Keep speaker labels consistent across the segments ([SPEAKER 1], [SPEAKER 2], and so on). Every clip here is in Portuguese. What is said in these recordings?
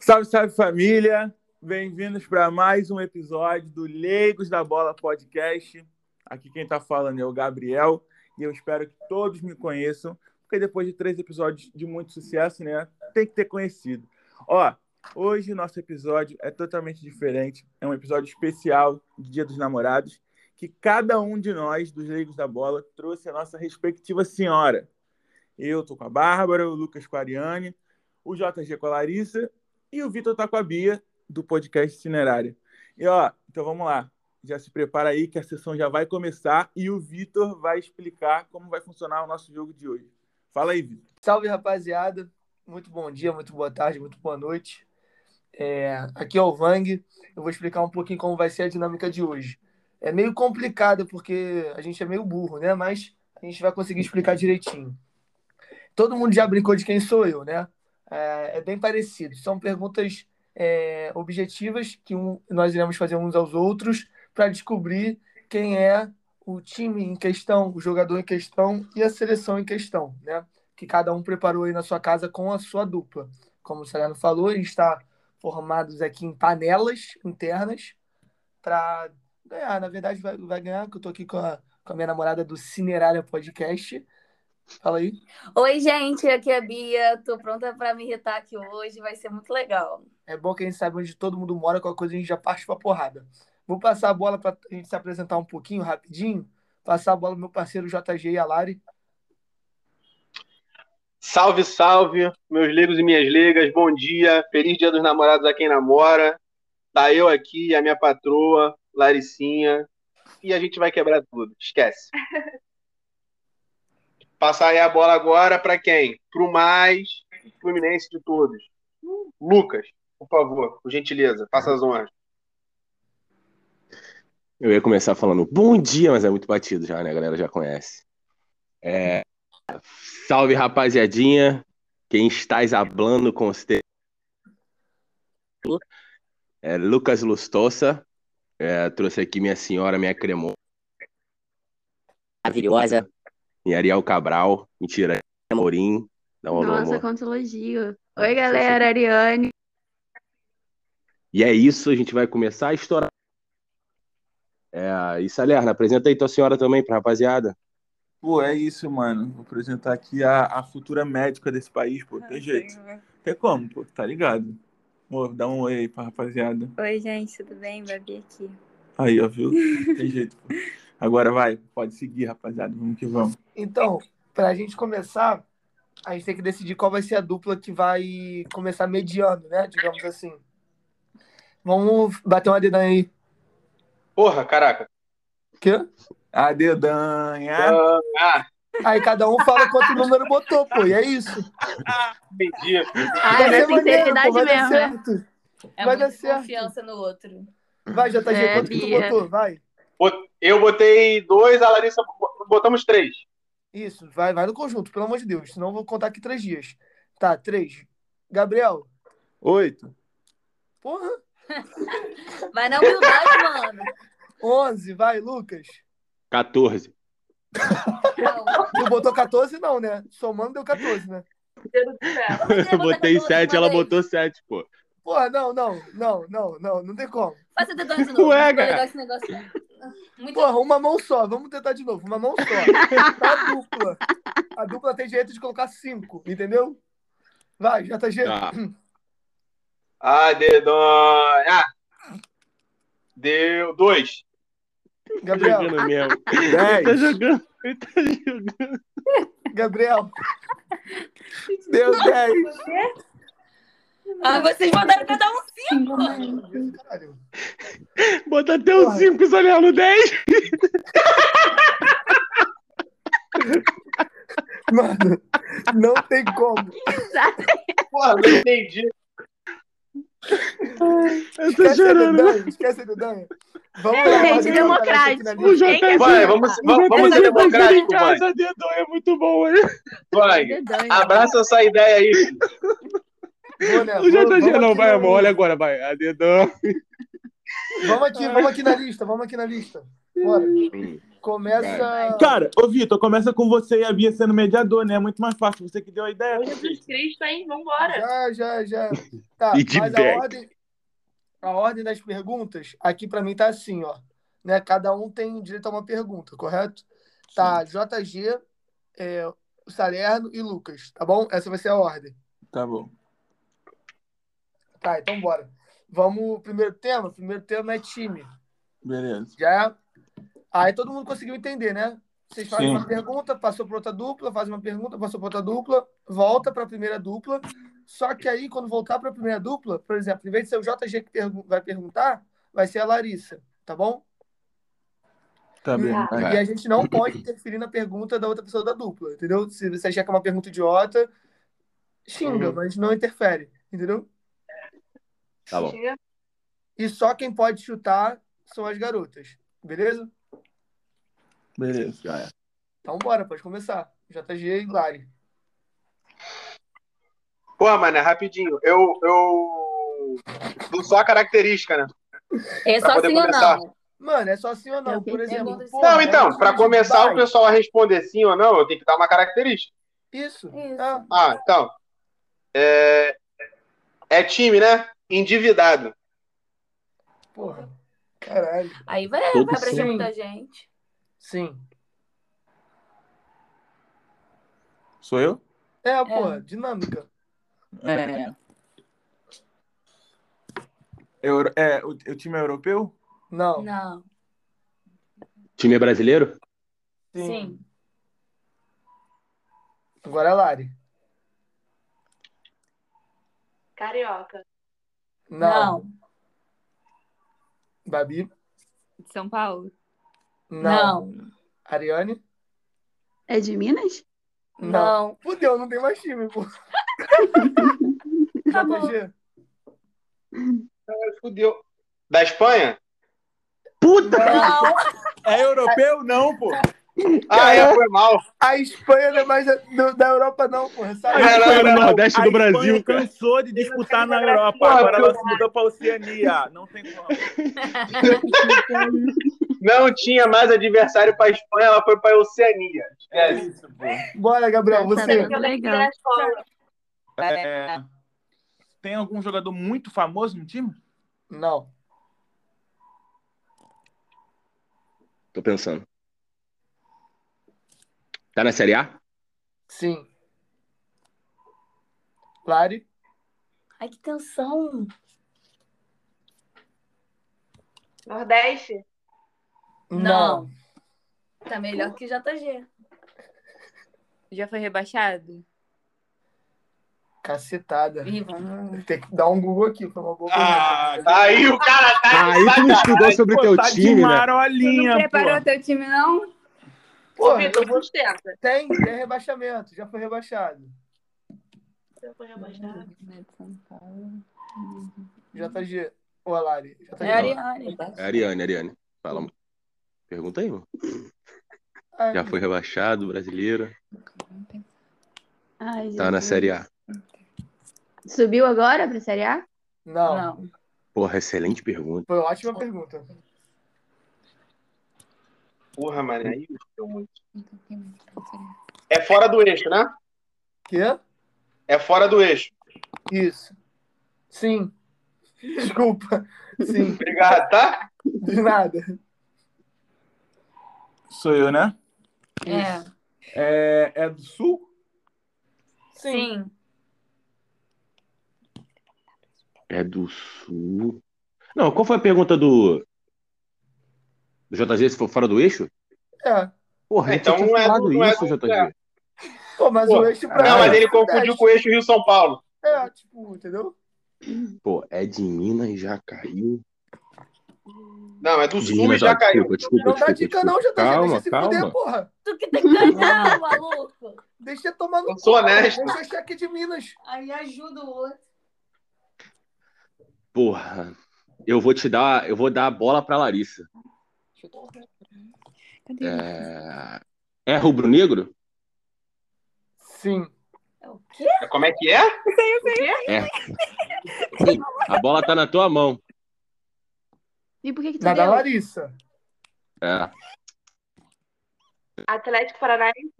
[SPEAKER 1] Salve, salve família! Bem-vindos para mais um episódio do Leigos da Bola Podcast. Aqui quem está falando é o Gabriel e eu espero que todos me conheçam, porque depois de três episódios de muito sucesso, né, tem que ter conhecido. Ó, hoje o nosso episódio é totalmente diferente, é um episódio especial de Dia dos Namorados, que cada um de nós, dos Leigos da Bola, trouxe a nossa respectiva senhora. Eu tô com a Bárbara, o Lucas com a Ariane, o JG com a Larissa e o Vitor tá com a Bia, do podcast Cinerária. E ó, então vamos lá. Já se prepara aí que a sessão já vai começar e o Vitor vai explicar como vai funcionar o nosso jogo de hoje. Fala aí, Vitor.
[SPEAKER 2] Salve, rapaziada. Muito bom dia, muito boa tarde, muito boa noite. É, aqui é o Vang. Eu vou explicar um pouquinho como vai ser a dinâmica de hoje. É meio complicado porque a gente é meio burro, né? Mas a gente vai conseguir explicar direitinho. Todo mundo já brincou de quem sou eu, né? É, é bem parecido. São perguntas é, objetivas que um, nós iremos fazer uns aos outros para descobrir quem é o time em questão, o jogador em questão e a seleção em questão, né? Que cada um preparou aí na sua casa com a sua dupla. Como o Celano falou, eles está formados aqui em panelas internas para ganhar. Na verdade, vai, vai ganhar, que eu tô aqui com a, com a minha namorada do Cinerária Podcast. Fala aí.
[SPEAKER 3] Oi, gente, aqui é a Bia. Tô pronta pra me irritar aqui hoje, vai ser muito legal.
[SPEAKER 2] É bom que a gente sabe onde todo mundo mora, qualquer coisa a gente já parte pra porrada. Vou passar a bola pra a gente se apresentar um pouquinho, rapidinho. Passar a bola pro meu parceiro JG e a Lari.
[SPEAKER 4] Salve, salve, meus leigos e minhas leigas, bom dia, feliz dia dos namorados a quem namora. Tá eu aqui, a minha patroa, Laricinha, e a gente vai quebrar tudo, esquece. Passar aí a bola agora pra quem? Pro mais Fluminense de todos. Lucas, por favor, por gentileza, faça as honras.
[SPEAKER 5] Eu ia começar falando bom dia, mas é muito batido já, né? A galera já conhece. É, Salve, rapaziadinha. Quem estás hablando com os te... é Lucas Lustosa. É, trouxe aqui minha senhora, minha cremosa.
[SPEAKER 6] maravilhosa.
[SPEAKER 5] E Ariel Cabral. Mentira, Morim. Dá um alô,
[SPEAKER 7] Nossa,
[SPEAKER 5] amor.
[SPEAKER 7] quanto elogio. Oi, galera, Ariane.
[SPEAKER 5] E é isso, a gente vai começar a estourar. É, e Salerna, apresenta aí tua senhora também pra rapaziada.
[SPEAKER 1] Pô, é isso, mano. Vou apresentar aqui a, a futura médica desse país, pô.
[SPEAKER 8] Ah,
[SPEAKER 3] Ah,
[SPEAKER 1] Tem jeito.
[SPEAKER 3] né?
[SPEAKER 1] Tem como, pô. Tá ligado? Pô, dá um oi aí pra rapaziada.
[SPEAKER 8] Oi, gente, tudo bem? Babi aqui.
[SPEAKER 1] Aí, ó, viu? Tem jeito, pô. Agora vai. Pode seguir, rapaziada. Vamos que vamos.
[SPEAKER 2] Então, para a gente começar, a gente tem que decidir qual vai ser a dupla que vai começar mediando, né? Digamos assim. Vamos bater uma dedão aí.
[SPEAKER 4] Porra, caraca.
[SPEAKER 2] Quê?
[SPEAKER 1] A dedanha.
[SPEAKER 4] Ah,
[SPEAKER 2] Aí cada um fala quanto número botou, pô. E é isso.
[SPEAKER 4] entendi.
[SPEAKER 3] Ah,
[SPEAKER 2] Vai
[SPEAKER 7] é
[SPEAKER 2] ser maneiro,
[SPEAKER 7] sinceridade
[SPEAKER 2] pô, vai dar
[SPEAKER 7] mesmo, né?
[SPEAKER 2] certo.
[SPEAKER 3] é
[SPEAKER 2] vai
[SPEAKER 3] muita
[SPEAKER 2] dar certo.
[SPEAKER 3] confiança no outro.
[SPEAKER 2] Vai, JG,
[SPEAKER 7] É,
[SPEAKER 2] quanto que tu
[SPEAKER 7] Bia.
[SPEAKER 2] botou? Vai.
[SPEAKER 4] Bot- Eu botei dois, a Larissa botamos três.
[SPEAKER 2] Isso, vai, vai no conjunto, pelo amor de Deus. Senão eu vou contar aqui três dias. Tá, três. Gabriel,
[SPEAKER 1] Oito.
[SPEAKER 2] porra.
[SPEAKER 3] Vai na humildade, mano.
[SPEAKER 2] Onze, vai, Lucas.
[SPEAKER 5] 14.
[SPEAKER 3] Não,
[SPEAKER 2] Tu botou 14, não, né? Somando deu 14, né?
[SPEAKER 3] você
[SPEAKER 5] Eu
[SPEAKER 3] bota
[SPEAKER 5] botei
[SPEAKER 3] duas,
[SPEAKER 5] 7, ela
[SPEAKER 3] fala aí.
[SPEAKER 5] botou 7, pô.
[SPEAKER 2] Porra, não, não, não, não, não, não tem como.
[SPEAKER 3] Faça o dedão de novo.
[SPEAKER 5] Ué,
[SPEAKER 3] Não é
[SPEAKER 5] cara.
[SPEAKER 3] legal esse negócio, não. Muito
[SPEAKER 2] Porra, uma mão só, vamos tentar de novo, uma mão só. A dupla. A dupla tem direito de colocar cinco, entendeu? Vai, JG.
[SPEAKER 5] Tá.
[SPEAKER 4] Ah, dedonha. Ah. Deu dois.
[SPEAKER 5] Tá
[SPEAKER 2] Gabriel,
[SPEAKER 5] jogando mesmo. Tá
[SPEAKER 1] Dez.
[SPEAKER 5] jogando. Ele tá jogando.
[SPEAKER 2] Gabriel.
[SPEAKER 1] Deu dez.
[SPEAKER 3] Ah, vocês mandaram cada um cinco.
[SPEAKER 2] Caralho.
[SPEAKER 5] Bota até o
[SPEAKER 2] Porra.
[SPEAKER 5] 5, Salerno. 10.
[SPEAKER 2] Mano, não tem como.
[SPEAKER 5] Tá
[SPEAKER 4] Porra, não entendi.
[SPEAKER 5] Eu tô
[SPEAKER 2] Esquece a
[SPEAKER 5] chorando.
[SPEAKER 2] Dedanha, esquece a Dedanha. Vamos
[SPEAKER 7] Gente,
[SPEAKER 2] fazer uma
[SPEAKER 7] democrático.
[SPEAKER 2] aqui na
[SPEAKER 5] O
[SPEAKER 2] lista.
[SPEAKER 5] JG.
[SPEAKER 4] Vai, vamos, vamos,
[SPEAKER 5] o
[SPEAKER 4] vamos ser
[SPEAKER 5] JG vai ser em
[SPEAKER 4] democráticos, vai.
[SPEAKER 5] casa, dedão, é muito bom, hein?
[SPEAKER 4] Vai. Abraça essa ideia aí. filho.
[SPEAKER 2] Vou, né?
[SPEAKER 5] O
[SPEAKER 2] Vou- vamos
[SPEAKER 5] JG não,
[SPEAKER 2] aqui
[SPEAKER 5] vai,
[SPEAKER 2] no-
[SPEAKER 5] amor. É, Olha agora, vai. A dedão.
[SPEAKER 2] Vamos aqui, vamos aqui na lista, vamos aqui na lista. Bora. Começa.
[SPEAKER 1] Cara, ô Vitor, começa com você e a Bia sendo mediador, né? É muito mais fácil. Você que deu a ideia.
[SPEAKER 6] Jesus Cristo, hein? Vambora.
[SPEAKER 2] Já, já, já. Tá, mas
[SPEAKER 5] Feedback.
[SPEAKER 2] a ordem, a ordem das perguntas, aqui pra mim tá assim, ó. Né? Cada um tem direito a uma pergunta, correto? Tá, JG, é, o Salerno e Lucas, tá bom? Essa vai ser a ordem.
[SPEAKER 1] Tá bom.
[SPEAKER 2] Tá, então bora. Vamos, primeiro tema? Primeiro tema é time.
[SPEAKER 1] Beleza.
[SPEAKER 2] Já. é- Aí todo mundo conseguiu entender, né? Vocês fazem
[SPEAKER 1] Sim.
[SPEAKER 2] uma pergunta, passou por outra dupla, faz uma pergunta, passou por outra dupla, volta para a primeira dupla. Só que aí, quando voltar para a primeira dupla, por exemplo, em vez de ser o JG que pergu- vai perguntar, vai ser a Larissa, tá bom?
[SPEAKER 1] Tá bem.
[SPEAKER 7] Tá.
[SPEAKER 5] Vai.
[SPEAKER 2] E a gente não pode interferir na pergunta da outra pessoa da dupla, entendeu? Se você achar que é uma pergunta idiota, xinga,
[SPEAKER 4] Uhum.
[SPEAKER 2] mas não interfere, entendeu?
[SPEAKER 5] Tá bom.
[SPEAKER 2] E só quem pode chutar são as garotas, beleza?
[SPEAKER 1] Beleza.
[SPEAKER 5] Já é.
[SPEAKER 2] Então bora, pode começar. JG e Lari.
[SPEAKER 4] Pô, mano, é rapidinho. Eu. eu... Dou só a característica, né?
[SPEAKER 3] É
[SPEAKER 4] Pra
[SPEAKER 3] só
[SPEAKER 4] poder
[SPEAKER 3] assim ou
[SPEAKER 4] começar.
[SPEAKER 3] não?
[SPEAKER 2] Mano, é só assim ou
[SPEAKER 7] Eu
[SPEAKER 2] não, por
[SPEAKER 7] pensei
[SPEAKER 2] exemplo.
[SPEAKER 3] muito
[SPEAKER 2] pô,
[SPEAKER 3] assim.
[SPEAKER 4] Não,
[SPEAKER 2] é
[SPEAKER 4] então,
[SPEAKER 2] um
[SPEAKER 4] pra
[SPEAKER 2] time de
[SPEAKER 4] começar o
[SPEAKER 2] Dubai.
[SPEAKER 4] pessoal a responder sim ou não, eu tenho que dar uma característica.
[SPEAKER 2] Isso.
[SPEAKER 3] Isso.
[SPEAKER 2] Ah,
[SPEAKER 4] Ah, então. É, é time, né? Endividado.
[SPEAKER 2] porra. Caralho.
[SPEAKER 3] Aí vai, vai
[SPEAKER 5] Todo
[SPEAKER 3] abranger
[SPEAKER 2] sim.
[SPEAKER 3] muita gente.
[SPEAKER 2] Sim.
[SPEAKER 1] Sou eu?
[SPEAKER 2] É, porra, dinâmica.
[SPEAKER 1] É. Euro- é, o, o time é europeu?
[SPEAKER 2] Não.
[SPEAKER 3] Não.
[SPEAKER 5] Time é brasileiro?
[SPEAKER 3] Sim.
[SPEAKER 2] Agora é Lari.
[SPEAKER 6] Carioca.
[SPEAKER 2] Não.
[SPEAKER 3] Não.
[SPEAKER 2] Babi?
[SPEAKER 8] De São Paulo?
[SPEAKER 2] Não.
[SPEAKER 3] Não.
[SPEAKER 2] Ariane?
[SPEAKER 7] É de Minas?
[SPEAKER 3] Não.
[SPEAKER 2] Fudeu, não tem mais time, pô.
[SPEAKER 8] Tá
[SPEAKER 3] Acabou.
[SPEAKER 2] JG?
[SPEAKER 4] Fudeu. Da Espanha?
[SPEAKER 5] Puta!
[SPEAKER 3] Não.
[SPEAKER 1] É europeu? Não, pô.
[SPEAKER 4] Ah, é, foi mal.
[SPEAKER 2] A Espanha não é mais da, do- da Europa, não, porra.
[SPEAKER 5] A
[SPEAKER 2] Sai.
[SPEAKER 4] Não, não,
[SPEAKER 5] Espanha
[SPEAKER 4] não,
[SPEAKER 5] no
[SPEAKER 4] não.
[SPEAKER 5] Nordeste
[SPEAKER 1] A
[SPEAKER 5] do
[SPEAKER 1] Espanha
[SPEAKER 5] Brasil, cara.
[SPEAKER 1] cansou de disputar na
[SPEAKER 6] Brasil.
[SPEAKER 1] Europa. Agora ela se mudou pra Oceania. Não tem como.
[SPEAKER 4] Não tinha mais adversário pra Espanha, ela foi pra Oceania.
[SPEAKER 1] É isso, pô.
[SPEAKER 2] Bora, Gabriel,
[SPEAKER 3] Tá
[SPEAKER 2] você.
[SPEAKER 6] Eu lembro
[SPEAKER 7] Legal.
[SPEAKER 6] da escola.
[SPEAKER 1] É, Tem algum jogador muito famoso no time?
[SPEAKER 2] Não.
[SPEAKER 5] Tô pensando. Tá na Série A?
[SPEAKER 2] Sim. Lari?
[SPEAKER 3] Ai, que tensão.
[SPEAKER 6] Nordeste.
[SPEAKER 3] Não. Tá melhor que JG.
[SPEAKER 8] Já foi rebaixado?
[SPEAKER 2] Cacetada.
[SPEAKER 3] Ih, vamos.
[SPEAKER 2] Tem que dar um Google aqui, foi uma boa
[SPEAKER 4] Ah,
[SPEAKER 2] pergunta.
[SPEAKER 4] Aí o cara tá.
[SPEAKER 5] Aí tu não estudou sobre o teu
[SPEAKER 1] Pô, tá de
[SPEAKER 5] time, né?
[SPEAKER 1] marolinha,
[SPEAKER 8] não
[SPEAKER 1] pô.
[SPEAKER 8] preparou teu time, não?
[SPEAKER 6] Ô,
[SPEAKER 2] Porra,
[SPEAKER 6] Vitor,
[SPEAKER 2] eu vou-
[SPEAKER 6] sustenta.
[SPEAKER 2] tem, tem rebaixamento, já foi rebaixado. JG, ou a Lari. JG.
[SPEAKER 3] É a Ariane.
[SPEAKER 5] É a Ariane, Ariane. Fala. amor. Pergunta aí, mano.
[SPEAKER 2] Ah,
[SPEAKER 5] Já foi rebaixado, brasileiro.
[SPEAKER 7] Ai,
[SPEAKER 5] Tá na
[SPEAKER 7] Jesus.
[SPEAKER 5] Série A.
[SPEAKER 7] Subiu agora pra Série A?
[SPEAKER 2] Não,
[SPEAKER 3] Não.
[SPEAKER 5] Porra, excelente pergunta.
[SPEAKER 2] foi ótima pergunta.
[SPEAKER 4] Porra, mano, aí fudeu muito. É fora do eixo, né?
[SPEAKER 2] Quê?
[SPEAKER 4] É fora do eixo.
[SPEAKER 2] Isso. Sim. Desculpa. Sim,
[SPEAKER 4] Obrigado, tá?
[SPEAKER 2] de nada.
[SPEAKER 1] Sou eu, né?
[SPEAKER 3] É.
[SPEAKER 1] É, é do Sul?
[SPEAKER 2] Sim.
[SPEAKER 3] Sim.
[SPEAKER 5] É do Sul. Não, qual foi a pergunta do. Do JG se for fora do eixo?
[SPEAKER 2] É.
[SPEAKER 5] Porra,
[SPEAKER 4] É,
[SPEAKER 5] ele então,
[SPEAKER 4] então não
[SPEAKER 5] tinha
[SPEAKER 4] é do-
[SPEAKER 5] falado
[SPEAKER 4] não é
[SPEAKER 5] isso,
[SPEAKER 4] do-
[SPEAKER 5] JG.
[SPEAKER 2] Pô, mas
[SPEAKER 4] Pô,
[SPEAKER 2] o eixo pra
[SPEAKER 4] Não,
[SPEAKER 5] Ah,
[SPEAKER 4] mas
[SPEAKER 5] é.
[SPEAKER 4] ele confundiu com o eixo Rio-São Paulo.
[SPEAKER 2] É, tipo, entendeu?
[SPEAKER 5] Pô, é de Minas e já caiu.
[SPEAKER 4] Não, é do
[SPEAKER 5] De
[SPEAKER 4] sul e
[SPEAKER 5] Minas,
[SPEAKER 4] já
[SPEAKER 5] ó,
[SPEAKER 4] caiu.
[SPEAKER 5] Desculpa, desculpa,
[SPEAKER 2] Não dá
[SPEAKER 5] desculpa,
[SPEAKER 2] dica
[SPEAKER 5] desculpa.
[SPEAKER 2] não, JG.
[SPEAKER 5] Calma,
[SPEAKER 2] Deixa se fuder,
[SPEAKER 5] calma.
[SPEAKER 2] porra.
[SPEAKER 3] Tu que tem que ganhar, maluco.
[SPEAKER 2] Deixa tomar no
[SPEAKER 4] Eu sou honesto.
[SPEAKER 2] Deixa eu achar aqui de Minas.
[SPEAKER 3] Aí ajuda o outro.
[SPEAKER 5] Porra. Eu vou te dar, eu vou dar a bola pra Larissa.
[SPEAKER 8] Cadê?
[SPEAKER 5] É, é rubro-negro?
[SPEAKER 2] Sim.
[SPEAKER 3] É o quê?
[SPEAKER 4] Como é que é?
[SPEAKER 5] A bola tá na tua mão.
[SPEAKER 7] E por que que tu
[SPEAKER 2] Na da
[SPEAKER 7] deu?
[SPEAKER 2] Larissa.
[SPEAKER 5] É.
[SPEAKER 6] Atlético Paranaense.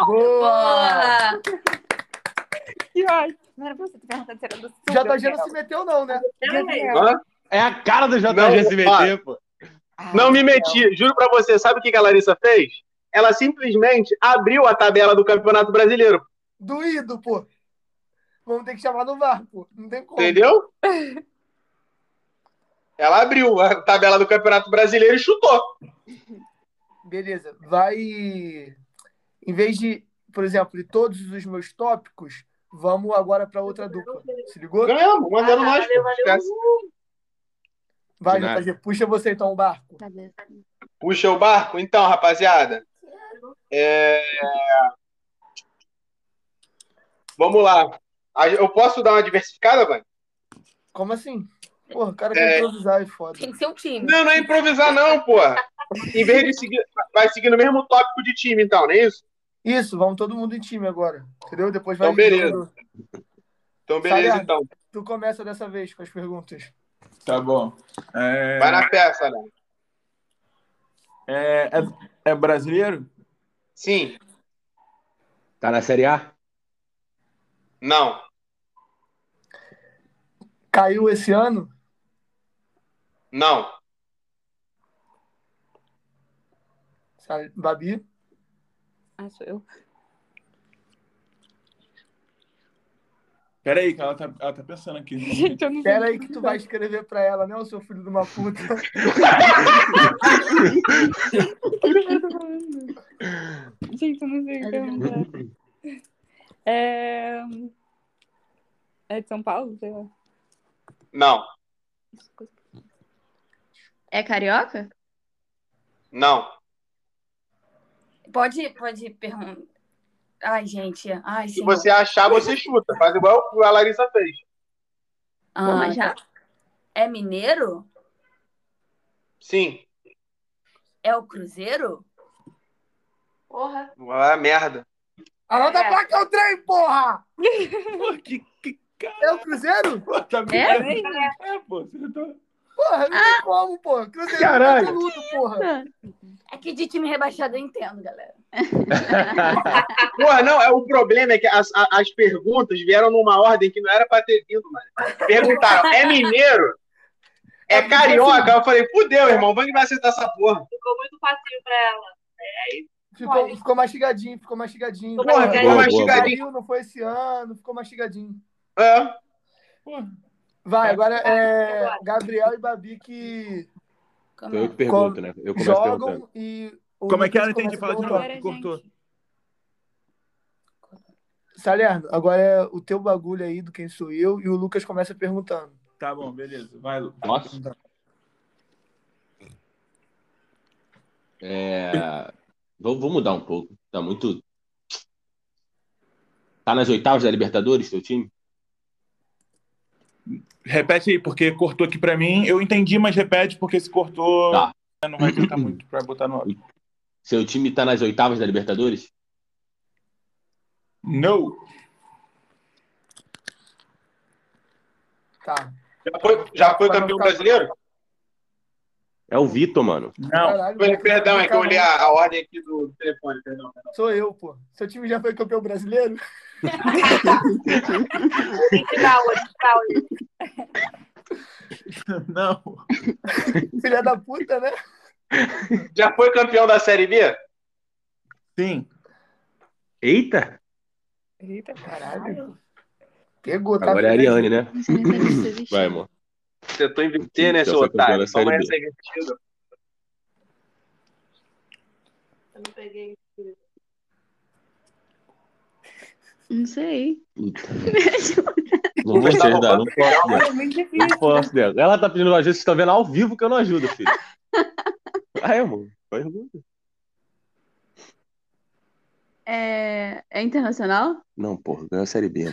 [SPEAKER 2] Boa!
[SPEAKER 8] Boa! Que ótimo. Não era pra você ter perguntado se era do Sul.
[SPEAKER 2] JG
[SPEAKER 8] Gabriel.
[SPEAKER 2] não tá se meteu, não, né?
[SPEAKER 8] Gabriel.
[SPEAKER 4] Hã?
[SPEAKER 5] É a cara do
[SPEAKER 4] Não,
[SPEAKER 5] JG se meter, pô.
[SPEAKER 4] Não me meti, juro pra você. Sabe o que que a Larissa fez? Ela simplesmente abriu a tabela do Campeonato Brasileiro,
[SPEAKER 2] Doído, pô. Vamos ter que chamar no VAR, pô. Não tem como.
[SPEAKER 4] entendeu? Ela abriu a tabela do Campeonato Brasileiro e chutou.
[SPEAKER 2] Beleza. Vai. Em vez de, por exemplo, de todos os meus tópicos, vamos agora pra outra dupla. Se ligou?
[SPEAKER 4] Ganhamos, mandando
[SPEAKER 6] Ah,
[SPEAKER 4] nós. pô.
[SPEAKER 6] valeu, valeu.
[SPEAKER 4] Esquece.
[SPEAKER 2] Vai,
[SPEAKER 5] De nada.
[SPEAKER 2] JG. Puxa você então o barco.
[SPEAKER 7] Cadê?
[SPEAKER 4] Puxa o barco, então, rapaziada. É... Vamos lá. A- Eu posso dar uma diversificada, mano?
[SPEAKER 2] Como assim? Pô, o cara
[SPEAKER 4] É.
[SPEAKER 2] quer improvisar, é foda.
[SPEAKER 3] Tem que ser um time.
[SPEAKER 4] Não, não é improvisar, não, porra. Em vez de seguir, vai seguir no mesmo tópico de time, então, não é isso?
[SPEAKER 2] Isso, vamos todo mundo em time agora. Entendeu? Depois vai.
[SPEAKER 4] Então, beleza. Então, beleza,
[SPEAKER 2] Sabe,
[SPEAKER 4] então.
[SPEAKER 2] Tu começa dessa vez com as perguntas.
[SPEAKER 1] Tá bom. É,
[SPEAKER 4] Vai na peça, né?
[SPEAKER 1] é, é- é brasileiro?
[SPEAKER 4] Sim.
[SPEAKER 5] Tá na Série A?
[SPEAKER 4] Não.
[SPEAKER 2] Caiu esse ano?
[SPEAKER 4] Não.
[SPEAKER 2] Sabe, Babi?
[SPEAKER 8] Ah, sou eu.
[SPEAKER 1] Peraí, que ela tá, ela tá pensando aqui.
[SPEAKER 8] Gente, eu não sei.
[SPEAKER 2] Pera aí que tu vai escrever pra ela, né, o seu filho de uma puta.
[SPEAKER 8] o que eu tô falando. Gente, eu não sei o que perguntar. É... é de São Paulo? Sei lá.
[SPEAKER 4] Não.
[SPEAKER 7] É carioca?
[SPEAKER 4] Não.
[SPEAKER 3] Pode, pode perguntar. Ai, gente. Ai,
[SPEAKER 4] Se
[SPEAKER 3] sim.
[SPEAKER 4] você achar, você chuta. Faz igual a Larissa fez.
[SPEAKER 3] Ah,
[SPEAKER 7] Pô, mas já.
[SPEAKER 3] É mineiro?
[SPEAKER 4] Sim.
[SPEAKER 3] É o Cruzeiro?
[SPEAKER 6] Porra.
[SPEAKER 4] Ah, merda.
[SPEAKER 2] Anota a
[SPEAKER 6] É.
[SPEAKER 2] placa, é o trem, porra!
[SPEAKER 1] Pô, que, que
[SPEAKER 2] É o Cruzeiro?
[SPEAKER 1] Pô, tá
[SPEAKER 7] É?
[SPEAKER 1] brincando? É, pô, você tá.
[SPEAKER 2] Porra, não tem como, porra. Cruzeiro
[SPEAKER 5] Caralho.
[SPEAKER 2] é tudo, porra.
[SPEAKER 3] É que de time rebaixado eu entendo, galera.
[SPEAKER 4] Porra, não, é, o problema é que as, a- as perguntas vieram numa ordem que não era pra ter vindo, mano. Perguntaram, é mineiro? É carioca? Eu falei, fudeu, irmão, o Vang vai acertar essa porra.
[SPEAKER 6] Ficou muito facinho pra ela.
[SPEAKER 2] Ficou, ficou mastigadinho, ficou mastigadinho.
[SPEAKER 6] Ficou
[SPEAKER 4] Porra, ficou
[SPEAKER 5] Boa,
[SPEAKER 4] mastigadinho.
[SPEAKER 2] Caiu, não foi esse ano, ficou mastigadinho.
[SPEAKER 4] É.
[SPEAKER 2] Vai, agora é
[SPEAKER 6] Agora.
[SPEAKER 2] Gabriel e Babi que
[SPEAKER 3] Como
[SPEAKER 5] Foi eu
[SPEAKER 3] é?
[SPEAKER 5] que pergunto, né? Eu começo perguntando.
[SPEAKER 2] jogam e... o
[SPEAKER 1] Como é que é?
[SPEAKER 2] Lucas
[SPEAKER 1] Não entendi.
[SPEAKER 2] começa
[SPEAKER 1] Fala de
[SPEAKER 2] perguntando.
[SPEAKER 1] novo.
[SPEAKER 8] Agora,
[SPEAKER 1] Cortou.
[SPEAKER 8] gente.
[SPEAKER 2] Salerno, agora é o teu bagulho aí do quem sou eu e o Lucas começa perguntando.
[SPEAKER 1] Tá bom, beleza. Vai, Lucas.
[SPEAKER 5] Posso? É, Vou, vou mudar um pouco. Tá muito. Tá nas oitavas da Libertadores, seu time?
[SPEAKER 1] Repete aí, porque cortou aqui pra mim. Eu entendi, mas repete, porque se cortou,
[SPEAKER 5] Tá.
[SPEAKER 1] não vai adiantar muito pra botar no.
[SPEAKER 5] Seu time tá nas oitavas da Libertadores?
[SPEAKER 1] Não!
[SPEAKER 2] Tá.
[SPEAKER 4] Já foi, já foi campeão brasileiro?
[SPEAKER 5] É o Vitor, mano.
[SPEAKER 1] Não,
[SPEAKER 2] Caralho,
[SPEAKER 4] Foi-
[SPEAKER 2] Lucas,
[SPEAKER 4] Perdão, é que eu
[SPEAKER 2] calma.
[SPEAKER 4] olhei a, a ordem aqui do telefone, perdão.
[SPEAKER 2] Sou eu, pô. Seu time já foi campeão brasileiro?
[SPEAKER 6] Indicar hoje, tá hoje.
[SPEAKER 1] não.
[SPEAKER 2] Filha da puta, né?
[SPEAKER 4] Já foi campeão da Série B?
[SPEAKER 1] Sim.
[SPEAKER 5] Eita!
[SPEAKER 8] Eita, caralho.
[SPEAKER 2] Caralho. Pegou, tá?
[SPEAKER 5] Agora é a
[SPEAKER 2] vendo aí?
[SPEAKER 5] Ariane, né?
[SPEAKER 7] Você não fez isso existir.
[SPEAKER 5] Vai, amor.
[SPEAKER 4] Tentou inverter, né,
[SPEAKER 5] Já
[SPEAKER 4] seu
[SPEAKER 5] foi campeão
[SPEAKER 4] otário?
[SPEAKER 5] da Série
[SPEAKER 4] Toma
[SPEAKER 5] B.
[SPEAKER 4] essa invertida.
[SPEAKER 6] Eu não peguei.
[SPEAKER 7] Não sei.
[SPEAKER 5] Eita.
[SPEAKER 7] Mesmo.
[SPEAKER 5] Não vou te ajudar, não posso, né?
[SPEAKER 8] É muito difícil.
[SPEAKER 5] Não posso, né? Ela tá pedindo ajuda, vocês estão vendo ao vivo que eu não ajudo, filho. Aí, amor, pergunta.
[SPEAKER 7] É, é internacional?
[SPEAKER 5] Não, porra, ganhou a Série B. Né?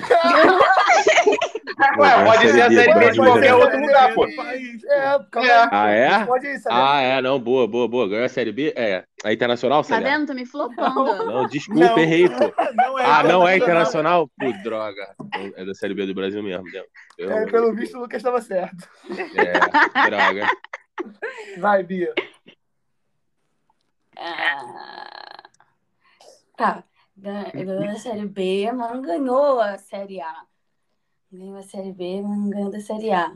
[SPEAKER 4] Ué, pode ser a Série B de
[SPEAKER 5] Brasil,
[SPEAKER 4] qualquer
[SPEAKER 5] né?
[SPEAKER 4] outro lugar, pô.
[SPEAKER 2] É, calma
[SPEAKER 4] É.
[SPEAKER 2] aí.
[SPEAKER 5] Ah, é?
[SPEAKER 2] Pode né? ir, Salerno.
[SPEAKER 5] Ah, é, não, boa, boa, boa. Ganhou a Série B? É. É internacional,
[SPEAKER 7] Tá
[SPEAKER 5] Série A?
[SPEAKER 7] vendo? Tô me flopando.
[SPEAKER 5] Não, desculpa,
[SPEAKER 1] Não.
[SPEAKER 5] errei, pô.
[SPEAKER 1] Não é
[SPEAKER 5] Ah, não é
[SPEAKER 1] internacional.
[SPEAKER 5] internacional? Pô, droga. É da Série B do Brasil mesmo, né? Eu-
[SPEAKER 2] É, pelo visto, o Lucas tava certo.
[SPEAKER 5] É, droga.
[SPEAKER 2] Vai, Bia.
[SPEAKER 3] Ah, Tá. gan- Ganhou a Série B, mas não ganhou a Série A. Ganhou a Série B, mas não ganhou da Série A.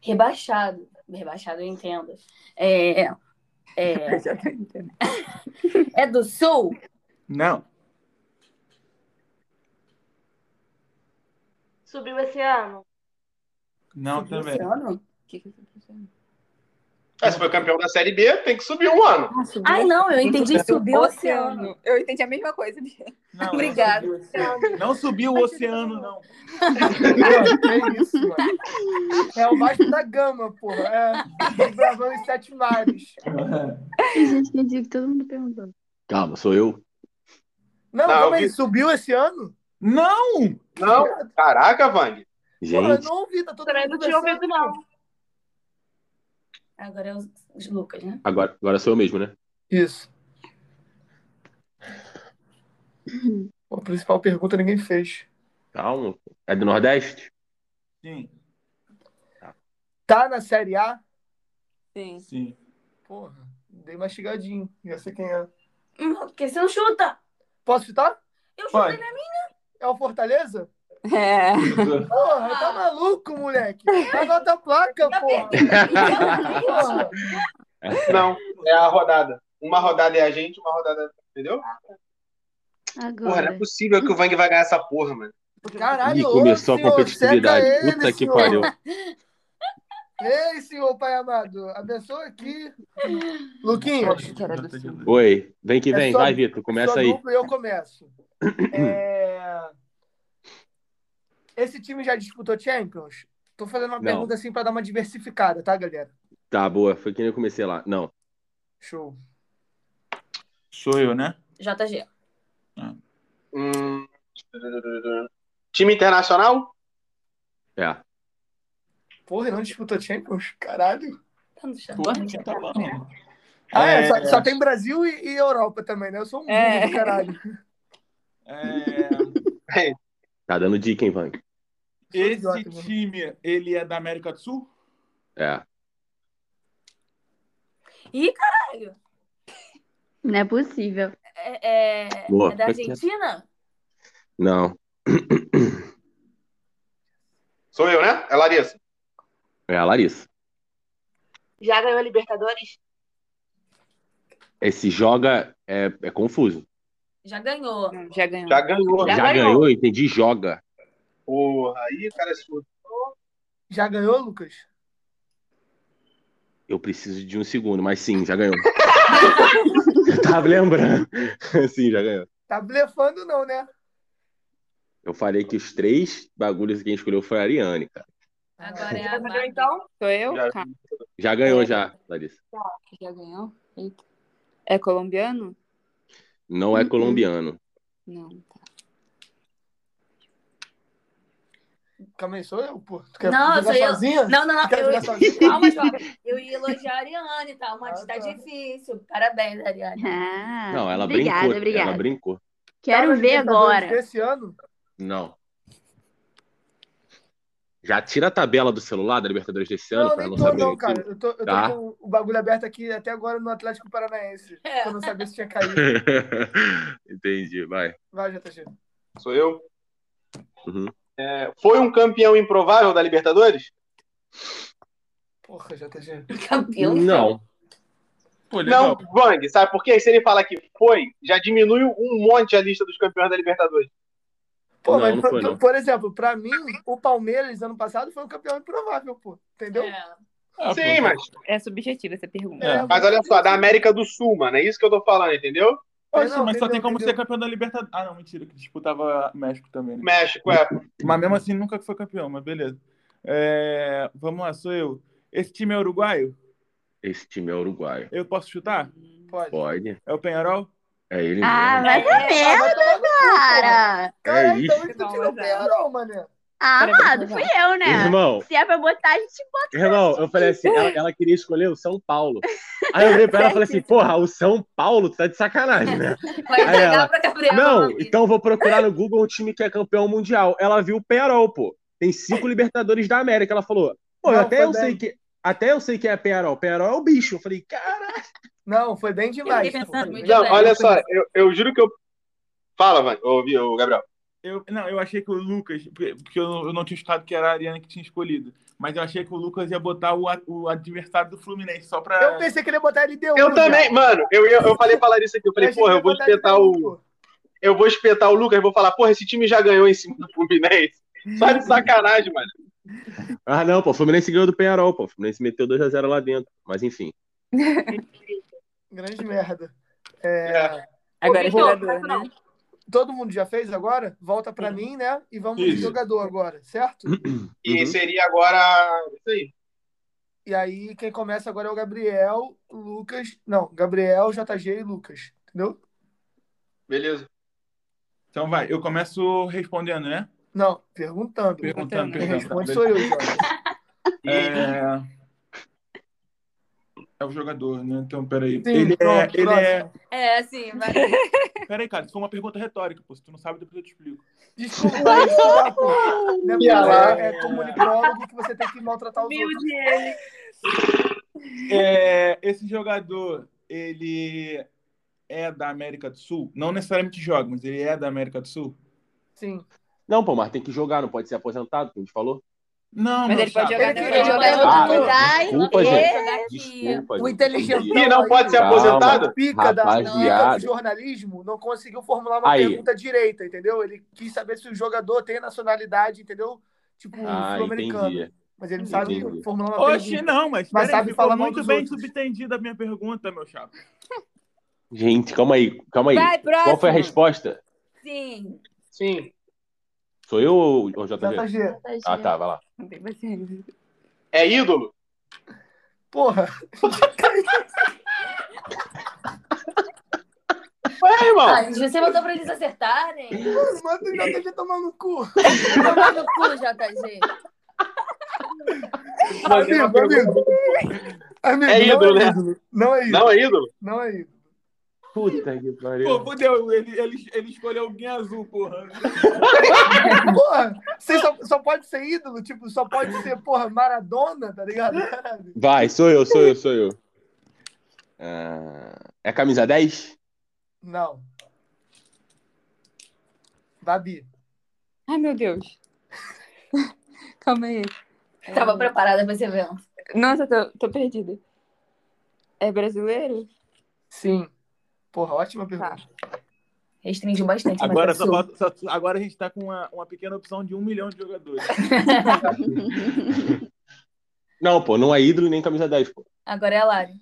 [SPEAKER 3] Rebaixado. Rebaixado, eu entendo. É, é,
[SPEAKER 8] Já tô entendendo.
[SPEAKER 3] é do Sul?
[SPEAKER 1] Não.
[SPEAKER 6] Subiu esse ano.
[SPEAKER 1] Não também.
[SPEAKER 3] Esse ano?
[SPEAKER 8] O que que eu tô pensando?
[SPEAKER 4] É, se foi campeão da Série B, tem que subir um ano.
[SPEAKER 8] Ah, subiu
[SPEAKER 3] Ai, não, eu entendi subiu o
[SPEAKER 8] esse
[SPEAKER 3] oceano.
[SPEAKER 8] ano. Eu entendi a mesma coisa. Bia.
[SPEAKER 1] Não, não
[SPEAKER 3] Obrigada.
[SPEAKER 1] subiu o oceano. Não subiu o oceano, não.
[SPEAKER 2] Que isso, mano. É o baixo da gama, porra. É o Bravão e Sete Mares.
[SPEAKER 7] Gente, entendi que todo mundo perguntou.
[SPEAKER 5] Calma, sou eu.
[SPEAKER 2] Não,
[SPEAKER 4] Não,
[SPEAKER 2] calma aí,
[SPEAKER 4] eu vi-
[SPEAKER 2] subiu esse ano?
[SPEAKER 1] Não!
[SPEAKER 4] Não, caraca, Vang.
[SPEAKER 2] Porra, eu
[SPEAKER 5] Gente,
[SPEAKER 2] não ouvi, tá todo
[SPEAKER 6] Também
[SPEAKER 2] mundo
[SPEAKER 6] não tinha ouvido, não.
[SPEAKER 3] Agora é os Lucas, né?
[SPEAKER 5] agora, agora sou eu mesmo, né?
[SPEAKER 2] Isso. A principal pergunta ninguém fez.
[SPEAKER 5] Calma. É do Nordeste?
[SPEAKER 1] Sim,
[SPEAKER 2] Tá na Série A?
[SPEAKER 8] Sim.
[SPEAKER 1] sim.
[SPEAKER 2] Porra, dei mastigadinho. Já sei quem é.
[SPEAKER 3] Hum, Porque você não chuta.
[SPEAKER 2] Posso citar?
[SPEAKER 3] Eu
[SPEAKER 1] Pode.
[SPEAKER 3] chutei né? na
[SPEAKER 2] É o Fortaleza?
[SPEAKER 8] É.
[SPEAKER 2] Porra, tá maluco, moleque? Tá na outra placa, porra. Porra.
[SPEAKER 4] Não, é a rodada. Uma rodada é a gente, uma rodada. Entendeu? Porra, não é
[SPEAKER 7] Agora.
[SPEAKER 4] possível que o Vang vai ganhar essa porra, mano.
[SPEAKER 5] Ih,
[SPEAKER 2] Caralho, ô,
[SPEAKER 5] começou a
[SPEAKER 2] senhor,
[SPEAKER 5] competitividade.
[SPEAKER 2] seca ele,
[SPEAKER 5] Puta que
[SPEAKER 2] senhor.
[SPEAKER 5] pariu.
[SPEAKER 2] Ei, senhor pai amado, abençoa aqui. Luquinhas,
[SPEAKER 8] que era do Sul.
[SPEAKER 5] Oi, vem que
[SPEAKER 2] É
[SPEAKER 5] vem.
[SPEAKER 2] só-
[SPEAKER 5] Vai, Vitor, começa
[SPEAKER 2] sua
[SPEAKER 5] aí.
[SPEAKER 2] dupla e eu começo. É, Esse time já disputou Champions? Tô fazendo uma
[SPEAKER 5] Não.
[SPEAKER 2] pergunta assim pra dar uma diversificada, tá, galera?
[SPEAKER 5] Tá, boa. Foi que nem eu comecei lá. Não.
[SPEAKER 2] Show.
[SPEAKER 1] Sou eu, né?
[SPEAKER 3] JG.
[SPEAKER 4] Hum... Time internacional?
[SPEAKER 5] É.
[SPEAKER 2] Porra, não disputou Champions? Caralho.
[SPEAKER 3] Tá no chão.
[SPEAKER 1] Porra, já tá falando.
[SPEAKER 2] Ah, é,
[SPEAKER 1] É.
[SPEAKER 2] só, só tem Brasil e, e Europa também, né? Eu sou um
[SPEAKER 8] É.
[SPEAKER 2] burro do caralho.
[SPEAKER 1] É,
[SPEAKER 5] Tá dando dica, hein, Vang?
[SPEAKER 1] esse
[SPEAKER 2] idiota, mano.
[SPEAKER 1] time, ele é da América do Sul?
[SPEAKER 5] É.
[SPEAKER 7] Não é possível.
[SPEAKER 3] É, é,
[SPEAKER 5] Boa,
[SPEAKER 3] é da
[SPEAKER 5] vai que-
[SPEAKER 3] Argentina?
[SPEAKER 5] Não.
[SPEAKER 4] Sou eu, né? É Larissa.
[SPEAKER 5] É a Larissa.
[SPEAKER 6] Já ganhou a Libertadores?
[SPEAKER 5] Esse joga é, é confuso.
[SPEAKER 3] Já ganhou.
[SPEAKER 8] Não, Já ganhou.
[SPEAKER 4] Já ganhou.
[SPEAKER 5] Já,
[SPEAKER 6] Já
[SPEAKER 5] ganhou.
[SPEAKER 6] ganhou.
[SPEAKER 5] entendi, joga.
[SPEAKER 4] Porra, aí o cara é surdo.
[SPEAKER 2] Já ganhou, Lucas?
[SPEAKER 5] Eu preciso de um segundo, mas sim, já ganhou. Eu tava lembrando. sim, já ganhou.
[SPEAKER 2] Tá blefando, não, né?
[SPEAKER 5] Eu falei que os três bagulhos que quem escolheu foi a Ariane, cara.
[SPEAKER 3] Agora é
[SPEAKER 6] Já
[SPEAKER 3] a
[SPEAKER 6] ganhou,
[SPEAKER 3] Mari.
[SPEAKER 6] então?
[SPEAKER 8] Sou eu?
[SPEAKER 4] Já-
[SPEAKER 8] Cara,
[SPEAKER 5] Já
[SPEAKER 7] É.
[SPEAKER 5] ganhou, já, Larissa.
[SPEAKER 8] já ganhou. Eita. É colombiano?
[SPEAKER 5] Não é
[SPEAKER 7] Uhum.
[SPEAKER 5] colombiano.
[SPEAKER 8] Não. tá.
[SPEAKER 2] Calma aí, sou eu, pô. Tu quer
[SPEAKER 3] Não,
[SPEAKER 2] jogar
[SPEAKER 3] sou eu.
[SPEAKER 2] sozinha?
[SPEAKER 3] Não, não, não.
[SPEAKER 2] Quer
[SPEAKER 3] Eu,
[SPEAKER 2] jogar sozinha?
[SPEAKER 3] calma, jovem. Eu ia elogiar a Ariane, tá? Uma
[SPEAKER 2] Ah,
[SPEAKER 3] tá
[SPEAKER 2] tá.
[SPEAKER 3] difícil. Parabéns, Ariane.
[SPEAKER 7] Ah,
[SPEAKER 5] Não, ela
[SPEAKER 7] obrigada,
[SPEAKER 5] brincou.
[SPEAKER 7] Obrigada,
[SPEAKER 5] Ela brincou.
[SPEAKER 7] Quero
[SPEAKER 2] Cara,
[SPEAKER 7] ver
[SPEAKER 2] Libertadores
[SPEAKER 7] agora.
[SPEAKER 2] Desse ano?
[SPEAKER 5] Tá Não. Já tira a tabela do celular da Libertadores desse ano
[SPEAKER 2] Não,
[SPEAKER 5] pra
[SPEAKER 2] nem
[SPEAKER 5] não
[SPEAKER 2] tô,
[SPEAKER 5] saber.
[SPEAKER 2] não, cara. Eu tô, eu tô
[SPEAKER 5] Tá.
[SPEAKER 2] com o bagulho aberto aqui até agora no Atlético Paranaense.
[SPEAKER 3] É.
[SPEAKER 2] Pra não saber se tinha caído.
[SPEAKER 5] Entendi, vai.
[SPEAKER 2] Vai, JG.
[SPEAKER 4] Sou eu.
[SPEAKER 5] Uhum.
[SPEAKER 4] É, foi um campeão improvável da Libertadores?
[SPEAKER 2] Porra, JG.
[SPEAKER 3] Campeão.
[SPEAKER 5] Não.
[SPEAKER 1] Pô,
[SPEAKER 4] Não, Vang, sabe por quê? Se ele falar que foi, já diminui um monte a lista dos campeões da Libertadores.
[SPEAKER 2] Pô,
[SPEAKER 5] Não,
[SPEAKER 2] mas,
[SPEAKER 5] não
[SPEAKER 2] por-
[SPEAKER 5] foi, não.
[SPEAKER 2] por exemplo, pra mim, o Palmeiras ano passado foi um campeão improvável, pô. Entendeu?
[SPEAKER 3] É.
[SPEAKER 1] Ah,
[SPEAKER 4] Sim,
[SPEAKER 1] pô,
[SPEAKER 4] mas,
[SPEAKER 8] É subjetiva essa pergunta.
[SPEAKER 1] É.
[SPEAKER 4] mas olha só, da América do Sul, mano. É isso que eu tô falando, entendeu?
[SPEAKER 1] Poxa,
[SPEAKER 2] Não,
[SPEAKER 1] mas só
[SPEAKER 2] entendeu,
[SPEAKER 1] tem como
[SPEAKER 2] entendeu.
[SPEAKER 1] ser campeão da Libertadores. Ah, não, mentira, que disputava México também. Né?
[SPEAKER 4] México, é.
[SPEAKER 1] Mas mesmo assim nunca foi campeão, mas beleza. É, vamos lá, sou eu. Esse time é uruguaio?
[SPEAKER 5] Esse time é uruguaio.
[SPEAKER 1] Eu posso
[SPEAKER 5] Ah.
[SPEAKER 1] chutar?
[SPEAKER 2] Pode.
[SPEAKER 5] Pode.
[SPEAKER 1] É o Penharol?
[SPEAKER 5] É ele
[SPEAKER 7] Ah,
[SPEAKER 5] mesmo.
[SPEAKER 7] vai pra
[SPEAKER 3] É,
[SPEAKER 7] merda, cara.
[SPEAKER 2] Cara,
[SPEAKER 5] É
[SPEAKER 2] então
[SPEAKER 5] isso.
[SPEAKER 2] hoje tu tirou o Penharol, mané.
[SPEAKER 7] Ah,
[SPEAKER 8] Peraí,
[SPEAKER 7] amado,
[SPEAKER 8] deixa eu
[SPEAKER 7] fui eu, né?
[SPEAKER 5] Irmão,
[SPEAKER 7] Se é pra botar, a gente
[SPEAKER 5] irmão, eu falei assim, ela, ela queria escolher o São Paulo. Aí eu virei pra ela e falei assim, porra, o São Paulo tu tá de sacanagem, né?
[SPEAKER 3] Vai
[SPEAKER 5] Aí
[SPEAKER 3] entregar
[SPEAKER 5] ela,
[SPEAKER 3] pra Gabriela.
[SPEAKER 5] Não,
[SPEAKER 3] Rodrigues.
[SPEAKER 5] então eu vou procurar no Google um time que é campeão mundial. Ela viu o Penharol, pô. Tem cinco Libertadores da América. Ela falou, pô,
[SPEAKER 2] Não,
[SPEAKER 5] até
[SPEAKER 2] foi
[SPEAKER 5] eu
[SPEAKER 2] bem.
[SPEAKER 5] sei que. Até eu sei que é Penharol. Penharol é o bicho. Eu falei, cara.
[SPEAKER 2] Não, foi bem demais.
[SPEAKER 3] fiquei pensando
[SPEAKER 2] pô.
[SPEAKER 3] muito
[SPEAKER 4] Não,
[SPEAKER 3] bem.
[SPEAKER 4] olha só, eu, eu juro que eu Fala, vai. Ouvi, ô, Gabriel.
[SPEAKER 1] Eu, não, eu achei que o Lucas, porque porque eu não, eu não tinha escutado que era a Ariana que tinha escolhido, mas eu achei que o Lucas ia botar o, a- o adversário do Fluminense só pra.
[SPEAKER 2] Eu pensei que ele ia botar ele deu. um,
[SPEAKER 4] Eu também, mano, eu, ia- eu falei pra Larissa aqui, eu falei, porra, eu vou espetar
[SPEAKER 2] um,
[SPEAKER 4] o. Eu vou espetar o Lucas, vou falar, porra, esse time já ganhou em cima do Fluminense. Só de sacanagem, mano.
[SPEAKER 5] Ah, não, pô, o Fluminense ganhou do Penharol, pô. O Fluminense meteu 2x0 lá dentro. Mas enfim.
[SPEAKER 2] Grande merda. É,
[SPEAKER 8] Agora é
[SPEAKER 6] Vitor,
[SPEAKER 8] jogador,
[SPEAKER 6] não, não.
[SPEAKER 8] né?
[SPEAKER 2] Todo mundo já fez agora? Volta pra mim, né? E vamos de
[SPEAKER 1] Isso.
[SPEAKER 2] jogador agora, certo?
[SPEAKER 4] E
[SPEAKER 5] Uhum.
[SPEAKER 4] seria agora. Isso aí.
[SPEAKER 2] E aí, quem começa agora é o Gabriel, Lucas. Não, Gabriel, JG e Lucas. Entendeu?
[SPEAKER 4] Beleza.
[SPEAKER 1] Então vai, eu começo respondendo, né?
[SPEAKER 2] Não, perguntando.
[SPEAKER 1] Perguntando,
[SPEAKER 8] né?
[SPEAKER 2] Quem
[SPEAKER 1] perguntando.
[SPEAKER 2] responde sou eu, Jorge.
[SPEAKER 1] É... é o jogador, né? Então, peraí.
[SPEAKER 2] Sim,
[SPEAKER 1] ele é.
[SPEAKER 2] pronto,
[SPEAKER 1] Ele é...
[SPEAKER 2] próximo.
[SPEAKER 3] É, assim, vai.
[SPEAKER 1] Peraí, cara, isso foi uma pergunta retórica, pô. Se tu não sabe, depois eu te explico.
[SPEAKER 2] Desculpa, desculpa, pô. Não é porque
[SPEAKER 4] Ia lá.
[SPEAKER 2] é comunicólogo que você tem que
[SPEAKER 8] né?
[SPEAKER 2] maltratar os outros.
[SPEAKER 6] Humilde ele.
[SPEAKER 1] É, esse jogador, ele é da América do Sul? Não necessariamente joga, mas ele é da América do Sul?
[SPEAKER 2] Sim.
[SPEAKER 5] Não, pô, mas tem que jogar, não pode ser aposentado, como a gente falou.
[SPEAKER 1] Não,
[SPEAKER 8] Mas
[SPEAKER 1] meu
[SPEAKER 8] ele pode
[SPEAKER 1] chapa.
[SPEAKER 3] É,
[SPEAKER 8] jogar
[SPEAKER 2] Ele
[SPEAKER 8] dentro
[SPEAKER 2] queria
[SPEAKER 8] do
[SPEAKER 2] jogar em
[SPEAKER 8] jogador.
[SPEAKER 2] outro
[SPEAKER 8] Ah,
[SPEAKER 7] lugar,
[SPEAKER 5] Desculpa,
[SPEAKER 7] e-
[SPEAKER 5] gente.
[SPEAKER 3] Aqui.
[SPEAKER 5] Desculpa,
[SPEAKER 2] O
[SPEAKER 5] gente.
[SPEAKER 2] inteligentão.
[SPEAKER 4] Ih, não
[SPEAKER 2] aí,
[SPEAKER 4] pode ser
[SPEAKER 2] o
[SPEAKER 4] Tá aposentado?
[SPEAKER 2] Pica da pica do
[SPEAKER 5] Rapaziada.
[SPEAKER 2] jornalismo não conseguiu formular uma
[SPEAKER 5] Aí.
[SPEAKER 2] pergunta direita, entendeu? Ele quis saber se o jogador tem nacionalidade, entendeu? Tipo,
[SPEAKER 5] Ah,
[SPEAKER 2] sul-americano.
[SPEAKER 5] entendi.
[SPEAKER 2] Mas ele não sabe
[SPEAKER 5] Entendi.
[SPEAKER 2] formular uma
[SPEAKER 1] Oxe,
[SPEAKER 2] pergunta.
[SPEAKER 1] não, mas,
[SPEAKER 2] Mas
[SPEAKER 1] peraí,
[SPEAKER 2] sabe
[SPEAKER 1] ficou
[SPEAKER 2] falar mal
[SPEAKER 1] muito
[SPEAKER 2] dos
[SPEAKER 1] bem
[SPEAKER 2] outros.
[SPEAKER 1] subentendida a minha pergunta, meu chapa.
[SPEAKER 5] Gente, calma aí, calma aí.
[SPEAKER 8] Vai, próximo.
[SPEAKER 5] Qual foi a resposta?
[SPEAKER 3] Sim.
[SPEAKER 4] Sim.
[SPEAKER 5] Sou eu ou ou JV?
[SPEAKER 2] JG.
[SPEAKER 5] Ah, tá, vai lá.
[SPEAKER 8] Não tem paciência.
[SPEAKER 4] É ídolo?
[SPEAKER 2] Porra,
[SPEAKER 4] Ué, É, irmão.
[SPEAKER 3] Ah, gente, você botou pra eles acertarem?
[SPEAKER 2] manda o JG tomar no cu.
[SPEAKER 3] Tomar no cu, JG.
[SPEAKER 4] Mandei uma
[SPEAKER 2] Amigo,
[SPEAKER 4] pergunta.
[SPEAKER 2] amigo. Amigo,
[SPEAKER 4] É
[SPEAKER 2] não
[SPEAKER 4] ídolo, né?
[SPEAKER 2] Não é ídolo.
[SPEAKER 4] Não é ídolo?
[SPEAKER 2] Não é ídolo.
[SPEAKER 5] Puta que
[SPEAKER 1] Pô,
[SPEAKER 5] pariu.
[SPEAKER 1] fudeu, ele, ele, ele escolheu alguém azul, porra.
[SPEAKER 2] Porra, você só, só pode ser ídolo, tipo, só pode ser, porra, Maradona, tá ligado? Caralho.
[SPEAKER 5] Vai, sou eu, sou eu, sou eu. Ah, é camisa 10?
[SPEAKER 2] Não. Babi.
[SPEAKER 8] Ai, meu Deus. Calma aí. É,
[SPEAKER 3] Tava preparada pra esse evento.
[SPEAKER 8] Nossa, tô, tô perdida. É brasileiro?
[SPEAKER 2] Sim. Porra, ótima
[SPEAKER 8] Tá.
[SPEAKER 2] pergunta.
[SPEAKER 3] Restringiu bastante. mas
[SPEAKER 1] Agora,
[SPEAKER 3] é
[SPEAKER 1] só
[SPEAKER 3] sul.
[SPEAKER 1] falta- só- agora a gente tá com uma, uma pequena opção de um milhão de jogadores.
[SPEAKER 5] Não, pô, não é ídolo nem camisa 10, pô.
[SPEAKER 3] Agora é a Lari.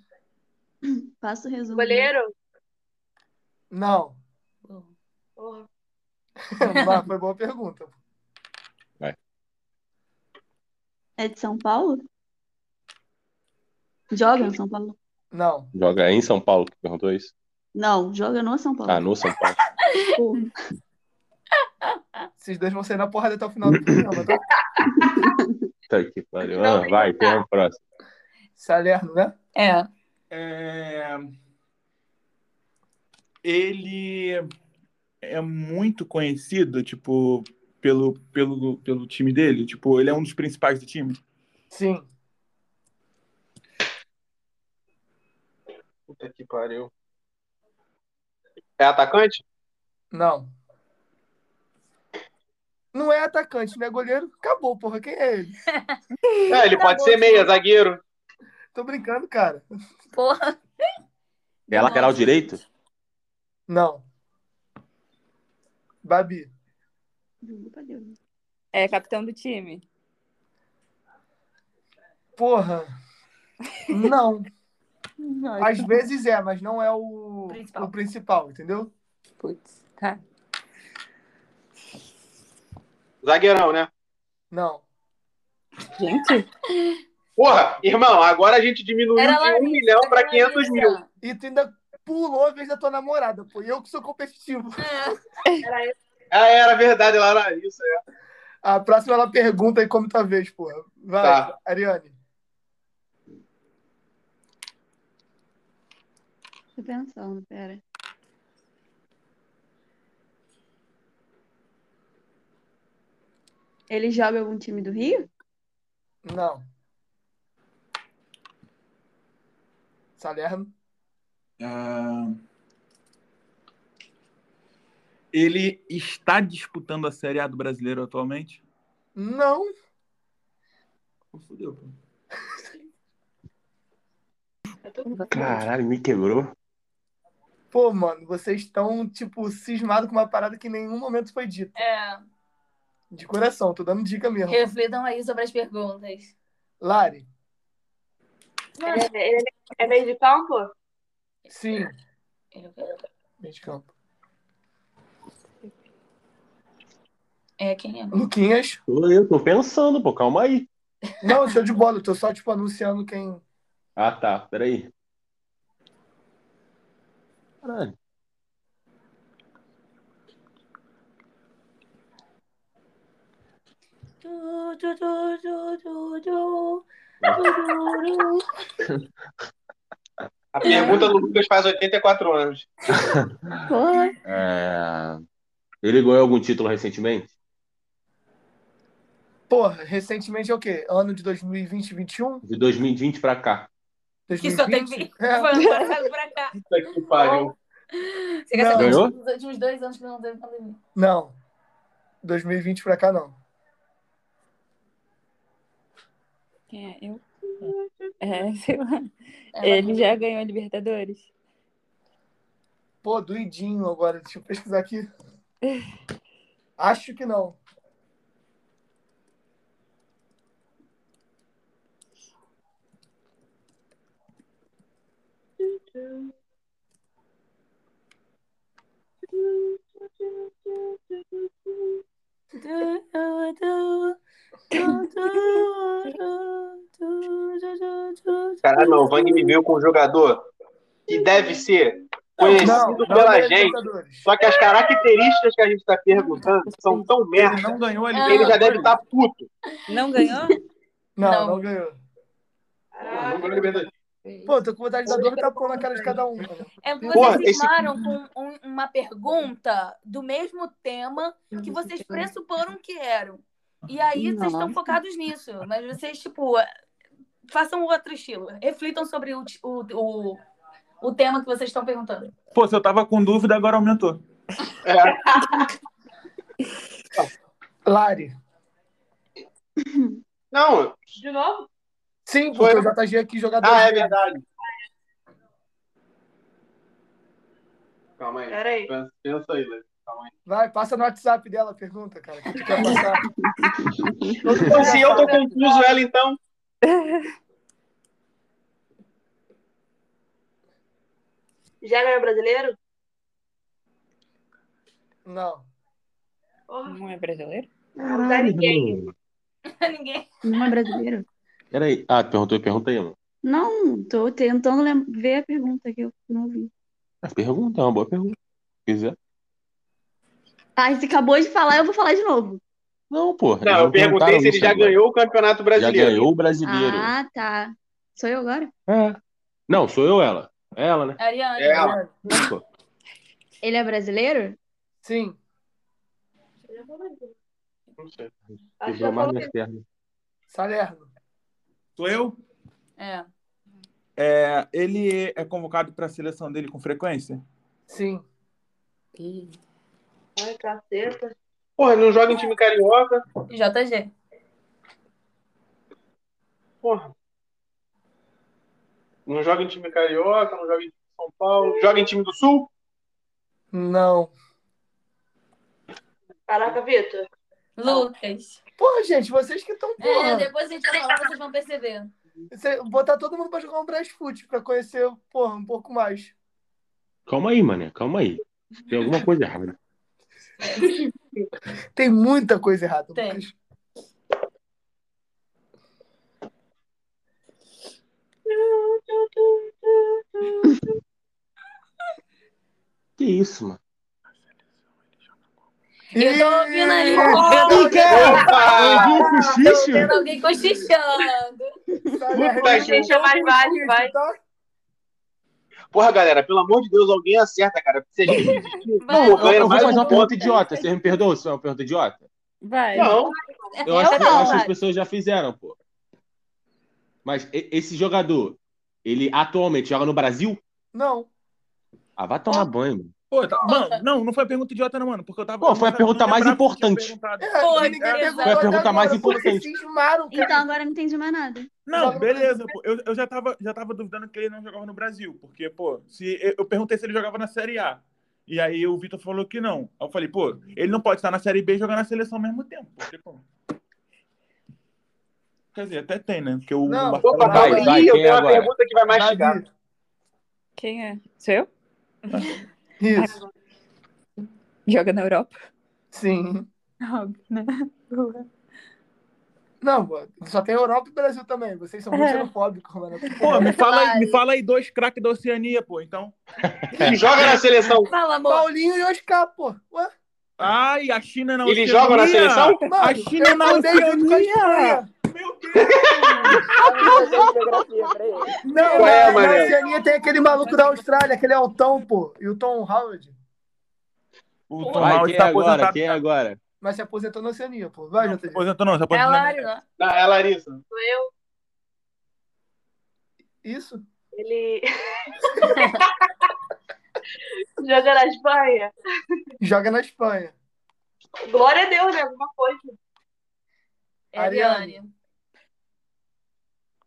[SPEAKER 7] Faço o resumo.
[SPEAKER 6] Goleiro?
[SPEAKER 2] Não.
[SPEAKER 6] Porra.
[SPEAKER 2] Mas foi boa pergunta.
[SPEAKER 7] É de São Paulo? Joga em São Paulo?
[SPEAKER 2] Não.
[SPEAKER 5] Joga em São Paulo, que perguntou isso?
[SPEAKER 7] Não, joga no São Paulo.
[SPEAKER 5] Ah, no São Paulo.
[SPEAKER 7] Pô,
[SPEAKER 2] Esses dois vão sair na porrada até o final do programa, tá?
[SPEAKER 5] Puta que pariu.
[SPEAKER 6] Não,
[SPEAKER 5] Ah, vai, tem um próximo.
[SPEAKER 2] Salerno, né?
[SPEAKER 3] É.
[SPEAKER 1] É, Ele é muito conhecido, tipo, pelo, pelo, pelo time dele. Tipo, ele é um dos principais do time.
[SPEAKER 2] Sim.
[SPEAKER 4] Puta que pariu. É atacante?
[SPEAKER 2] Não. Não é atacante, não é goleiro. Acabou, porra. Quem é ele?
[SPEAKER 4] É, ele
[SPEAKER 3] Tá
[SPEAKER 4] pode
[SPEAKER 3] bom,
[SPEAKER 4] ser
[SPEAKER 3] sim.
[SPEAKER 4] meia, zagueiro.
[SPEAKER 2] Tô brincando, cara.
[SPEAKER 3] Porra.
[SPEAKER 5] É lateral
[SPEAKER 3] Nossa.
[SPEAKER 5] direito?
[SPEAKER 2] Não. Babi.
[SPEAKER 7] juro pra Deus.
[SPEAKER 8] É capitão do time?
[SPEAKER 2] Porra. Não.
[SPEAKER 8] Nossa.
[SPEAKER 2] Às vezes é, mas não é o
[SPEAKER 3] Principal.
[SPEAKER 2] o principal, entendeu?
[SPEAKER 8] Putz, tá.
[SPEAKER 4] Zagueirão, né?
[SPEAKER 2] Não.
[SPEAKER 8] Gente,
[SPEAKER 4] Porra, irmão, agora a gente diminuiu
[SPEAKER 3] Era
[SPEAKER 4] de
[SPEAKER 3] Larissa.
[SPEAKER 4] um milhão pra
[SPEAKER 3] era
[SPEAKER 4] 500
[SPEAKER 3] Larissa.
[SPEAKER 4] mil.
[SPEAKER 2] E tu ainda pulou a vez da tua namorada, pô. E eu que sou competitivo.
[SPEAKER 3] É.
[SPEAKER 6] Era esse.
[SPEAKER 4] Ah, era verdade, lá na isso. é.
[SPEAKER 2] A próxima ela pergunta aí como tá a vez, pô. Vai,
[SPEAKER 4] Tá.
[SPEAKER 2] Ariane.
[SPEAKER 7] Tô pensando, pera. Ele joga em algum time do Rio?
[SPEAKER 2] Não. Salerno.
[SPEAKER 1] Ah, Ele está disputando a Série A do Brasileiro atualmente?
[SPEAKER 2] Não.
[SPEAKER 1] Pô, Fudeu, pô.
[SPEAKER 6] Eu tô...
[SPEAKER 5] Caralho, me quebrou.
[SPEAKER 2] Pô, mano, vocês estão, tipo, cismados com uma parada que em nenhum momento foi dita.
[SPEAKER 3] É,
[SPEAKER 2] De coração, tô dando dica mesmo.
[SPEAKER 3] reflitam aí sobre as perguntas.
[SPEAKER 2] Lari,
[SPEAKER 6] Ele é, ele é- é meio de campo?
[SPEAKER 2] sim,
[SPEAKER 3] Ele é o quê?
[SPEAKER 2] meio de campo.
[SPEAKER 3] É, quem é?
[SPEAKER 2] Luquinhas.
[SPEAKER 5] Tô- Eu tô pensando, pô, calma aí.
[SPEAKER 2] Não, show de bola, eu tô só, tipo, anunciando quem.
[SPEAKER 5] Ah, tá, peraí. Caralho.
[SPEAKER 3] Du, du, du, du, du, du.
[SPEAKER 4] A pergunta do Lucas faz 84 anos.
[SPEAKER 7] Foi.
[SPEAKER 5] É... Ele ganhou algum título recentemente?
[SPEAKER 2] Porra, recentemente é o quê? Ano de 2020, 2021?
[SPEAKER 5] De 2020 pra cá.
[SPEAKER 3] Que só tem
[SPEAKER 2] 2020?
[SPEAKER 3] fã
[SPEAKER 2] É,
[SPEAKER 3] pra pra cá.
[SPEAKER 4] Puta que pariu.
[SPEAKER 3] Você quer saber
[SPEAKER 5] Ganhou?
[SPEAKER 3] dos últimos dois anos que não teve pandemia?
[SPEAKER 2] não. 2020 pra cá, não.
[SPEAKER 8] Quem é? Eu? É, sei lá.
[SPEAKER 3] É,
[SPEAKER 8] Ele já ganhou a Libertadores?
[SPEAKER 2] Pô, doidinho agora, deixa eu pesquisar aqui. Acho que não.
[SPEAKER 3] Du, du, du, du, du, du, du, du, du, du, du.
[SPEAKER 4] Caralho, não, o Vang me veio com um jogador que deve ser
[SPEAKER 2] Não,
[SPEAKER 4] conhecido
[SPEAKER 2] não
[SPEAKER 4] pela
[SPEAKER 2] ganhou
[SPEAKER 4] gente.
[SPEAKER 2] Libertadores.
[SPEAKER 4] Só que as características que a gente tá perguntando são tão
[SPEAKER 1] Ele
[SPEAKER 4] merda
[SPEAKER 1] não ganhou a
[SPEAKER 4] que ele já
[SPEAKER 1] Libertadores.
[SPEAKER 4] deve estar puto.
[SPEAKER 8] Não ganhou?
[SPEAKER 2] Não,
[SPEAKER 3] Não.
[SPEAKER 2] não, ganhou.
[SPEAKER 4] Não ganhou a Libertadores.
[SPEAKER 2] Pô, tô com vontade de dar dois tapão na cara de cada um.
[SPEAKER 3] É porque
[SPEAKER 4] Porra,
[SPEAKER 3] vocês
[SPEAKER 4] esse-
[SPEAKER 3] cismaram com um- uma pergunta do mesmo tema que vocês pressuporam que eram. E aí vocês estão
[SPEAKER 7] Nossa.
[SPEAKER 3] focados nisso. Mas vocês, tipo, façam outro estilo. Reflitam sobre o, o, o, o tema que vocês estão perguntando.
[SPEAKER 2] Ah.
[SPEAKER 1] Pô, se eu tava com dúvida, agora aumentou.
[SPEAKER 4] É,
[SPEAKER 2] Lari.
[SPEAKER 4] Não,
[SPEAKER 6] De novo?
[SPEAKER 2] Sim,
[SPEAKER 4] Foi.
[SPEAKER 2] porque o JG aqui jogador.
[SPEAKER 4] ah, é verdade. Calma aí.
[SPEAKER 6] Peraí.
[SPEAKER 4] Pensa, pensa aí, Léo. Calma aí.
[SPEAKER 2] Vai, passa no WhatsApp dela a pergunta, cara. Que tu quer passar.
[SPEAKER 4] Pô, Então, Se eu tô confuso, ela então.
[SPEAKER 6] Já ganhou brasileiro?
[SPEAKER 2] Não.
[SPEAKER 6] Porra,
[SPEAKER 8] Não é brasileiro?
[SPEAKER 6] não dá ninguém.
[SPEAKER 3] Ninguém.
[SPEAKER 7] Não é brasileiro?
[SPEAKER 5] Hum, Peraí. Ah, tu perguntou, eu perguntei, mano.
[SPEAKER 7] Não, tô tentando lem- ver a pergunta que eu não vi.
[SPEAKER 5] Ah, Pergunta, é uma boa pergunta. Se quiser.
[SPEAKER 7] Ah, você acabou de falar, eu vou falar de novo.
[SPEAKER 5] Não, pô. eles
[SPEAKER 4] Não, eu
[SPEAKER 5] perguntaram
[SPEAKER 4] perguntei se ele
[SPEAKER 5] isso
[SPEAKER 4] já
[SPEAKER 5] agora.
[SPEAKER 4] ganhou o Campeonato
[SPEAKER 5] Já
[SPEAKER 4] Brasileiro.
[SPEAKER 5] ganhou o brasileiro.
[SPEAKER 7] Ah, tá. Sou eu agora?
[SPEAKER 5] É. Não, sou eu ela. É ela, né?
[SPEAKER 3] Ariane.
[SPEAKER 4] É ela.
[SPEAKER 5] Não, pô.
[SPEAKER 7] Ele é brasileiro?
[SPEAKER 2] Sim.
[SPEAKER 6] Já foi brasileiro.
[SPEAKER 4] Não sei.
[SPEAKER 6] Acho que já
[SPEAKER 5] Quebrou é mais
[SPEAKER 6] foi
[SPEAKER 5] minhas pernas.
[SPEAKER 2] Salerno.
[SPEAKER 1] Sou eu?
[SPEAKER 3] É.
[SPEAKER 1] É, ele é convocado para a seleção dele com frequência?
[SPEAKER 2] Sim.
[SPEAKER 6] Ai, caceta.
[SPEAKER 4] Porra, ele não joga em time carioca.
[SPEAKER 3] JG.
[SPEAKER 4] Porra. Não joga em time carioca, não joga em time de São Paulo. Joga em time do Sul?
[SPEAKER 2] Não.
[SPEAKER 6] Caraca, Vitor.
[SPEAKER 3] Lucas.
[SPEAKER 2] Porra, gente, vocês que estão.
[SPEAKER 3] É,
[SPEAKER 2] Porra.
[SPEAKER 3] depois a gente vai falar, vocês vão perceber.
[SPEAKER 2] Você- botar todo mundo pra jogar um Brás Foot pra conhecer, porra, um pouco mais.
[SPEAKER 5] Calma aí, mané. Calma aí. Tem alguma coisa errada.
[SPEAKER 2] Tem muita coisa errada.
[SPEAKER 3] Tem.
[SPEAKER 2] Lucas.
[SPEAKER 5] Que isso, mano?
[SPEAKER 3] Eu tô ouvindo ali. Eu tô
[SPEAKER 5] é?
[SPEAKER 3] ouvindo-
[SPEAKER 4] Opa!
[SPEAKER 3] eu tô ouvindo alguém cochichando.
[SPEAKER 2] Salerno,
[SPEAKER 4] Vai,
[SPEAKER 6] gente, é
[SPEAKER 2] um
[SPEAKER 6] mais baixo, vai.
[SPEAKER 2] tá?
[SPEAKER 4] Porra, galera, pelo amor de Deus, alguém acerta, cara. Se a gente desistir,
[SPEAKER 3] Vai.
[SPEAKER 4] não,
[SPEAKER 5] Eu, eu
[SPEAKER 4] ganha
[SPEAKER 5] vou
[SPEAKER 4] mais
[SPEAKER 5] fazer
[SPEAKER 4] um
[SPEAKER 5] uma
[SPEAKER 4] ponto.
[SPEAKER 5] pergunta idiota. Vocês me perdoam se é uma pergunta idiota?
[SPEAKER 8] Vai.
[SPEAKER 4] Não,
[SPEAKER 5] Eu acho, que- é eu acho que as
[SPEAKER 3] vai.
[SPEAKER 5] pessoas já fizeram, pô. Mas e- esse jogador, ele atualmente joga no Brasil?
[SPEAKER 2] Não.
[SPEAKER 5] Ah, vai tomar banho, mano.
[SPEAKER 1] Pô, tá- Mano, não, não foi pergunta idiota, não, mano. Porque eu tava.
[SPEAKER 5] Pô, foi a pergunta mais importante.
[SPEAKER 2] É,
[SPEAKER 3] Pô,
[SPEAKER 2] ninguém
[SPEAKER 3] Teresa.
[SPEAKER 2] perguntou
[SPEAKER 3] Foi
[SPEAKER 2] até
[SPEAKER 3] a
[SPEAKER 5] pergunta
[SPEAKER 2] agora, tá?
[SPEAKER 5] mais
[SPEAKER 2] pô,
[SPEAKER 5] importante.
[SPEAKER 2] Vocês cismaram, cara.
[SPEAKER 7] Então agora eu não entendi mais nada.
[SPEAKER 1] Não, beleza, pô. Eu, eu já, tava, já tava duvidando que ele não jogava no Brasil. Porque, pô, se, eu, eu perguntei se ele jogava na Série A. E aí o Vitor falou que não. Aí eu falei, pô, ele não pode estar na Série B e jogar na seleção ao mesmo tempo. Porque, pô. Quer dizer, até tem, né? Porque o
[SPEAKER 2] Não,
[SPEAKER 1] Marcelo
[SPEAKER 4] Vou pra
[SPEAKER 1] vai-
[SPEAKER 5] vai,
[SPEAKER 4] Davi,
[SPEAKER 5] vai,
[SPEAKER 4] eu
[SPEAKER 5] quem
[SPEAKER 4] tenho uma
[SPEAKER 5] agora?
[SPEAKER 4] pergunta que vai mastigar.
[SPEAKER 2] Davi.
[SPEAKER 8] Quem é? Sou eu?
[SPEAKER 2] Isso,
[SPEAKER 8] Joga na Europa.
[SPEAKER 2] sim.
[SPEAKER 8] Óbvio, né? Boa.
[SPEAKER 2] Não, pô, só tem Europa e Brasil também. Vocês são muito
[SPEAKER 8] É.
[SPEAKER 2] xenofóbicos, mano.
[SPEAKER 1] Pô, me fala, aí, me fala aí dois craques da Oceania, pô. Então.
[SPEAKER 4] Ele joga na seleção.
[SPEAKER 3] Fala, amor.
[SPEAKER 2] Paulinho e Oscar, pô. Ué,
[SPEAKER 1] Ai, a China não.
[SPEAKER 4] Ele joga na seleção?
[SPEAKER 2] mano,
[SPEAKER 1] A China
[SPEAKER 2] eu
[SPEAKER 1] na
[SPEAKER 2] mandei junto com a
[SPEAKER 1] Oceania.
[SPEAKER 2] Espanha.
[SPEAKER 1] Meu Deus!
[SPEAKER 2] Não,
[SPEAKER 4] Qual é,
[SPEAKER 2] na- na
[SPEAKER 4] mané?
[SPEAKER 2] Oceania tem aquele maluco da Austrália, aquele Altão, pô. E o Tom Howard.
[SPEAKER 1] O Tom
[SPEAKER 5] Vai,
[SPEAKER 1] Alves
[SPEAKER 5] quem é
[SPEAKER 1] tá
[SPEAKER 5] agora?
[SPEAKER 1] aposentado.
[SPEAKER 5] Quem é agora?
[SPEAKER 2] Mas se aposentou na Oceania, pô. Vai,
[SPEAKER 1] Não, se
[SPEAKER 2] JT.
[SPEAKER 1] aposentou não, se
[SPEAKER 3] É
[SPEAKER 1] aposentou.
[SPEAKER 3] Lário,
[SPEAKER 1] não.
[SPEAKER 3] né?
[SPEAKER 4] Não, é a Larissa.
[SPEAKER 6] Sou eu.
[SPEAKER 2] Isso?
[SPEAKER 6] Ele. Joga na Espanha.
[SPEAKER 2] Joga na Espanha.
[SPEAKER 6] Glória a Deus, né? Alguma coisa.
[SPEAKER 3] É
[SPEAKER 2] Ariane.
[SPEAKER 3] Ariane.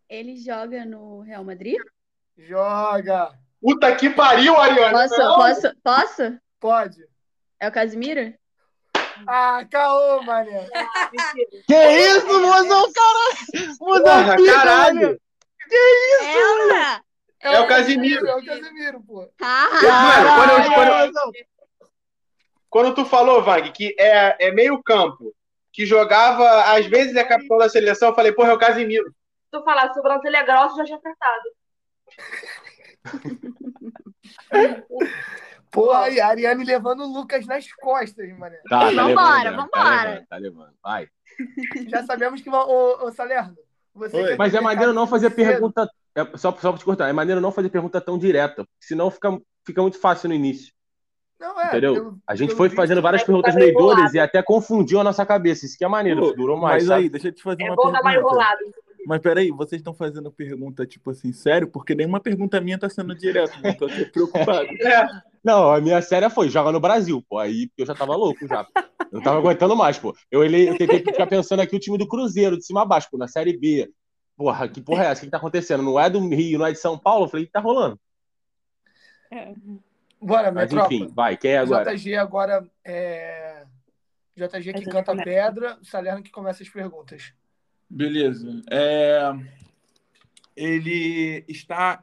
[SPEAKER 7] Ele joga no Real Madrid?
[SPEAKER 2] Joga.
[SPEAKER 4] Puta que pariu, Ariane.
[SPEAKER 7] Posso?
[SPEAKER 4] Não.
[SPEAKER 7] Posso? Posso?
[SPEAKER 2] Pode.
[SPEAKER 7] É o Casimiro?
[SPEAKER 2] Ah, caô, mané.
[SPEAKER 6] Ah, mentira.
[SPEAKER 5] Que isso, mozão, cara?
[SPEAKER 4] Porra, caralho.
[SPEAKER 7] Ela!
[SPEAKER 4] É o Casimiro.
[SPEAKER 2] É o Casemiro, pô.
[SPEAKER 4] Mano,
[SPEAKER 7] Ah,
[SPEAKER 4] quando, eu- quando eu- quando tu falou, Vang, que é, é meio campo, que jogava, às vezes é capitão da seleção, eu falei, porra, é o Casimiro.
[SPEAKER 6] Se tu falar sobrancelha grossa, já tinha acertado.
[SPEAKER 2] Porra, e a Ariane levando o Lucas nas costas, mané.
[SPEAKER 5] Tá, tá
[SPEAKER 7] Vambora,
[SPEAKER 5] levando, tá
[SPEAKER 7] vambora.
[SPEAKER 5] levando, Tá levando, vai.
[SPEAKER 2] Já sabemos que. Ô, ô Salerno, você.
[SPEAKER 1] Oi.
[SPEAKER 2] quer
[SPEAKER 5] Mas é
[SPEAKER 2] ficar
[SPEAKER 5] maneiro não fazer
[SPEAKER 2] aqui cedo?
[SPEAKER 5] pergunta. é, só, só pra te cortar, é maneiro não fazer pergunta tão direta. Senão fica, fica muito fácil no início.
[SPEAKER 2] Não, é.
[SPEAKER 5] Entendeu?
[SPEAKER 2] pelo-
[SPEAKER 5] A gente
[SPEAKER 2] pelo
[SPEAKER 5] foi
[SPEAKER 2] visto-
[SPEAKER 5] fazendo várias
[SPEAKER 6] vai
[SPEAKER 5] perguntas
[SPEAKER 6] ficar
[SPEAKER 5] meio
[SPEAKER 6] enrolado.
[SPEAKER 5] doidas e até confundiu a nossa cabeça. Isso que é maneiro,
[SPEAKER 1] Pô,
[SPEAKER 5] durou mais.
[SPEAKER 1] Mas
[SPEAKER 5] sabe?
[SPEAKER 1] aí, deixa eu te fazer
[SPEAKER 6] É
[SPEAKER 1] uma
[SPEAKER 6] bom dar mais
[SPEAKER 1] pergunta.
[SPEAKER 6] enrolado.
[SPEAKER 1] Mas peraí, vocês estão fazendo pergunta, tipo assim, sério? Porque nenhuma pergunta minha tá sendo direta, né? Tô aqui preocupado.
[SPEAKER 4] É,
[SPEAKER 5] Não, a minha série foi joga no Brasil, pô. Aí eu já tava louco já. Eu não tava aguentando mais, pô. Eu, ele, eu tentei ficar pensando aqui o time do Cruzeiro, de cima a baixo, pô, na Série B. Porra, que porra é essa? O que que tá acontecendo? Não é do Rio, não é de São Paulo? Eu falei, o que tá rolando?
[SPEAKER 2] Bora, minha
[SPEAKER 5] Mas
[SPEAKER 2] tropa.
[SPEAKER 5] enfim, vai, quem é agora?
[SPEAKER 2] JG agora é. JG que
[SPEAKER 8] Mas eu
[SPEAKER 2] canta
[SPEAKER 8] começo.
[SPEAKER 2] pedra, o Salerno que começa as perguntas.
[SPEAKER 1] Beleza. É, Ele está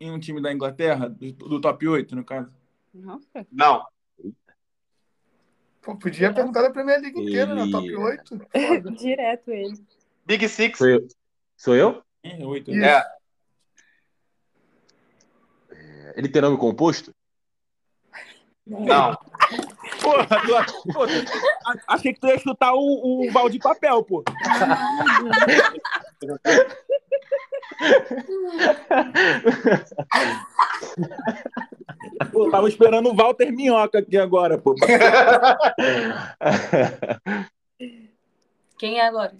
[SPEAKER 1] em um time da Inglaterra, do, do top 8, no caso.
[SPEAKER 8] Nossa.
[SPEAKER 4] Não.
[SPEAKER 2] Pô, podia perguntar da Premier League inteira, na
[SPEAKER 5] Ele-
[SPEAKER 2] top 8.
[SPEAKER 8] Direto ele.
[SPEAKER 4] Big Six.
[SPEAKER 5] Sou eu? Sou eu?
[SPEAKER 1] É, 8,
[SPEAKER 2] Isso.
[SPEAKER 1] né?
[SPEAKER 4] É.
[SPEAKER 5] Ele tem nome É composto?
[SPEAKER 4] Não.
[SPEAKER 1] Porra, tu, pô, tu- a- achei que tu ia chutar o, o balde de papel, pô. Pô, tava esperando o Walter Minhoca aqui agora, pô.
[SPEAKER 3] Quem é agora?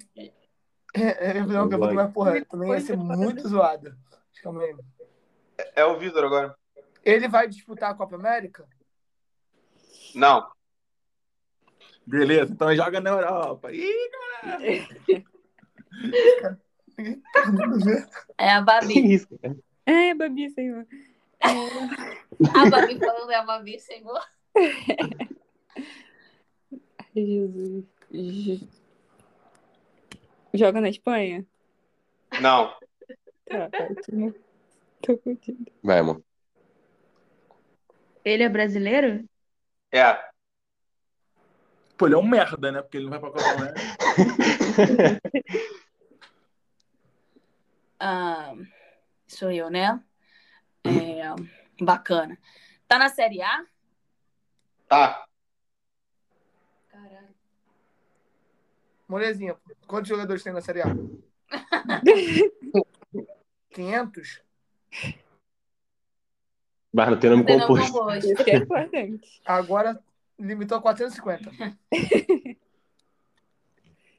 [SPEAKER 2] É, é, não, pergunta, mas porra, também ia ser muito zoada. Calma aí.
[SPEAKER 4] É o Vitor agora.
[SPEAKER 2] Ele vai disputar a Copa América?
[SPEAKER 4] Não.
[SPEAKER 1] Beleza, então joga na Europa. Ih,
[SPEAKER 3] É a Babi.
[SPEAKER 5] isso?
[SPEAKER 8] É, Babi, senhor.
[SPEAKER 3] A Babi falando é a Babi, senhor.
[SPEAKER 8] Ai, Jesus. Je- Joga na Espanha?
[SPEAKER 4] Não.
[SPEAKER 8] Tá, ótimo. Tô fodida.
[SPEAKER 5] Vai, amor.
[SPEAKER 7] Ele é brasileiro?
[SPEAKER 4] É.
[SPEAKER 1] Pô, ele é um merda, né? Porque ele não vai pra Copa América.
[SPEAKER 3] Ah, sou eu, né? É, bacana. Tá na Série A?
[SPEAKER 4] Tá.
[SPEAKER 3] Caralho.
[SPEAKER 2] Molezinha, pô. quantos jogadores tem na Série A? 500?
[SPEAKER 5] Mas não tem nome
[SPEAKER 3] Não
[SPEAKER 5] composto.
[SPEAKER 3] composto.
[SPEAKER 8] Isso que é importante.
[SPEAKER 2] Agora limitou a 450.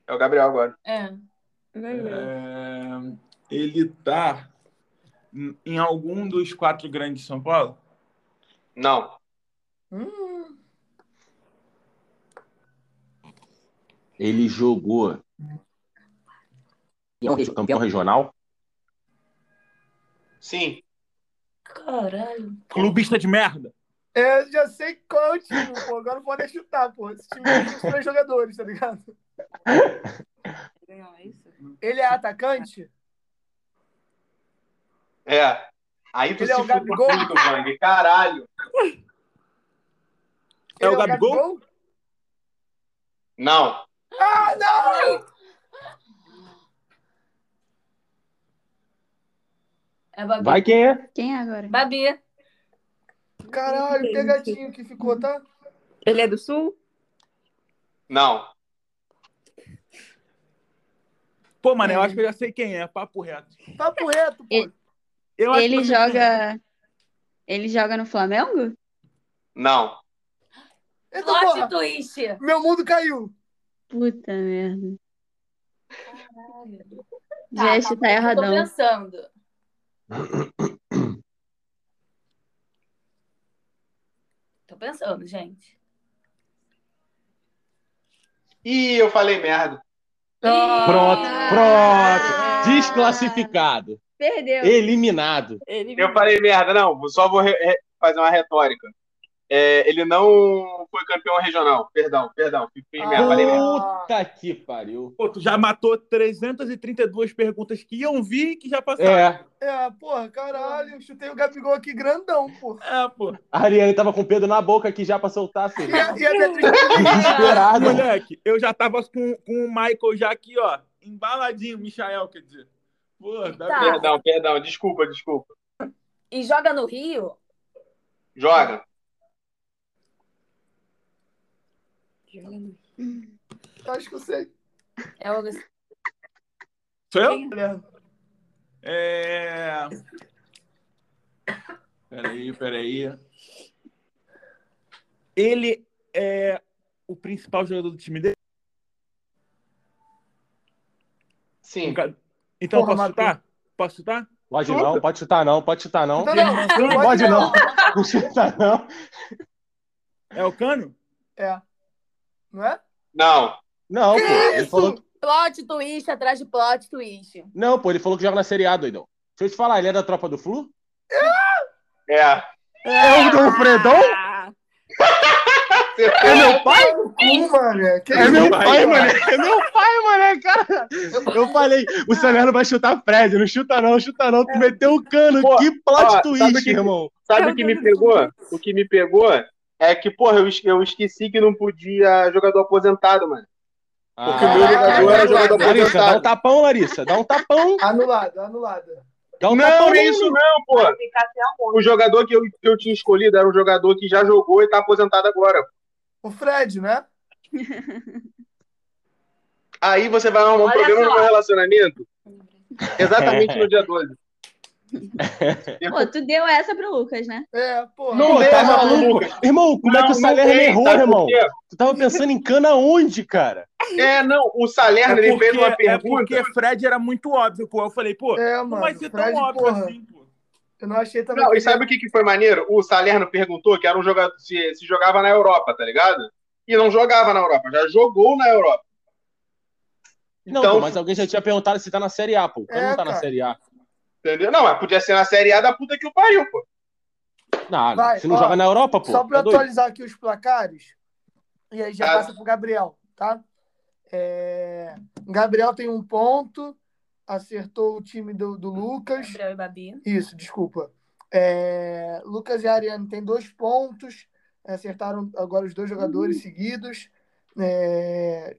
[SPEAKER 4] É o Gabriel agora.
[SPEAKER 3] É.
[SPEAKER 8] Vai ver.
[SPEAKER 1] É, ele tá em- em algum dos quatro grandes de São Paulo?
[SPEAKER 4] Não.
[SPEAKER 2] Hum,
[SPEAKER 5] Ele jogou. é um Campeão,
[SPEAKER 6] um-
[SPEAKER 5] regional?
[SPEAKER 4] Sim.
[SPEAKER 3] Caralho.
[SPEAKER 1] Clubista de merda.
[SPEAKER 2] é, eu já sei qual é o time, pô. Agora não pode chutar, pô. Esse time tem os três jogadores, tá ligado?
[SPEAKER 8] Não, é isso?
[SPEAKER 2] Ele é atacante?
[SPEAKER 4] É. Aí tu
[SPEAKER 2] Ele
[SPEAKER 4] se
[SPEAKER 2] é o
[SPEAKER 4] chuta
[SPEAKER 2] Gabigol?
[SPEAKER 4] tudo, Bang. Caralho.
[SPEAKER 1] É
[SPEAKER 2] Ele
[SPEAKER 1] o Gabigol?
[SPEAKER 4] Não.
[SPEAKER 2] Ah, não!
[SPEAKER 3] É Babi.
[SPEAKER 5] Vai quem é?
[SPEAKER 7] Quem é agora?
[SPEAKER 3] Babi.
[SPEAKER 2] Caralho, pegadinho que ficou, tá?
[SPEAKER 8] Ele é do Sul?
[SPEAKER 4] Não.
[SPEAKER 1] Pô, mano, eu acho que eu já sei quem é, papo reto.
[SPEAKER 2] Papo reto, Tá pô.
[SPEAKER 7] Ele-
[SPEAKER 1] Eu acho
[SPEAKER 7] Ele
[SPEAKER 1] que eu sei quem é.
[SPEAKER 7] joga. Ele joga no Flamengo?
[SPEAKER 4] Não.
[SPEAKER 2] Eita,
[SPEAKER 3] Plot
[SPEAKER 2] porra!
[SPEAKER 3] twist.
[SPEAKER 2] Meu mundo caiu.
[SPEAKER 7] Puta merda.
[SPEAKER 3] Caralho.
[SPEAKER 7] Já
[SPEAKER 3] Tá,
[SPEAKER 7] está
[SPEAKER 3] tá, eu Tô
[SPEAKER 7] erradão.
[SPEAKER 3] pensando. Tô pensando, gente.
[SPEAKER 4] Ih, eu falei merda.
[SPEAKER 5] Pronto,
[SPEAKER 7] Ah!
[SPEAKER 5] pronto. Desclassificado.
[SPEAKER 7] Perdeu.
[SPEAKER 5] Eliminado.
[SPEAKER 8] Ele
[SPEAKER 4] Eu falei merda, não. Só vou re- re- fazer uma retórica. É, ele não foi campeão regional. Perdão, perdão. Fiz merda, falei merda.
[SPEAKER 5] Puta que pariu.
[SPEAKER 1] Pô, tu já matou 332 perguntas que iam vir e que já passaram.
[SPEAKER 5] É,
[SPEAKER 2] É, porra, caralho. eu Chutei o Gabigol aqui grandão, pô.
[SPEAKER 1] É, pô.
[SPEAKER 5] a Ariane tava com o Pedro na boca aqui já pra soltar,
[SPEAKER 2] E
[SPEAKER 5] filho.
[SPEAKER 2] a, e a Beatriz...
[SPEAKER 5] Desesperado.
[SPEAKER 1] Moleque, eu já tava com, com o Michael já aqui, ó. Embaladinho, Michael, quer dizer. Pô, dá
[SPEAKER 3] Tá.
[SPEAKER 1] merda.
[SPEAKER 4] Perdão, perdão. Desculpa, desculpa.
[SPEAKER 3] E joga no Rio?
[SPEAKER 4] Joga.
[SPEAKER 2] Acho que eu sei.
[SPEAKER 3] É o
[SPEAKER 1] Sou eu? É. Peraí, peraí. Ele é o principal jogador do time dele?
[SPEAKER 4] Sim.
[SPEAKER 1] Então
[SPEAKER 2] Porra,
[SPEAKER 1] posso
[SPEAKER 2] Matheus.
[SPEAKER 1] chutar? Posso chutar?
[SPEAKER 5] Pode não, pode chutar não, pode chutar não.
[SPEAKER 2] Então, Não, não,
[SPEAKER 5] Não pode não. Não chuta não.
[SPEAKER 1] É o Cano?
[SPEAKER 2] É. Não é?
[SPEAKER 4] Não.
[SPEAKER 5] Não, pô. Ele falou
[SPEAKER 3] Plot twist atrás de plot twist.
[SPEAKER 5] Não, pô, ele falou que joga na Série A, doidão. Deixa eu te falar, ele é da tropa do Flu?
[SPEAKER 4] É.
[SPEAKER 5] É o Alfredão?
[SPEAKER 8] Ah,
[SPEAKER 5] É meu pai?
[SPEAKER 2] Um, mano. é. Que
[SPEAKER 5] É
[SPEAKER 2] isso?
[SPEAKER 5] meu
[SPEAKER 1] Vai, vai.
[SPEAKER 5] pai, mané. É meu pai, mané, cara. Eu falei, o Salerno vai chutar Fred. Não chuta não, chuta não. Tu meteu o cano.
[SPEAKER 4] Pô,
[SPEAKER 5] que
[SPEAKER 4] ó,
[SPEAKER 5] plot
[SPEAKER 4] sabe
[SPEAKER 5] twist,
[SPEAKER 4] que-
[SPEAKER 5] irmão.
[SPEAKER 4] Sabe o que me pegou? O que me pegou é que, porra, eu esque- eu esqueci que não podia jogador aposentado, mano. Porque
[SPEAKER 2] Ah,
[SPEAKER 4] o meu
[SPEAKER 2] é
[SPEAKER 4] jogador era jogador
[SPEAKER 5] Larissa, dá um
[SPEAKER 4] aposentado.
[SPEAKER 5] tapão, Larissa. Dá um tapão.
[SPEAKER 2] Anulado, anulado.
[SPEAKER 5] Dá um tapão.
[SPEAKER 4] Não, é isso não, pô. O jogador que eu, que eu tinha escolhido era um jogador que já jogou e tá aposentado agora.
[SPEAKER 2] O Fred, né?
[SPEAKER 4] Aí você vai arrumar um
[SPEAKER 6] Olha
[SPEAKER 4] problema
[SPEAKER 6] só.
[SPEAKER 4] no meu relacionamento. Exatamente no dia 12. é
[SPEAKER 7] Pô, tu deu essa pro Lucas, né?
[SPEAKER 2] É, porra.
[SPEAKER 5] Não,
[SPEAKER 4] dei
[SPEAKER 5] tá
[SPEAKER 4] essa,
[SPEAKER 5] maluco.
[SPEAKER 4] Lucas.
[SPEAKER 5] Irmão, como é que o
[SPEAKER 4] Não,
[SPEAKER 5] Salerno
[SPEAKER 4] não tem,
[SPEAKER 5] errou,
[SPEAKER 4] sabe por
[SPEAKER 5] irmão?
[SPEAKER 4] quê?
[SPEAKER 5] Tu tava pensando em cana onde, cara?
[SPEAKER 4] É, não, o Salerno
[SPEAKER 1] é,
[SPEAKER 4] ele
[SPEAKER 1] porque,
[SPEAKER 4] fez uma
[SPEAKER 1] é
[SPEAKER 4] pergunta.
[SPEAKER 1] porque Fred era muito óbvio, pô. Eu falei, pô,
[SPEAKER 2] É,
[SPEAKER 1] não
[SPEAKER 2] mano.
[SPEAKER 1] vai ser
[SPEAKER 2] Fred,
[SPEAKER 1] tão óbvio
[SPEAKER 2] porra.
[SPEAKER 1] assim, pô.
[SPEAKER 2] Eu não achei também.
[SPEAKER 4] Não,
[SPEAKER 2] que
[SPEAKER 4] e sabe o que, que foi maneiro? O Salerno perguntou que era um jogador se, se jogava na Europa, tá ligado? E não jogava na Europa, já jogou na Europa.
[SPEAKER 5] Não,
[SPEAKER 4] Então-
[SPEAKER 5] pô, mas alguém já tinha perguntado se tá na Série A, pô. O cano
[SPEAKER 2] É,
[SPEAKER 5] não tá na
[SPEAKER 2] cara.
[SPEAKER 5] Série A.
[SPEAKER 4] Entendeu? Não, mas podia ser na Série A da puta que o pariu, pô.
[SPEAKER 5] Não,
[SPEAKER 2] Vai,
[SPEAKER 5] se não
[SPEAKER 2] ó,
[SPEAKER 5] joga na Europa, pô.
[SPEAKER 2] Só para
[SPEAKER 5] tá doido? Ah.
[SPEAKER 2] atualizar aqui os placares, e aí já
[SPEAKER 4] Tá.
[SPEAKER 2] passa pro Gabriel, tá? É, Gabriel tem um ponto, acertou o time do, do Lucas.
[SPEAKER 3] Gabriel e Babi.
[SPEAKER 2] Isso, desculpa. É, Lucas e Ariane tem dois pontos, acertaram agora os dois jogadores
[SPEAKER 5] Uhum.
[SPEAKER 2] seguidos. É,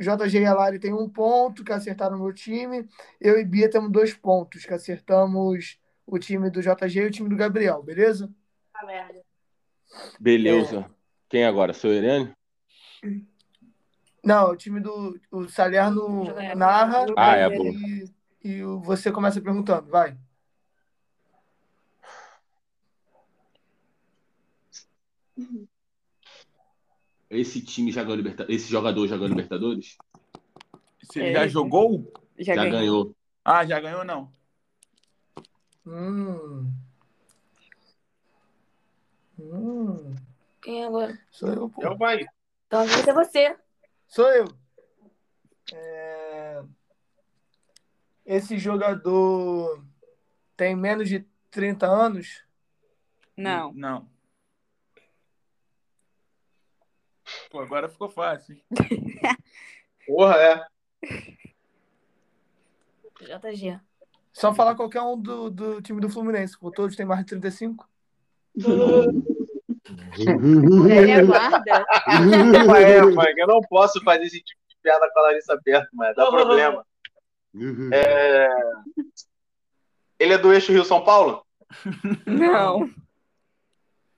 [SPEAKER 2] JG e Alari tem um ponto, que acertaram o meu time. Eu e Bia temos dois pontos, que acertamos o time do JG e o time do Gabriel, beleza?
[SPEAKER 6] Tá merda.
[SPEAKER 5] Beleza. Quem agora? Sou Irene?
[SPEAKER 2] Não, o time do o Salerno
[SPEAKER 3] Jogar.
[SPEAKER 2] narra
[SPEAKER 5] Ah, é, boa.
[SPEAKER 2] e, e o- você começa perguntando, vai.
[SPEAKER 5] Esse time já ganhou Libertadores? Esse jogador já ganhou Libertadores?
[SPEAKER 1] Se ele
[SPEAKER 8] É.
[SPEAKER 1] já jogou? um?
[SPEAKER 8] já
[SPEAKER 5] já
[SPEAKER 8] ganhei.
[SPEAKER 5] ganhou.
[SPEAKER 1] Ah, já ganhou, não.
[SPEAKER 2] Hum. Hum.
[SPEAKER 3] Quem é agora?
[SPEAKER 2] Sou eu, pô.
[SPEAKER 4] É o Bahia.
[SPEAKER 3] Então, essa é você.
[SPEAKER 2] Sou eu. É, Esse jogador tem menos de 30 anos?
[SPEAKER 8] Não.
[SPEAKER 1] Não. Pô, agora ficou fácil. hein?
[SPEAKER 4] Porra, é.
[SPEAKER 3] JG.
[SPEAKER 2] Só falar qualquer um do, do time do Fluminense, pô. Todos têm mais de 35?
[SPEAKER 7] Ele aguarda.
[SPEAKER 4] Mas é, Frank, eu não posso fazer esse tipo de piada com a Larissa perto, mas dá problema. É, Ele é do eixo Rio-São Paulo?
[SPEAKER 8] Não.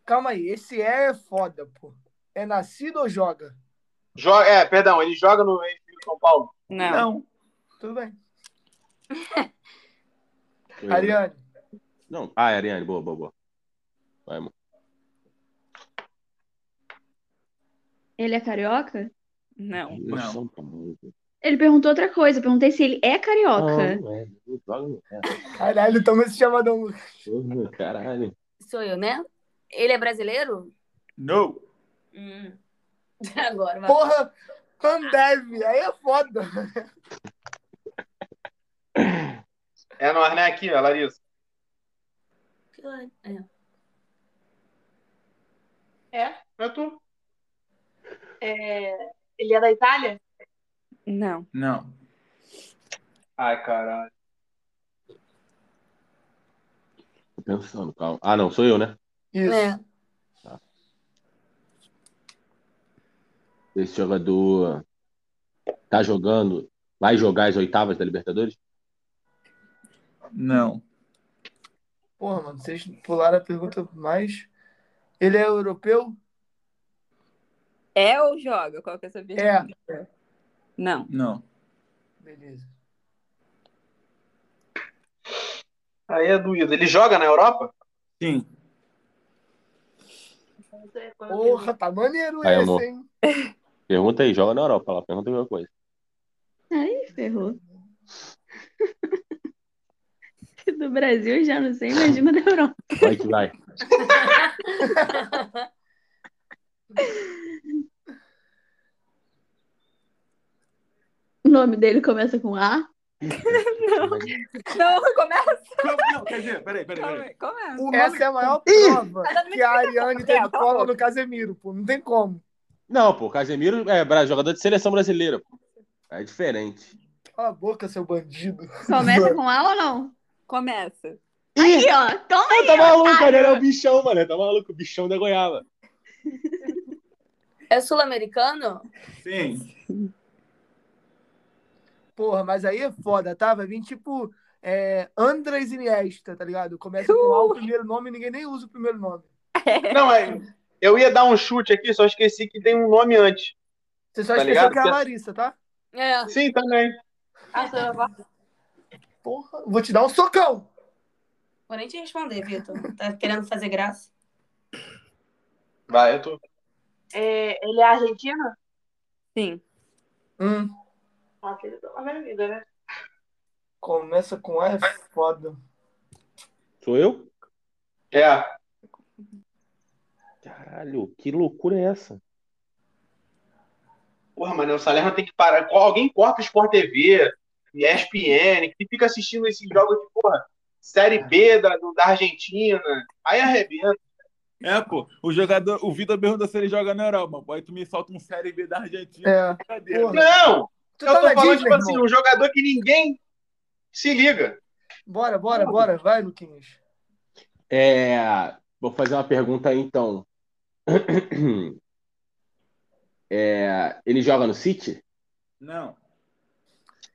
[SPEAKER 2] Calma aí, esse é foda, pô. É nascido ou joga?
[SPEAKER 4] Joga... É, perdão, ele joga no eixo Rio-São Paulo?
[SPEAKER 8] Não.
[SPEAKER 2] Tudo bem. Ariane,
[SPEAKER 5] Não. Ah, é Ariane, boa, boa, boa. Vai, amor.
[SPEAKER 7] Ele é carioca?
[SPEAKER 8] Não.
[SPEAKER 1] Não.
[SPEAKER 5] São Paulo.
[SPEAKER 7] Ele perguntou outra coisa. Eu perguntei se ele é carioca.
[SPEAKER 5] Não, é, não joga no pé.
[SPEAKER 2] caralho, toma esse chamadão.
[SPEAKER 5] Porra, Caralho.
[SPEAKER 3] Sou eu, né? Ele é brasileiro?
[SPEAKER 1] No.
[SPEAKER 3] Hum. Agora, vai.
[SPEAKER 2] Porra, Pandev, aí é foda.
[SPEAKER 4] É nós, né, aqui, ó, Larissa?
[SPEAKER 3] É.
[SPEAKER 6] É?
[SPEAKER 4] É tu?
[SPEAKER 6] É, Ele é da Itália?
[SPEAKER 8] Não.
[SPEAKER 1] Não.
[SPEAKER 4] Ai, caralho.
[SPEAKER 5] Tô pensando, calma. Ah, não, sou eu, né?
[SPEAKER 2] Isso.
[SPEAKER 3] É.
[SPEAKER 5] Esse jogador tá jogando, vai jogar as oitavas da Libertadores?
[SPEAKER 1] Não.
[SPEAKER 2] Porra, mano, vocês pularam a pergunta mais. Ele é europeu?
[SPEAKER 8] É ou joga? Qual que é essa pergunta? É. Não.
[SPEAKER 1] Não.
[SPEAKER 2] Beleza.
[SPEAKER 4] Aí é doído. Ele joga na Europa?
[SPEAKER 1] Sim.
[SPEAKER 6] Não sei qual é a pergunta.
[SPEAKER 2] Porra, tá maneiro
[SPEAKER 5] Aí,
[SPEAKER 2] esse,
[SPEAKER 5] amor.
[SPEAKER 2] hein?
[SPEAKER 5] Pergunta aí, joga na Europa lá, pergunta alguma coisa.
[SPEAKER 7] Aí, ferrou. Do Brasil já não sei, imagina da Europa.
[SPEAKER 5] Vai que vai.
[SPEAKER 7] O nome dele começa com A.
[SPEAKER 8] Não, começa.
[SPEAKER 1] Não, não, quer dizer, peraí, peraí, peraí.
[SPEAKER 8] Começa.
[SPEAKER 2] O Essa é a maior prova que a Ariane teve cola no Casemiro, pô. Não tem como.
[SPEAKER 5] Não, pô, Casemiro é bra- jogador de seleção brasileira. pô. É diferente.
[SPEAKER 2] Cala a boca, seu bandido.
[SPEAKER 7] Começa com A ou não?
[SPEAKER 8] Começa.
[SPEAKER 7] Aí, ó. Toma aí.
[SPEAKER 5] tá maluco, cara, era o bichão, mano. Tá maluco, o bichão da goiaba.
[SPEAKER 3] É sul-americano?
[SPEAKER 1] Sim.
[SPEAKER 2] Porra, mas aí é foda, tá? Vai vir tipo é, Andres Iniesta, tá ligado? Começa com A o primeiro nome e ninguém nem usa o primeiro nome.
[SPEAKER 4] Não, é. Eu ia dar um chute aqui, só esqueci que tem um nome antes.
[SPEAKER 2] Você só
[SPEAKER 4] Tá
[SPEAKER 2] esqueceu
[SPEAKER 4] ligado?
[SPEAKER 2] que é a Larissa, tá?
[SPEAKER 3] É.
[SPEAKER 4] Sim, também.
[SPEAKER 6] Ah, sou eu,
[SPEAKER 3] tá.
[SPEAKER 6] vai.
[SPEAKER 2] Porra, vou te dar um socão.
[SPEAKER 3] Vou nem te responder, Vitor. Tá querendo fazer graça?
[SPEAKER 4] Vai, eu tô.
[SPEAKER 6] É, Ele é argentino?
[SPEAKER 8] Sim.
[SPEAKER 2] Hum,
[SPEAKER 6] Ah, filho, tá na vida, né?
[SPEAKER 2] começa com A é foda.
[SPEAKER 5] Sou eu?
[SPEAKER 4] É.
[SPEAKER 5] Caralho, que loucura é essa?
[SPEAKER 4] Porra, mano, o Salerno tem que parar. Co- Alguém corta o Sport TV, ESPN, que fica assistindo esses jogos de, porra, Série B da, do- da Argentina. Aí arrebenta.
[SPEAKER 1] É, pô. O jogador, o Vitor pergunta se ele joga na Europa. Pô, aí tu me solta um Série B da Argentina.
[SPEAKER 2] É.
[SPEAKER 1] Brincadeira.
[SPEAKER 2] Porra.
[SPEAKER 4] Não!
[SPEAKER 2] Tu
[SPEAKER 4] eu
[SPEAKER 2] tá
[SPEAKER 4] tô
[SPEAKER 2] na
[SPEAKER 4] falando,
[SPEAKER 2] Disney,
[SPEAKER 4] tipo assim,
[SPEAKER 2] irmão?
[SPEAKER 4] um jogador que ninguém se liga.
[SPEAKER 2] Bora, bora, bora. Vai, Luquinhas.
[SPEAKER 5] É. Vou fazer uma pergunta aí, então. É, ele joga no City?
[SPEAKER 1] Não.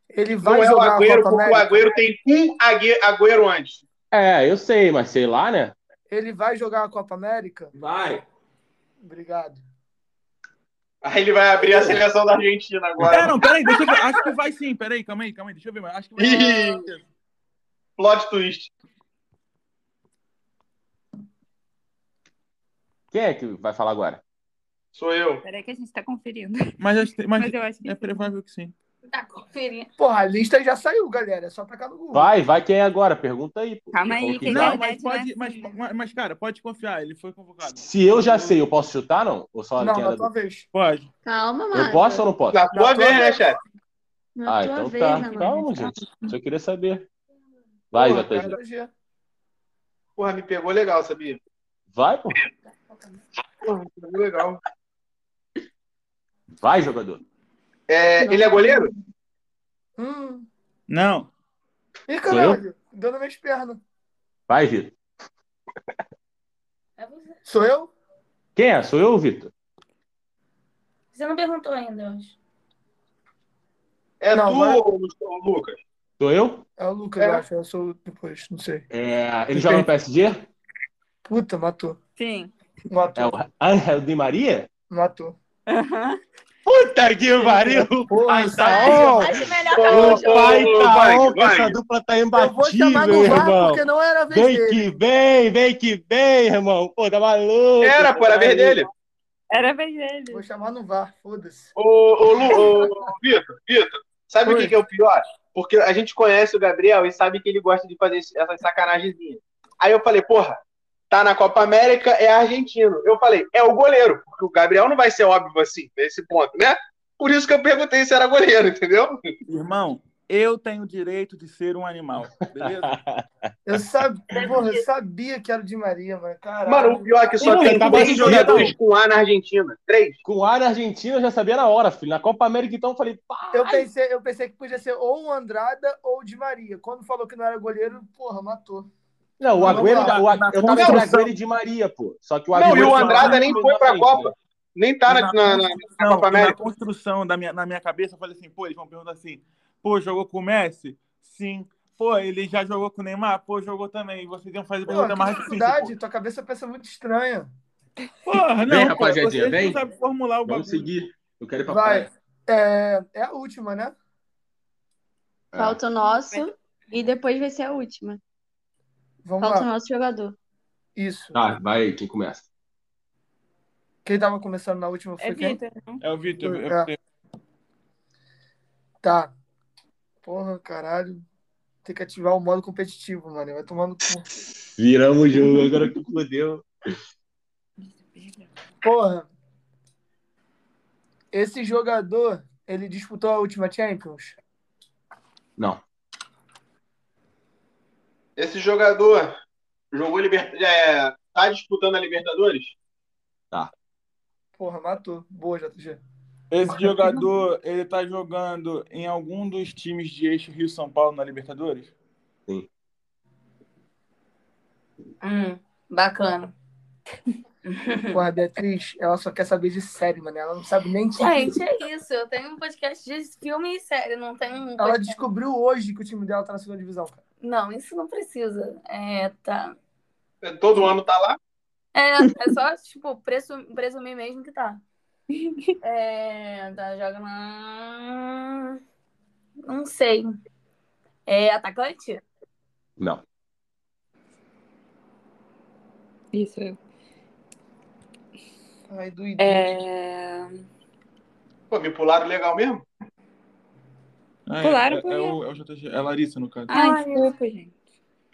[SPEAKER 2] Ele
[SPEAKER 4] Não
[SPEAKER 2] vai
[SPEAKER 4] é o
[SPEAKER 2] jogar a
[SPEAKER 4] Agüero,
[SPEAKER 2] Copa
[SPEAKER 4] porque o
[SPEAKER 2] América.
[SPEAKER 4] Agüero tem um Ague- Agüero antes.
[SPEAKER 5] É, eu sei, mas sei lá, né?
[SPEAKER 2] Ele vai jogar a Copa América?
[SPEAKER 1] Vai.
[SPEAKER 2] Obrigado.
[SPEAKER 4] Aí ele vai
[SPEAKER 2] É.
[SPEAKER 4] abrir a seleção da Argentina
[SPEAKER 1] É,
[SPEAKER 4] agora.
[SPEAKER 1] não, peraí, deixa eu ver. Acho que vai sim, peraí, calma aí, calma aí, deixa eu ver. mas Acho que vai.
[SPEAKER 4] Ih. Plot twist.
[SPEAKER 5] Quem é que vai falar agora?
[SPEAKER 4] Sou eu.
[SPEAKER 8] Peraí que a gente tá conferindo.
[SPEAKER 1] Mas, acho que- mas
[SPEAKER 8] Mas eu acho que.
[SPEAKER 1] é provável que sim.
[SPEAKER 3] Tá conferindo.
[SPEAKER 2] Porra, a lista já saiu, galera. É só tacar no Google.
[SPEAKER 5] Vai, vai quem é agora, pergunta aí. pô.
[SPEAKER 8] Calma aí,
[SPEAKER 5] Falou que
[SPEAKER 8] quem
[SPEAKER 5] vai.
[SPEAKER 1] Não, mas
[SPEAKER 8] verdade,
[SPEAKER 1] pode.
[SPEAKER 8] né?
[SPEAKER 1] Mas, mas- mas, cara, pode confiar, ele foi convocado.
[SPEAKER 5] Se eu já sei, eu posso chutar, não? Ou só
[SPEAKER 2] Não,
[SPEAKER 5] quem
[SPEAKER 2] na
[SPEAKER 5] era
[SPEAKER 2] tua
[SPEAKER 5] do...
[SPEAKER 2] vez.
[SPEAKER 1] Pode.
[SPEAKER 7] Calma, mano.
[SPEAKER 5] Eu posso ou não posso?
[SPEAKER 4] Na tua vez, né, chefe?
[SPEAKER 7] Na
[SPEAKER 5] Ah,
[SPEAKER 7] tua
[SPEAKER 5] então
[SPEAKER 7] vez, né,
[SPEAKER 5] tá.
[SPEAKER 7] Amanda.
[SPEAKER 5] Calma, gente. Só queria saber. Vai,
[SPEAKER 2] Porra,
[SPEAKER 5] JG.
[SPEAKER 2] cara, G.
[SPEAKER 4] Porra, me pegou legal, sabia?
[SPEAKER 5] Vai, pô.
[SPEAKER 4] Porra, me pegou legal.
[SPEAKER 5] Vai, jogador.
[SPEAKER 4] É, ele é goleiro?
[SPEAKER 2] Hum.
[SPEAKER 1] Não.
[SPEAKER 2] Ih,
[SPEAKER 5] Sou
[SPEAKER 2] caralho. Deu nas minhas pernas.
[SPEAKER 5] Vai, Vitor.
[SPEAKER 3] É você.
[SPEAKER 2] Sou eu?
[SPEAKER 5] Quem é? Sou eu, Vitor?
[SPEAKER 3] Você não perguntou ainda, eu acho.
[SPEAKER 4] É
[SPEAKER 2] Não,
[SPEAKER 4] tu,
[SPEAKER 2] vai.
[SPEAKER 4] ou ou Lucas?
[SPEAKER 5] Sou eu?
[SPEAKER 2] É o Lucas,
[SPEAKER 4] É.
[SPEAKER 2] eu acho. Eu sou depois, não sei.
[SPEAKER 5] É, Ele joga no PSG?
[SPEAKER 2] Puta, matou.
[SPEAKER 8] Sim.
[SPEAKER 5] É
[SPEAKER 2] Matou.
[SPEAKER 5] o Angel Di Maria?
[SPEAKER 2] Matou.
[SPEAKER 8] Aham.
[SPEAKER 5] Puta que pariu!
[SPEAKER 2] Porra,
[SPEAKER 5] Pai
[SPEAKER 2] isso
[SPEAKER 5] tá
[SPEAKER 2] aí.
[SPEAKER 5] on!
[SPEAKER 3] Acho melhor
[SPEAKER 5] O pai
[SPEAKER 4] Ô,
[SPEAKER 5] tá
[SPEAKER 4] Mike,
[SPEAKER 5] on!
[SPEAKER 4] Mike.
[SPEAKER 5] Essa dupla tá
[SPEAKER 2] Eu vou chamar
[SPEAKER 5] imbatível,
[SPEAKER 2] no VAR
[SPEAKER 5] irmão!
[SPEAKER 2] porque não era a vez
[SPEAKER 5] Vem
[SPEAKER 2] dele.
[SPEAKER 5] que vem, vem que vem, irmão! Pô, tá maluco!
[SPEAKER 4] Era, pô, era a vez dele.
[SPEAKER 8] Era a vez dele.
[SPEAKER 2] Vou chamar no VAR, foda-se.
[SPEAKER 4] Ô, ô, Lu, ô, Vitor, Vitor, sabe o
[SPEAKER 2] Oi.
[SPEAKER 4] que, que é o pior? Porque a gente conhece o Gabriel e sabe que ele gosta de fazer esse- essas sacanagemzinhas. Aí eu falei, porra, tá na Copa América, é argentino. Eu falei, é o goleiro, porque o Gabriel não vai ser óbvio assim, nesse ponto, né? Por isso que eu perguntei se era goleiro, entendeu?
[SPEAKER 1] Irmão, eu tenho o direito de ser um animal, beleza?
[SPEAKER 2] Eu sabia, porra, eu sabia que era o Di Maria, mano. Caralho.
[SPEAKER 4] Mano, o pior é que só
[SPEAKER 5] Não,
[SPEAKER 4] tem
[SPEAKER 5] ele tá
[SPEAKER 4] três
[SPEAKER 5] vacilando.
[SPEAKER 4] jogadores com A na Argentina. Três.
[SPEAKER 5] Com a área argentina eu já sabia na hora, filho. Na Copa América, então, eu falei, pá!
[SPEAKER 2] eu, pensei, eu pensei que podia ser ou o Andrada ou o Di Maria. Quando falou que não era goleiro, porra, matou.
[SPEAKER 5] Não, o
[SPEAKER 2] Não,
[SPEAKER 5] Agüero, tá,
[SPEAKER 2] não,
[SPEAKER 5] o Ag-
[SPEAKER 1] na
[SPEAKER 5] eu tava entre
[SPEAKER 1] construção.
[SPEAKER 5] Agüero e Di Maria, pô. Só que o
[SPEAKER 4] Não,
[SPEAKER 5] Agüero
[SPEAKER 4] e o
[SPEAKER 5] foi
[SPEAKER 4] Andrada
[SPEAKER 5] mais
[SPEAKER 4] nem
[SPEAKER 5] na
[SPEAKER 4] foi pra
[SPEAKER 5] frente, né?
[SPEAKER 4] Copa. Nem tá na, na- na-
[SPEAKER 1] construção,
[SPEAKER 4] Copa
[SPEAKER 1] e na
[SPEAKER 4] América.
[SPEAKER 1] construção da minha, na minha cabeça, eu falei assim, pô, eles vão perguntar assim, pô, jogou com o Messi? Sim. Pô, ele já jogou com o Neymar? Pô, jogou também. E Vocês iam fazer
[SPEAKER 2] Porra,
[SPEAKER 1] pergunta é
[SPEAKER 2] que
[SPEAKER 1] mais difícil.
[SPEAKER 2] dificuldade, tua cabeça pensa muito estranha.
[SPEAKER 1] Pô. Porra, não,
[SPEAKER 5] Vem,
[SPEAKER 1] pô,
[SPEAKER 5] rapaziadinha,
[SPEAKER 1] vocês
[SPEAKER 5] vem.
[SPEAKER 1] não sabem formular o bagulho.
[SPEAKER 5] Vamos seguir. Eu quero ir pra
[SPEAKER 2] Vai.
[SPEAKER 5] praia.
[SPEAKER 2] É, é a última, né?
[SPEAKER 5] É.
[SPEAKER 7] Falta o nosso e depois vai ser a última.
[SPEAKER 2] Vamos
[SPEAKER 7] Falta o
[SPEAKER 2] lá.
[SPEAKER 7] nosso jogador.
[SPEAKER 2] Isso.
[SPEAKER 1] Ah.
[SPEAKER 5] Tá, vai aí, quem começa?
[SPEAKER 2] Quem tava começando na última foi
[SPEAKER 8] É
[SPEAKER 2] quem?
[SPEAKER 8] Vitor. não?
[SPEAKER 1] É o Vitor. eu-
[SPEAKER 2] É. Tá. Porra, caralho. Tem que ativar o modo competitivo, mano. Vai tomando cu.
[SPEAKER 5] Viramos o jogo, agora que fodeu.
[SPEAKER 2] Porra. Esse jogador, ele disputou a última Champions?
[SPEAKER 5] Não.
[SPEAKER 4] Esse jogador jogou liberta, é, tá disputando a Libertadores?
[SPEAKER 2] Porra, matou. Boa, JG.
[SPEAKER 1] Esse jogador, ele tá jogando em algum dos times de eixo Rio-São Paulo na Libertadores?
[SPEAKER 3] Hum, bacana.
[SPEAKER 2] Porra, a Beatriz, ela só quer saber de série, mano. Ela não sabe nem de
[SPEAKER 3] Gente, é isso. Eu tenho um podcast de filme e série. Não tenho um
[SPEAKER 2] Ela
[SPEAKER 3] podcast...
[SPEAKER 2] descobriu hoje que o time dela tá na segunda divisão, cara.
[SPEAKER 3] Não, isso não precisa. É, tá.
[SPEAKER 4] Todo ano tá lá?
[SPEAKER 3] É, é só, tipo, presu- presumir mesmo que tá. É, tá joga na... Não sei. É atacante?
[SPEAKER 5] Não.
[SPEAKER 8] Isso. eu.
[SPEAKER 2] Ai, doido.
[SPEAKER 8] É...
[SPEAKER 4] Pô, me pularam legal mesmo?
[SPEAKER 1] Ah, é-
[SPEAKER 8] Pularam,
[SPEAKER 1] é, é,
[SPEAKER 8] pularam.
[SPEAKER 1] o, é o JG, é a Larissa, no caso.
[SPEAKER 8] Ai,
[SPEAKER 3] Ai.
[SPEAKER 8] desculpa, gente.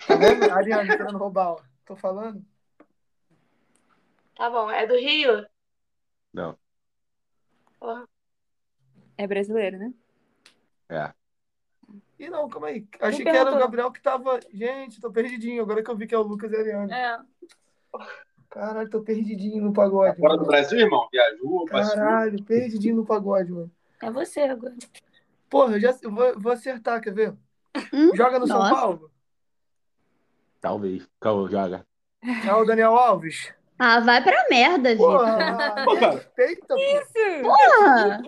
[SPEAKER 2] Tá vendo? A Ariane querendo roubar, ó. Tô falando?
[SPEAKER 6] Tá bom, é do Rio?
[SPEAKER 5] Não.
[SPEAKER 6] Porra.
[SPEAKER 8] É brasileiro, né?
[SPEAKER 1] É.
[SPEAKER 2] Ih, não, calma aí. Achei
[SPEAKER 3] Quem
[SPEAKER 2] que era o
[SPEAKER 3] perguntou?
[SPEAKER 2] Gabriel que tava. Gente, tô perdidinho. Agora que eu vi que é o Lucas e a Ariane.
[SPEAKER 3] É.
[SPEAKER 2] Caralho, tô perdidinho no pagode.
[SPEAKER 4] Fora do
[SPEAKER 2] mano.
[SPEAKER 4] Brasil, irmão? Viajou, passeou.
[SPEAKER 2] Caralho, perdidinho no pagode, mano.
[SPEAKER 3] É você agora.
[SPEAKER 2] Porra, eu já eu vou, vou acertar, quer ver?
[SPEAKER 7] Hum?
[SPEAKER 2] Joga no São
[SPEAKER 7] Nossa.
[SPEAKER 2] Paulo?
[SPEAKER 5] Talvez. Calma, joga.
[SPEAKER 2] É o Daniel Alves?
[SPEAKER 7] Ah, vai pra merda, Vitor.
[SPEAKER 2] Porra,
[SPEAKER 1] Pô,
[SPEAKER 2] me
[SPEAKER 1] cara.
[SPEAKER 2] respeita, pô.
[SPEAKER 8] Isso!
[SPEAKER 7] Porra!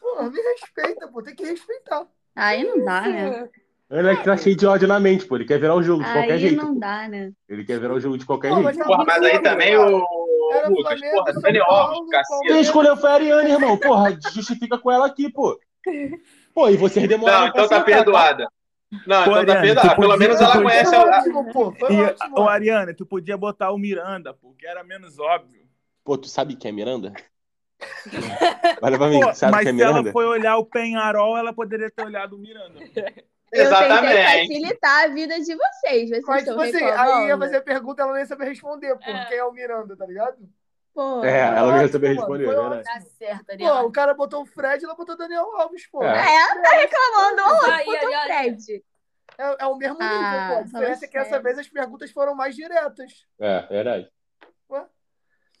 [SPEAKER 2] Porra, me respeita, pô. Tem que respeitar.
[SPEAKER 7] Aí não dá, né?
[SPEAKER 5] Ele é que tá cheio de ódio na mente, pô. Ele quer virar o jogo de qualquer
[SPEAKER 7] Aí
[SPEAKER 5] jeito.
[SPEAKER 7] não dá, né?
[SPEAKER 5] Ele quer virar o jogo de qualquer
[SPEAKER 2] Pô,
[SPEAKER 5] jeito.
[SPEAKER 2] mas já
[SPEAKER 4] Porra, mas aí
[SPEAKER 2] aconteceu,
[SPEAKER 4] também
[SPEAKER 2] cara.
[SPEAKER 4] o
[SPEAKER 2] Era
[SPEAKER 4] Lucas,
[SPEAKER 2] Flamengo,
[SPEAKER 4] porra,
[SPEAKER 2] São
[SPEAKER 4] Daniel
[SPEAKER 2] Paulo,
[SPEAKER 4] Alves,
[SPEAKER 5] Quem
[SPEAKER 4] cacete.
[SPEAKER 2] Palmeiras.
[SPEAKER 5] escolheu foi a Ariane, irmão. Porra, justifica com ela aqui, pô. Pô, e vocês demoraram
[SPEAKER 4] Não, então
[SPEAKER 5] pra
[SPEAKER 4] tá
[SPEAKER 5] acertar.
[SPEAKER 4] perdoada. Não,
[SPEAKER 1] Pô,
[SPEAKER 4] então tá
[SPEAKER 1] Ariane,
[SPEAKER 4] perdoada.
[SPEAKER 1] tu
[SPEAKER 4] Pelo
[SPEAKER 1] podia-
[SPEAKER 4] menos
[SPEAKER 1] tu
[SPEAKER 4] ela
[SPEAKER 1] podia-
[SPEAKER 4] conhece
[SPEAKER 2] Foi
[SPEAKER 4] a...
[SPEAKER 2] ótimo, pô. Foi ótimo.
[SPEAKER 1] E, ô, Ariane, tu podia botar o Miranda, pô, que era menos óbvio.
[SPEAKER 5] Pô, tu sabe quem é Miranda? Olha pra mim,
[SPEAKER 1] Pô,
[SPEAKER 5] sabe o
[SPEAKER 1] mas
[SPEAKER 5] que é
[SPEAKER 1] se ela
[SPEAKER 5] merda?
[SPEAKER 1] foi olhar o Penharol, ela poderia ter olhado o Miranda.
[SPEAKER 7] Eu tentei
[SPEAKER 4] Exatamente.
[SPEAKER 7] facilitar a vida de vocês. Vocês
[SPEAKER 2] Mas,
[SPEAKER 7] estão
[SPEAKER 2] tipo assim, aí
[SPEAKER 7] reclamando?
[SPEAKER 2] ia fazer a pergunta, ela não ia saber responder, pô.
[SPEAKER 6] É.
[SPEAKER 2] Quem é o Miranda, tá ligado?
[SPEAKER 7] Pô.
[SPEAKER 5] É, ela não ia saber
[SPEAKER 2] Pô,
[SPEAKER 5] responder,
[SPEAKER 2] foi
[SPEAKER 5] é verdade.
[SPEAKER 3] Tá certo,
[SPEAKER 2] Pô,
[SPEAKER 3] Ariana.
[SPEAKER 2] o cara botou o Fred e ela botou o Daniel Alves, pô.
[SPEAKER 5] É.
[SPEAKER 2] É,
[SPEAKER 7] É, ela tá reclamando. Ô,
[SPEAKER 6] Tá Aí,
[SPEAKER 7] puta
[SPEAKER 6] aí, aí.
[SPEAKER 7] Fred.
[SPEAKER 2] é o mesmo nível,
[SPEAKER 7] Ah,
[SPEAKER 2] pô. A diferença é que essa
[SPEAKER 7] sério.
[SPEAKER 2] vez as perguntas foram mais diretas.
[SPEAKER 5] É, verdade.
[SPEAKER 2] Ué?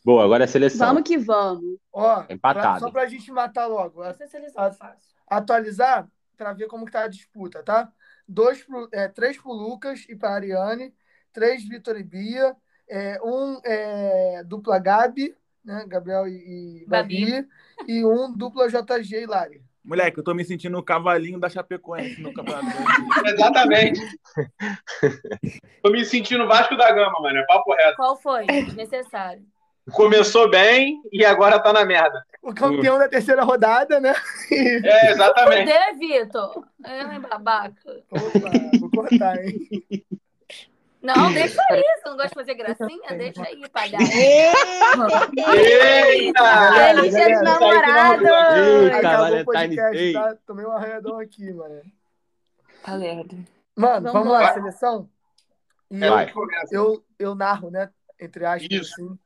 [SPEAKER 5] Boa, agora é a seleção.
[SPEAKER 7] Vamos que vamos.
[SPEAKER 2] Ó,
[SPEAKER 5] Empatado.
[SPEAKER 2] pra- só pra gente matar logo.
[SPEAKER 6] Não sei se eles são fácil.
[SPEAKER 2] Atualizar pra ver como que tá a disputa, tá? Dois pro, é, três pro Lucas e pra Ariane, três Vitor e Bia, é, um é, dupla Gabi, né? Gabriel e, e
[SPEAKER 6] Babi.
[SPEAKER 2] Babi, e um dupla JG e Lari.
[SPEAKER 1] Moleque, eu tô me sentindo o cavalinho da Chapecoense no campeonato. brasileiro.
[SPEAKER 4] Exatamente. Tô me sentindo Vasco da Gama, mano. É papo reto.
[SPEAKER 3] Qual foi? Necessário.
[SPEAKER 4] Começou bem e agora tá na merda.
[SPEAKER 2] O campeão da terceira rodada, né?
[SPEAKER 4] É, exatamente.
[SPEAKER 3] Cadê, Vitor? Eu, hein, babaca.
[SPEAKER 2] Opa, vou cortar, hein?
[SPEAKER 3] Não, deixa aí. Você não gosta de fazer gracinha? Deixa aí, palhaço.
[SPEAKER 4] Eita!
[SPEAKER 7] Feliz
[SPEAKER 2] galera,
[SPEAKER 7] dia dos
[SPEAKER 2] tá aí,
[SPEAKER 5] finalzinho.
[SPEAKER 7] namorados.
[SPEAKER 5] Eita,
[SPEAKER 2] Acabou o
[SPEAKER 5] Valentine
[SPEAKER 2] podcast,
[SPEAKER 5] Day.
[SPEAKER 2] tá? Tomei um arranhadão aqui, mano.
[SPEAKER 6] Tá lerdo.
[SPEAKER 2] Mano,
[SPEAKER 7] Vamos
[SPEAKER 2] vamos lá,
[SPEAKER 7] lá.
[SPEAKER 2] seleção? E
[SPEAKER 4] É
[SPEAKER 2] eu-
[SPEAKER 4] lá que começa.
[SPEAKER 2] eu, eu narro, né? Entre aspas,
[SPEAKER 4] Isso.
[SPEAKER 2] assim.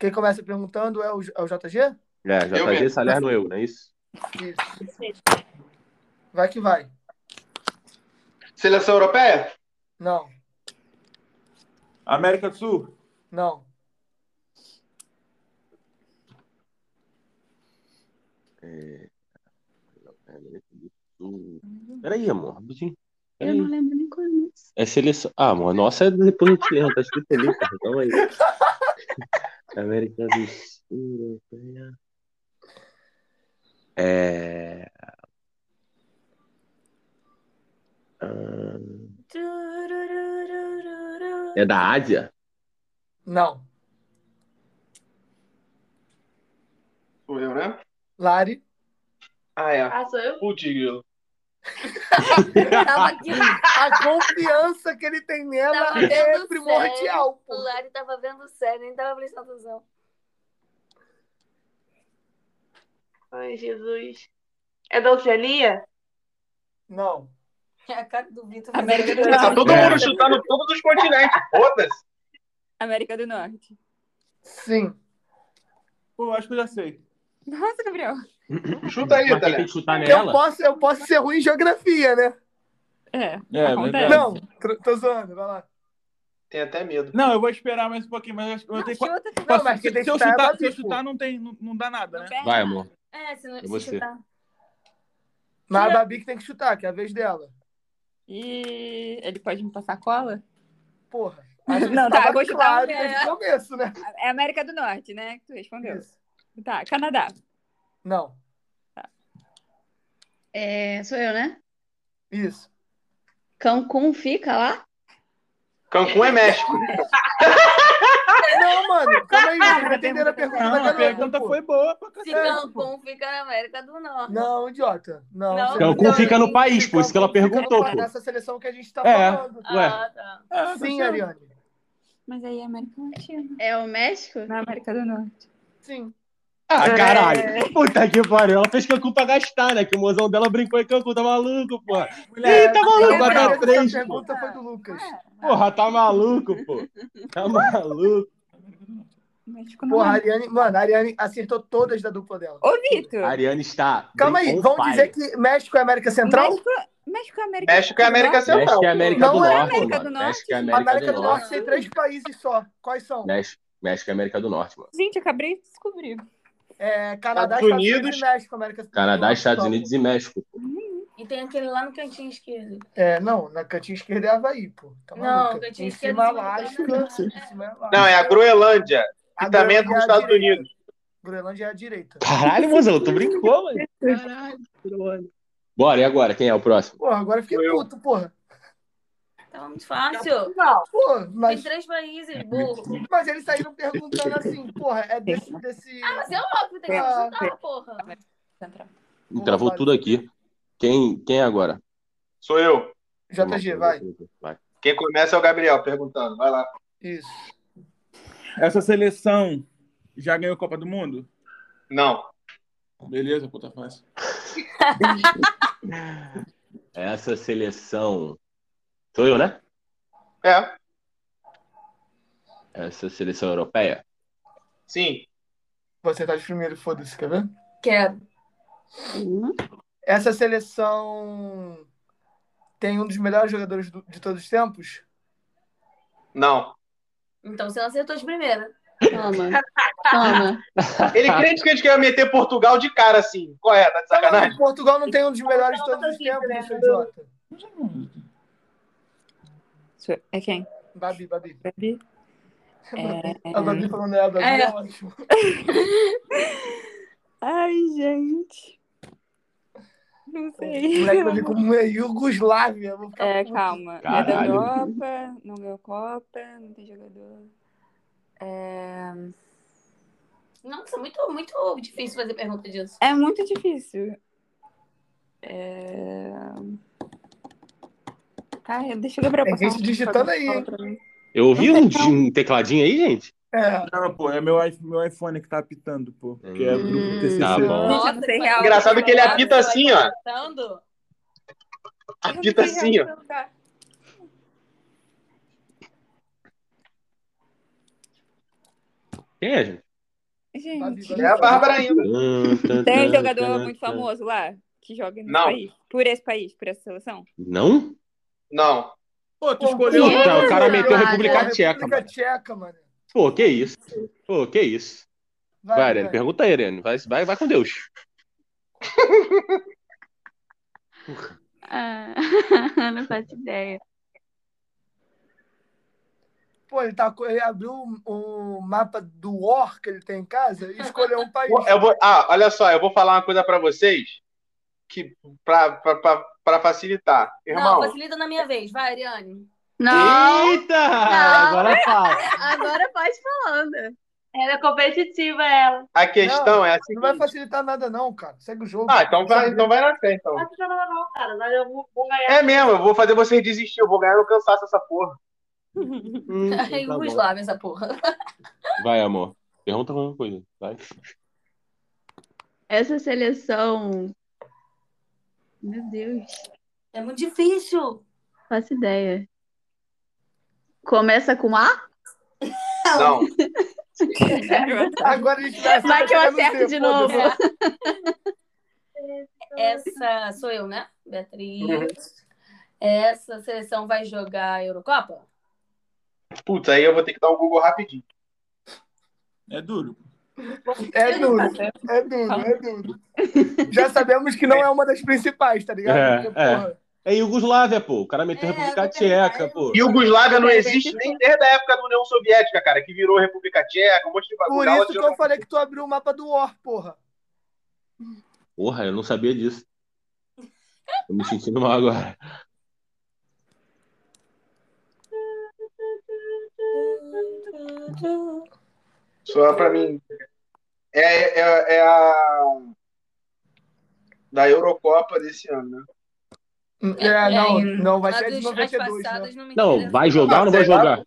[SPEAKER 2] Quem começa perguntando é o, é o JG?
[SPEAKER 5] É,
[SPEAKER 4] Eu
[SPEAKER 5] JG
[SPEAKER 4] mesmo.
[SPEAKER 5] Salerno eu, não é isso?
[SPEAKER 2] Vai que vai.
[SPEAKER 4] Seleção europeia?
[SPEAKER 2] Não,
[SPEAKER 1] América do Sul,
[SPEAKER 2] não.
[SPEAKER 5] Peraí, amor, rapidinho.
[SPEAKER 7] Uhum. Eu
[SPEAKER 5] Peraí.
[SPEAKER 7] não lembro nem qual é o nome.
[SPEAKER 5] É seleção. Ah, amor, nossa, depois a gente erra, tá escrito ali, porra. Calma aí. América do Sul, Europeia. É. Ah, É da Ásia?
[SPEAKER 2] Não.
[SPEAKER 4] Sou eu, né?
[SPEAKER 2] Lari,
[SPEAKER 4] Ah, é.
[SPEAKER 6] Ah, sou eu?
[SPEAKER 4] Putz, Grilo. É.
[SPEAKER 3] Tava aqui
[SPEAKER 2] a confiança que ele tem nela
[SPEAKER 8] Tá
[SPEAKER 3] Tava
[SPEAKER 2] é
[SPEAKER 3] vendo
[SPEAKER 2] primordial,
[SPEAKER 3] O
[SPEAKER 2] pô.
[SPEAKER 3] Lari tava vendo sério, nem tava prestando atenção.
[SPEAKER 6] Ai, Jesus. É da Oceania?
[SPEAKER 2] Não.
[SPEAKER 3] É a cara do Vitor.
[SPEAKER 8] América do
[SPEAKER 4] Tá
[SPEAKER 8] Norte.
[SPEAKER 4] todo mundo chutando todos os continentes. Foda-se.
[SPEAKER 8] América do Norte.
[SPEAKER 2] Sim.
[SPEAKER 1] pô, acho que eu já sei.
[SPEAKER 8] Nossa, Gabriel.
[SPEAKER 4] Chuta aí,
[SPEAKER 5] Mas quem tem
[SPEAKER 4] Thalé.
[SPEAKER 5] que
[SPEAKER 1] Tá
[SPEAKER 5] chutar
[SPEAKER 2] Eu
[SPEAKER 5] nela?
[SPEAKER 2] posso, eu posso ser ruim em geografia, né?
[SPEAKER 8] É.
[SPEAKER 1] É,
[SPEAKER 8] Acontece.
[SPEAKER 1] verdade.
[SPEAKER 2] Não, tr- tô zoando, vai lá.
[SPEAKER 4] Tem até medo.
[SPEAKER 1] Não, eu vou esperar mais um pouquinho, mas eu acho que eu tenho que.
[SPEAKER 8] Chuta,
[SPEAKER 2] Não, mas
[SPEAKER 1] se,
[SPEAKER 2] quem tem
[SPEAKER 1] se
[SPEAKER 2] que
[SPEAKER 1] eu
[SPEAKER 2] chutar é
[SPEAKER 1] chutar,
[SPEAKER 2] Babi,
[SPEAKER 1] se eu
[SPEAKER 2] pô.
[SPEAKER 1] chutar não, tem, não, não dá nada,
[SPEAKER 8] não
[SPEAKER 1] né?
[SPEAKER 8] perde
[SPEAKER 5] Vai,
[SPEAKER 8] nada.
[SPEAKER 5] amor.
[SPEAKER 3] É, se não
[SPEAKER 5] É você.
[SPEAKER 3] se chutar.
[SPEAKER 2] Mas a Babi que tem que chutar, que é a vez dela.
[SPEAKER 8] E ele pode me passar cola?
[SPEAKER 2] Porra.
[SPEAKER 8] Não, tá,
[SPEAKER 2] Tava
[SPEAKER 8] vou chutar
[SPEAKER 2] claro
[SPEAKER 8] um, é.
[SPEAKER 2] desde o começo, né?
[SPEAKER 8] É América do Norte, né? Que tu
[SPEAKER 1] É.
[SPEAKER 8] respondeu.
[SPEAKER 2] Isso.
[SPEAKER 8] Tá, Canadá.
[SPEAKER 2] Não.
[SPEAKER 7] É, sou eu, né?
[SPEAKER 2] Isso.
[SPEAKER 7] Cancún fica lá?
[SPEAKER 4] Cancún é México.
[SPEAKER 2] Não, mano, calma aí, vocês não entenderam a pergunta da
[SPEAKER 1] Não, a
[SPEAKER 2] galera.
[SPEAKER 1] pergunta
[SPEAKER 2] pô.
[SPEAKER 1] foi boa pra
[SPEAKER 3] Se
[SPEAKER 1] cacete.
[SPEAKER 3] Cancún fica na América do Norte.
[SPEAKER 2] É, tipo Não, idiota. Não.
[SPEAKER 6] Não.
[SPEAKER 2] você
[SPEAKER 5] Cancún
[SPEAKER 2] entendeu.
[SPEAKER 5] fica no país, pô, isso que ela
[SPEAKER 2] Cancún fica no
[SPEAKER 5] perguntou,
[SPEAKER 2] país,
[SPEAKER 5] pô.
[SPEAKER 2] Nessa seleção que a gente tá
[SPEAKER 5] É.
[SPEAKER 2] falando.
[SPEAKER 5] Ué.
[SPEAKER 3] Ah, tá.
[SPEAKER 1] É, tá
[SPEAKER 2] Sim,
[SPEAKER 1] certo.
[SPEAKER 2] Ariane.
[SPEAKER 8] Mas aí é América Latina.
[SPEAKER 7] É o México?
[SPEAKER 8] Na América do Norte.
[SPEAKER 2] Sim.
[SPEAKER 5] Ah,
[SPEAKER 7] É.
[SPEAKER 5] caralho. Puta que pariu. Ela fez Cancún pra gastar, né? Que o mozão dela brincou em Cancún, tá maluco, pô.
[SPEAKER 7] É,
[SPEAKER 5] Ih, tá maluco,
[SPEAKER 2] a
[SPEAKER 5] vai dar três,
[SPEAKER 2] Essa
[SPEAKER 5] pô.
[SPEAKER 2] pergunta foi do Lucas.
[SPEAKER 3] é.
[SPEAKER 5] Porra, tá maluco, pô. Tá maluco.
[SPEAKER 8] México não
[SPEAKER 2] Porra, a
[SPEAKER 8] é.
[SPEAKER 2] Ariane, mano, a Ariane acertou todas da dupla dela.
[SPEAKER 8] Ô,
[SPEAKER 5] A
[SPEAKER 8] Vitor!
[SPEAKER 5] Ariane está.
[SPEAKER 2] Calma aí,
[SPEAKER 5] on
[SPEAKER 2] vamos
[SPEAKER 5] fire.
[SPEAKER 2] dizer que México é América Central?
[SPEAKER 8] México, México é América
[SPEAKER 4] México é América
[SPEAKER 8] Norte?
[SPEAKER 4] Central.
[SPEAKER 5] México é América
[SPEAKER 2] Não
[SPEAKER 5] do
[SPEAKER 2] é
[SPEAKER 5] Norte,
[SPEAKER 8] América
[SPEAKER 5] mano.
[SPEAKER 8] do Norte?
[SPEAKER 5] México é
[SPEAKER 2] A
[SPEAKER 5] América,
[SPEAKER 2] América do Norte tem
[SPEAKER 3] Norte.
[SPEAKER 2] três países só. Quais são?
[SPEAKER 5] México, México é América do Norte, mano.
[SPEAKER 8] Gente, acabei de descobrir.
[SPEAKER 2] É, Canadá,
[SPEAKER 4] Estados
[SPEAKER 2] Estados Unidos,
[SPEAKER 4] Unidos.
[SPEAKER 2] e México. América do
[SPEAKER 5] Canadá,
[SPEAKER 2] Norte
[SPEAKER 5] Estados
[SPEAKER 2] só,
[SPEAKER 5] Unidos
[SPEAKER 2] pô.
[SPEAKER 5] e México. pô.
[SPEAKER 3] E tem aquele lá no cantinho esquerdo.
[SPEAKER 2] É, não, na cantinha esquerda é Havaí, pô. Tá
[SPEAKER 3] Não,
[SPEAKER 2] maluca.
[SPEAKER 3] cantinha
[SPEAKER 2] Em
[SPEAKER 3] esquerda
[SPEAKER 2] cima
[SPEAKER 3] é
[SPEAKER 2] é
[SPEAKER 3] Alaska.
[SPEAKER 2] Alasca. em cima é Alasca.
[SPEAKER 4] Não, é a Groenlândia.
[SPEAKER 2] A
[SPEAKER 4] E também é
[SPEAKER 2] Groenlândia
[SPEAKER 4] dos Estados
[SPEAKER 2] à direita.
[SPEAKER 4] Unidos. Tá.
[SPEAKER 2] Groenlândia é à direita.
[SPEAKER 5] Caralho, mozão, tu brincou, mano.
[SPEAKER 7] Caralho.
[SPEAKER 5] Bora, e agora? Quem é o próximo?
[SPEAKER 2] Porra, agora eu fiquei
[SPEAKER 4] Sou eu.
[SPEAKER 2] puto, porra.
[SPEAKER 3] Tá muito fácil.
[SPEAKER 2] Porra,
[SPEAKER 3] Tem
[SPEAKER 2] mas,
[SPEAKER 3] três países,
[SPEAKER 4] É
[SPEAKER 3] burro.
[SPEAKER 2] mas eles saíram perguntando assim, porra, é desse. desse...
[SPEAKER 3] Mas é óbvio, tem que
[SPEAKER 2] Ah,
[SPEAKER 3] ajudar, porra.
[SPEAKER 8] Central.
[SPEAKER 5] Ih, Travou tudo aqui. Quem, quem é agora?
[SPEAKER 4] Sou eu.
[SPEAKER 2] JG, vai.
[SPEAKER 5] Vai.
[SPEAKER 4] Quem começa é o Gabriel perguntando. Vai lá.
[SPEAKER 2] Isso.
[SPEAKER 1] Essa seleção já ganhou Copa do Mundo?
[SPEAKER 4] Não.
[SPEAKER 1] Beleza, puta fácil.
[SPEAKER 5] Essa seleção. Sou eu, né?
[SPEAKER 4] É.
[SPEAKER 5] Essa seleção europeia.
[SPEAKER 4] Sim.
[SPEAKER 2] Você tá de primeiro, foda-se, quer ver?
[SPEAKER 3] Quero.
[SPEAKER 2] Essa seleção tem um dos melhores jogadores do- de todos os tempos?
[SPEAKER 4] Não.
[SPEAKER 3] Então você não acertou de primeira.
[SPEAKER 7] Toma. Toma.
[SPEAKER 4] Ele crente que a gente quer meter Portugal de cara, assim. Correto, tá de sacanagem?
[SPEAKER 2] Não, Portugal não tem um dos melhores de todos os
[SPEAKER 6] Portugal
[SPEAKER 2] tempos,
[SPEAKER 6] tá
[SPEAKER 2] seu
[SPEAKER 6] difícil,
[SPEAKER 2] idiota.
[SPEAKER 8] Deixa eu- É quem?
[SPEAKER 2] Babi, Babi.
[SPEAKER 8] Babi?
[SPEAKER 2] A Babi falando é a Babi,
[SPEAKER 3] É.
[SPEAKER 2] é ótimo.
[SPEAKER 8] Ai, gente. Não
[SPEAKER 2] O
[SPEAKER 8] sei.
[SPEAKER 2] moleque vai vir como é Iugoslávia. eu vou ficar
[SPEAKER 8] É,
[SPEAKER 2] puto.
[SPEAKER 8] calma. É da
[SPEAKER 5] Caralho.
[SPEAKER 8] Europa, não ganhou Copa, não tem jogador. É,
[SPEAKER 3] Nossa, muito, muito difícil fazer pergunta disso.
[SPEAKER 8] é muito difícil. É... Ai, deixa eu um lembrar.
[SPEAKER 2] Tem gente digitando aí, hein?
[SPEAKER 5] Eu ouvi um, um tecladinho aí, gente?
[SPEAKER 2] É.
[SPEAKER 1] Não, pô, é meu, i- meu iPhone que tá apitando, pô. Que é
[SPEAKER 5] Hum,
[SPEAKER 1] grupo do
[SPEAKER 5] tá
[SPEAKER 1] TCC.
[SPEAKER 5] bom.
[SPEAKER 8] Gente, eu não sei real.
[SPEAKER 4] Engraçado que ele apita assim, ó.
[SPEAKER 3] Tando?
[SPEAKER 4] Apita assim, ó.
[SPEAKER 5] Quem é, gente?
[SPEAKER 8] Gente,
[SPEAKER 5] Tá
[SPEAKER 2] Babi,
[SPEAKER 4] É a Bárbara ainda.
[SPEAKER 8] tem um jogador muito famoso lá que joga nesse
[SPEAKER 4] Não.
[SPEAKER 8] país? Por esse país, por essa seleção?
[SPEAKER 5] Não?
[SPEAKER 4] Não.
[SPEAKER 1] Pô, tu
[SPEAKER 2] Pô,
[SPEAKER 1] escolheu.
[SPEAKER 5] Puta,
[SPEAKER 1] Não,
[SPEAKER 5] o
[SPEAKER 2] é
[SPEAKER 5] cara meteu
[SPEAKER 7] Ah,
[SPEAKER 5] República
[SPEAKER 2] Pô,
[SPEAKER 5] Tcheca,
[SPEAKER 2] República
[SPEAKER 5] mano.
[SPEAKER 2] Tcheca, mano.
[SPEAKER 5] Pô, que isso? Pô, que isso?
[SPEAKER 2] Vai,
[SPEAKER 5] Vai,
[SPEAKER 2] vai.
[SPEAKER 5] Irene, pergunta aí, Irene. Vai, vai, vai com Deus.
[SPEAKER 7] Ah, não faço ideia.
[SPEAKER 2] Pô, ele, tá, ele abriu o mapa do War que ele tem em casa e escolheu um país.
[SPEAKER 5] É
[SPEAKER 4] Eu vou, ah, olha só, eu vou falar uma coisa pra vocês que pra, pra, pra, pra facilitar. Irmão,
[SPEAKER 3] Não, facilita na minha vez. Vai, Ariane.
[SPEAKER 7] Não!
[SPEAKER 5] Eita! Agora fala.
[SPEAKER 7] Agora pode falando.
[SPEAKER 6] Ela é competitiva, ela.
[SPEAKER 4] a questão é assim.
[SPEAKER 2] Não vai facilitar nada, não, cara. Segue o jogo.
[SPEAKER 4] Ah, então vai, então vai na fé, então.
[SPEAKER 6] Mas não vai não, cara. Mas eu vou, vou ganhar.
[SPEAKER 4] É mesmo, eu vou fazer vocês desistir, eu vou ganhar no cansaço essa porra.
[SPEAKER 5] Hum, tá
[SPEAKER 3] Ai,
[SPEAKER 5] bom.
[SPEAKER 3] Yugoslávia, essa porra.
[SPEAKER 5] Vai, amor. Pergunta alguma coisa. Vai.
[SPEAKER 7] Essa seleção. Meu Deus.
[SPEAKER 3] É muito difícil.
[SPEAKER 7] Faço ideia. Começa com A?
[SPEAKER 4] Não.
[SPEAKER 2] Agora a gente vai
[SPEAKER 7] Vai que eu acerto de novo.
[SPEAKER 3] Essa sou eu, né? Beatriz.
[SPEAKER 4] Uhum.
[SPEAKER 3] Essa seleção vai jogar a Eurocopa?
[SPEAKER 4] Putz, aí eu vou ter que dar um Google rapidinho.
[SPEAKER 1] É duro.
[SPEAKER 2] É duro, é duro, é duro. Já sabemos que não é uma das principais, tá ligado?
[SPEAKER 5] É, é.
[SPEAKER 2] porra,
[SPEAKER 5] É Iugoslávia, pô. O cara meteu
[SPEAKER 3] É,
[SPEAKER 5] República
[SPEAKER 3] eu vou perguntar,
[SPEAKER 5] Tcheca,
[SPEAKER 3] eu
[SPEAKER 5] pô.
[SPEAKER 4] E o Yugoslávia não existe nem desde a época da União Soviética, cara, que virou República Tcheca, um monte de
[SPEAKER 2] Por
[SPEAKER 4] bagulho.
[SPEAKER 2] isso que eu falei que tu abriu o mapa do War, porra.
[SPEAKER 5] Porra, eu não sabia disso. Tô me sentindo mal agora.
[SPEAKER 4] Só pra mim. É, é, é a. Da Eurocopa desse ano, né?
[SPEAKER 2] É, não, não, vai
[SPEAKER 3] A
[SPEAKER 2] ser de
[SPEAKER 3] dos- as
[SPEAKER 2] 92, né?
[SPEAKER 3] passadas não me
[SPEAKER 5] Não,
[SPEAKER 3] interessam.
[SPEAKER 5] vai jogar ou não vai jogar?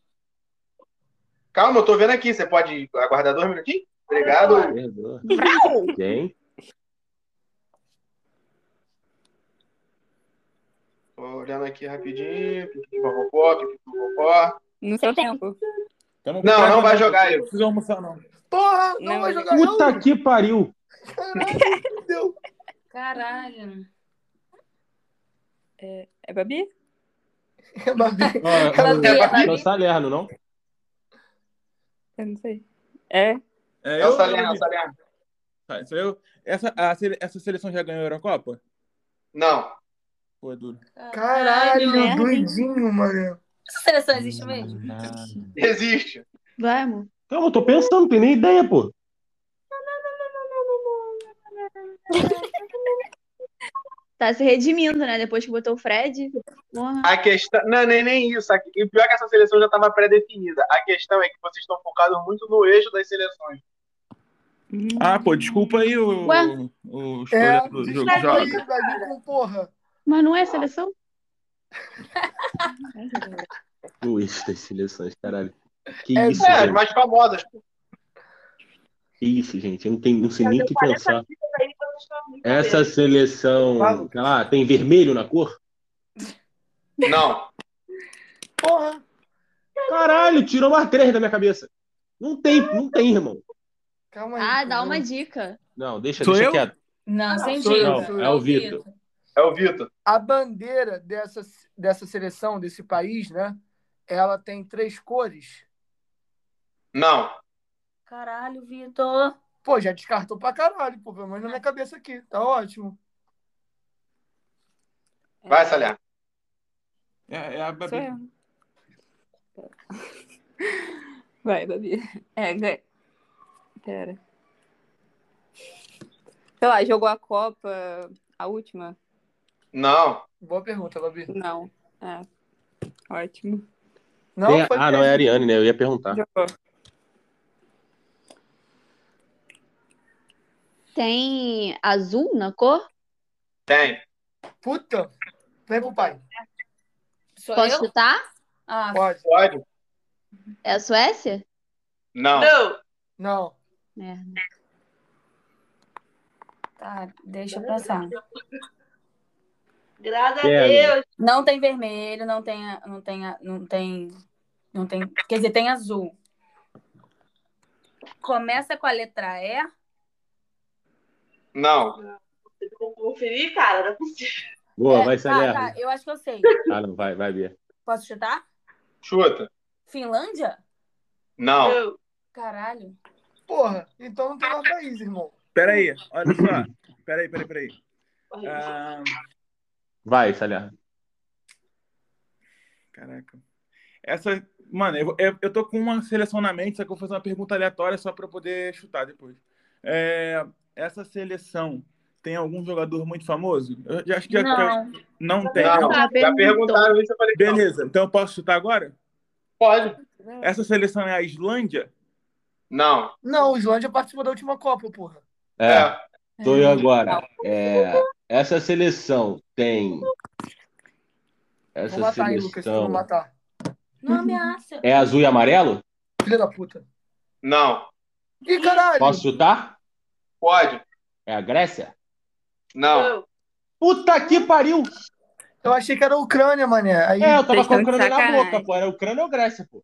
[SPEAKER 4] Calma, eu tô vendo aqui. Você pode aguardar dois minutinhos? Obrigado.
[SPEAKER 5] Perdoa. Quem?
[SPEAKER 4] Tô olhando aqui rapidinho. Pipi, popopó, pipi, popopó.
[SPEAKER 8] No seu tempo.
[SPEAKER 1] Tamo com
[SPEAKER 4] Não,
[SPEAKER 1] cara,
[SPEAKER 4] não vai
[SPEAKER 1] né?
[SPEAKER 4] jogar,
[SPEAKER 1] Não
[SPEAKER 4] eu.
[SPEAKER 1] precisa almoçar, não.
[SPEAKER 2] Porra, não,
[SPEAKER 8] Não,
[SPEAKER 2] vai
[SPEAKER 8] mas-
[SPEAKER 2] jogar não.
[SPEAKER 5] é Puta que pariu.
[SPEAKER 2] Caralho, meu Deus.
[SPEAKER 3] Caralho.
[SPEAKER 8] É Babi?
[SPEAKER 2] É, Babi.
[SPEAKER 5] Ó,
[SPEAKER 4] é
[SPEAKER 5] É o Salerno, não?
[SPEAKER 8] Eu não sei. É?
[SPEAKER 1] É,
[SPEAKER 4] É o
[SPEAKER 1] eu,
[SPEAKER 4] Salerno, é o
[SPEAKER 1] Davi?
[SPEAKER 4] Salerno.
[SPEAKER 1] Tá, isso eu. Essa, a sele- essa seleção já ganhou a Eurocopa?
[SPEAKER 4] Não.
[SPEAKER 1] Pô, é duro.
[SPEAKER 2] Caralho,
[SPEAKER 7] merda, hein?
[SPEAKER 2] doidinho, mano.
[SPEAKER 3] Essa seleção existe mesmo?
[SPEAKER 4] Existe.
[SPEAKER 7] Vai, amor.
[SPEAKER 5] Calma, eu tô pensando, não tenho nem ideia, pô.
[SPEAKER 7] Tá se redimindo, né? Depois que botou o Fred. Porra.
[SPEAKER 4] A questão. Não, nem, nem isso. A- E o pior é que essa seleção já estava pré-definida. A questão é que vocês estão focados muito no eixo das seleções.
[SPEAKER 1] Ah, pô, desculpa aí o.
[SPEAKER 7] Ué?
[SPEAKER 1] O escolha
[SPEAKER 2] É,
[SPEAKER 1] do
[SPEAKER 2] desculpa
[SPEAKER 1] jogo.
[SPEAKER 2] aí,
[SPEAKER 1] Joga.
[SPEAKER 2] Babi com porra.
[SPEAKER 7] Mas não é seleção?
[SPEAKER 5] Luiz das seleções, caralho. Que
[SPEAKER 2] É,
[SPEAKER 5] isso,
[SPEAKER 4] É, as
[SPEAKER 5] gente.
[SPEAKER 4] mais famosas.
[SPEAKER 5] Isso, gente. Eu não, tenho, não sei
[SPEAKER 6] Já
[SPEAKER 5] nem o
[SPEAKER 3] um
[SPEAKER 6] deu
[SPEAKER 5] que
[SPEAKER 6] 40
[SPEAKER 5] pensar.
[SPEAKER 6] dias aí, vocês estão muito
[SPEAKER 5] Essa
[SPEAKER 6] bem.
[SPEAKER 5] seleção, sei lá, tem vermelho na cor?
[SPEAKER 4] Não.
[SPEAKER 2] Porra!
[SPEAKER 5] Caralho, tirou mais três da minha cabeça. Não tem, não tem, irmão.
[SPEAKER 2] Calma aí.
[SPEAKER 7] Ah, dá
[SPEAKER 2] cara.
[SPEAKER 7] uma dica.
[SPEAKER 5] Não, deixa,
[SPEAKER 1] Sou
[SPEAKER 5] deixa
[SPEAKER 1] eu?
[SPEAKER 5] quieto.
[SPEAKER 3] Não, sem
[SPEAKER 2] sou eu,
[SPEAKER 3] dica.
[SPEAKER 2] sou
[SPEAKER 5] eu. É o Vitor.
[SPEAKER 4] É o Vitor.
[SPEAKER 2] A bandeira dessa, dessa seleção, desse país, né? Ela tem três cores.
[SPEAKER 4] Não.
[SPEAKER 3] Caralho, Vitor.
[SPEAKER 2] Pô, já descartou pra caralho, pô, pelo menos na minha cabeça aqui. Tá ótimo.
[SPEAKER 4] Vai, Salhar.
[SPEAKER 1] É, é a Babi.
[SPEAKER 8] Sou eu. Vai, Babi. É, ganha. Pera. Sei lá, jogou a Copa, a última?
[SPEAKER 4] Não.
[SPEAKER 2] Boa pergunta, Babi.
[SPEAKER 8] Não. É. Ótimo.
[SPEAKER 2] Não,
[SPEAKER 5] Tem a-
[SPEAKER 2] foi
[SPEAKER 5] ah, não, é a
[SPEAKER 2] mesmo.
[SPEAKER 5] Ariane, né? Eu ia perguntar.
[SPEAKER 8] Jogou.
[SPEAKER 7] Tem azul na cor?
[SPEAKER 4] Tem.
[SPEAKER 2] Puta! Vem pro pai.
[SPEAKER 3] Sou
[SPEAKER 7] Posso
[SPEAKER 3] eu?
[SPEAKER 7] chutar?
[SPEAKER 3] Ah,
[SPEAKER 2] Pode.
[SPEAKER 4] Pode?
[SPEAKER 7] É a Suécia?
[SPEAKER 4] Não.
[SPEAKER 6] Não.
[SPEAKER 2] Não.
[SPEAKER 7] Merda.
[SPEAKER 3] tá. Deixa eu pensar.
[SPEAKER 6] Graças a
[SPEAKER 5] Quero.
[SPEAKER 6] Deus.
[SPEAKER 3] Não tem vermelho, não tem, não tem, não tem, não tem. Quer dizer, tem azul. Começa com a letra E.
[SPEAKER 4] Não.
[SPEAKER 6] Tem que Conferir, cara, não é possível.
[SPEAKER 5] Boa,
[SPEAKER 3] É,
[SPEAKER 5] vai,
[SPEAKER 3] tá,
[SPEAKER 5] Saler.
[SPEAKER 3] tá, eu acho que eu sei.
[SPEAKER 5] Ah, não, vai, vai, Bia.
[SPEAKER 3] Posso chutar?
[SPEAKER 4] Chuta.
[SPEAKER 3] Finlândia?
[SPEAKER 4] Não.
[SPEAKER 6] Não.
[SPEAKER 3] Caralho.
[SPEAKER 2] Porra, então não tem mais país, irmão.
[SPEAKER 1] Peraí, olha só. Peraí, peraí, peraí. Ah,
[SPEAKER 5] Vai, Saler.
[SPEAKER 1] caraca. Essa. Mano, eu, eu, eu tô com uma seleção na mente, só que eu vou fazer uma pergunta aleatória só pra poder chutar depois. É, essa seleção tem algum jogador muito famoso? Eu já acho que já-
[SPEAKER 3] Não.
[SPEAKER 1] não tem. Ah,
[SPEAKER 4] Não.
[SPEAKER 7] Já
[SPEAKER 4] Já perguntaram isso, eu falei. que não.
[SPEAKER 1] Beleza, então eu posso chutar agora?
[SPEAKER 4] Pode.
[SPEAKER 1] Essa seleção é a Islândia?
[SPEAKER 4] Não.
[SPEAKER 2] Não, o Islândia participou da última Copa, porra.
[SPEAKER 5] É, tô eu agora. É, essa seleção tem.
[SPEAKER 2] Vou
[SPEAKER 5] Essa
[SPEAKER 2] matar aí, Lucas, se não
[SPEAKER 5] seleção.
[SPEAKER 2] matar.
[SPEAKER 3] Não ameaça.
[SPEAKER 5] É azul e amarelo?
[SPEAKER 2] Filha da puta.
[SPEAKER 4] Não.
[SPEAKER 2] Ih, caralho!
[SPEAKER 5] Posso chutar?
[SPEAKER 4] Pode.
[SPEAKER 5] É a Grécia?
[SPEAKER 4] Não.
[SPEAKER 5] Puta que pariu!
[SPEAKER 2] Eu achei que era a Ucrânia, mané. Aí,
[SPEAKER 5] É, eu
[SPEAKER 8] Vocês
[SPEAKER 5] tava com
[SPEAKER 8] estão
[SPEAKER 5] a
[SPEAKER 8] de
[SPEAKER 5] Ucrânia na
[SPEAKER 8] sacanagem.
[SPEAKER 5] boca, pô. Era Ucrânia ou Grécia, pô.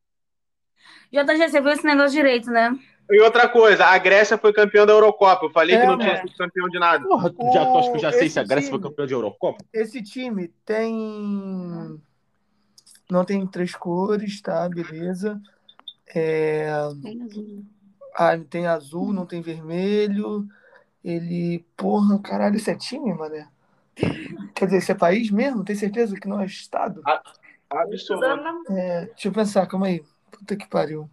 [SPEAKER 3] JG, você viu esse negócio direito, né?
[SPEAKER 4] E outra coisa, a Grécia foi campeã da Eurocopa. Eu falei que
[SPEAKER 2] É,
[SPEAKER 4] não tinha
[SPEAKER 2] né?
[SPEAKER 4] sido campeão de nada.
[SPEAKER 5] Porra, tu já, tu acho que eu já sei
[SPEAKER 2] Esse
[SPEAKER 5] se a Grécia foi
[SPEAKER 2] time-
[SPEAKER 5] campeã de Eurocopa.
[SPEAKER 2] esse time tem. Não tem três cores, tá? Beleza. É...
[SPEAKER 7] Tem azul.
[SPEAKER 2] Ah, não tem azul, não tem vermelho. Ele. Porra, caralho, isso é time, mané? Quer dizer, isso é país mesmo? Tem certeza que não é estado?
[SPEAKER 4] Absoluto.
[SPEAKER 2] É, deixa eu pensar, calma aí. Puta que pariu.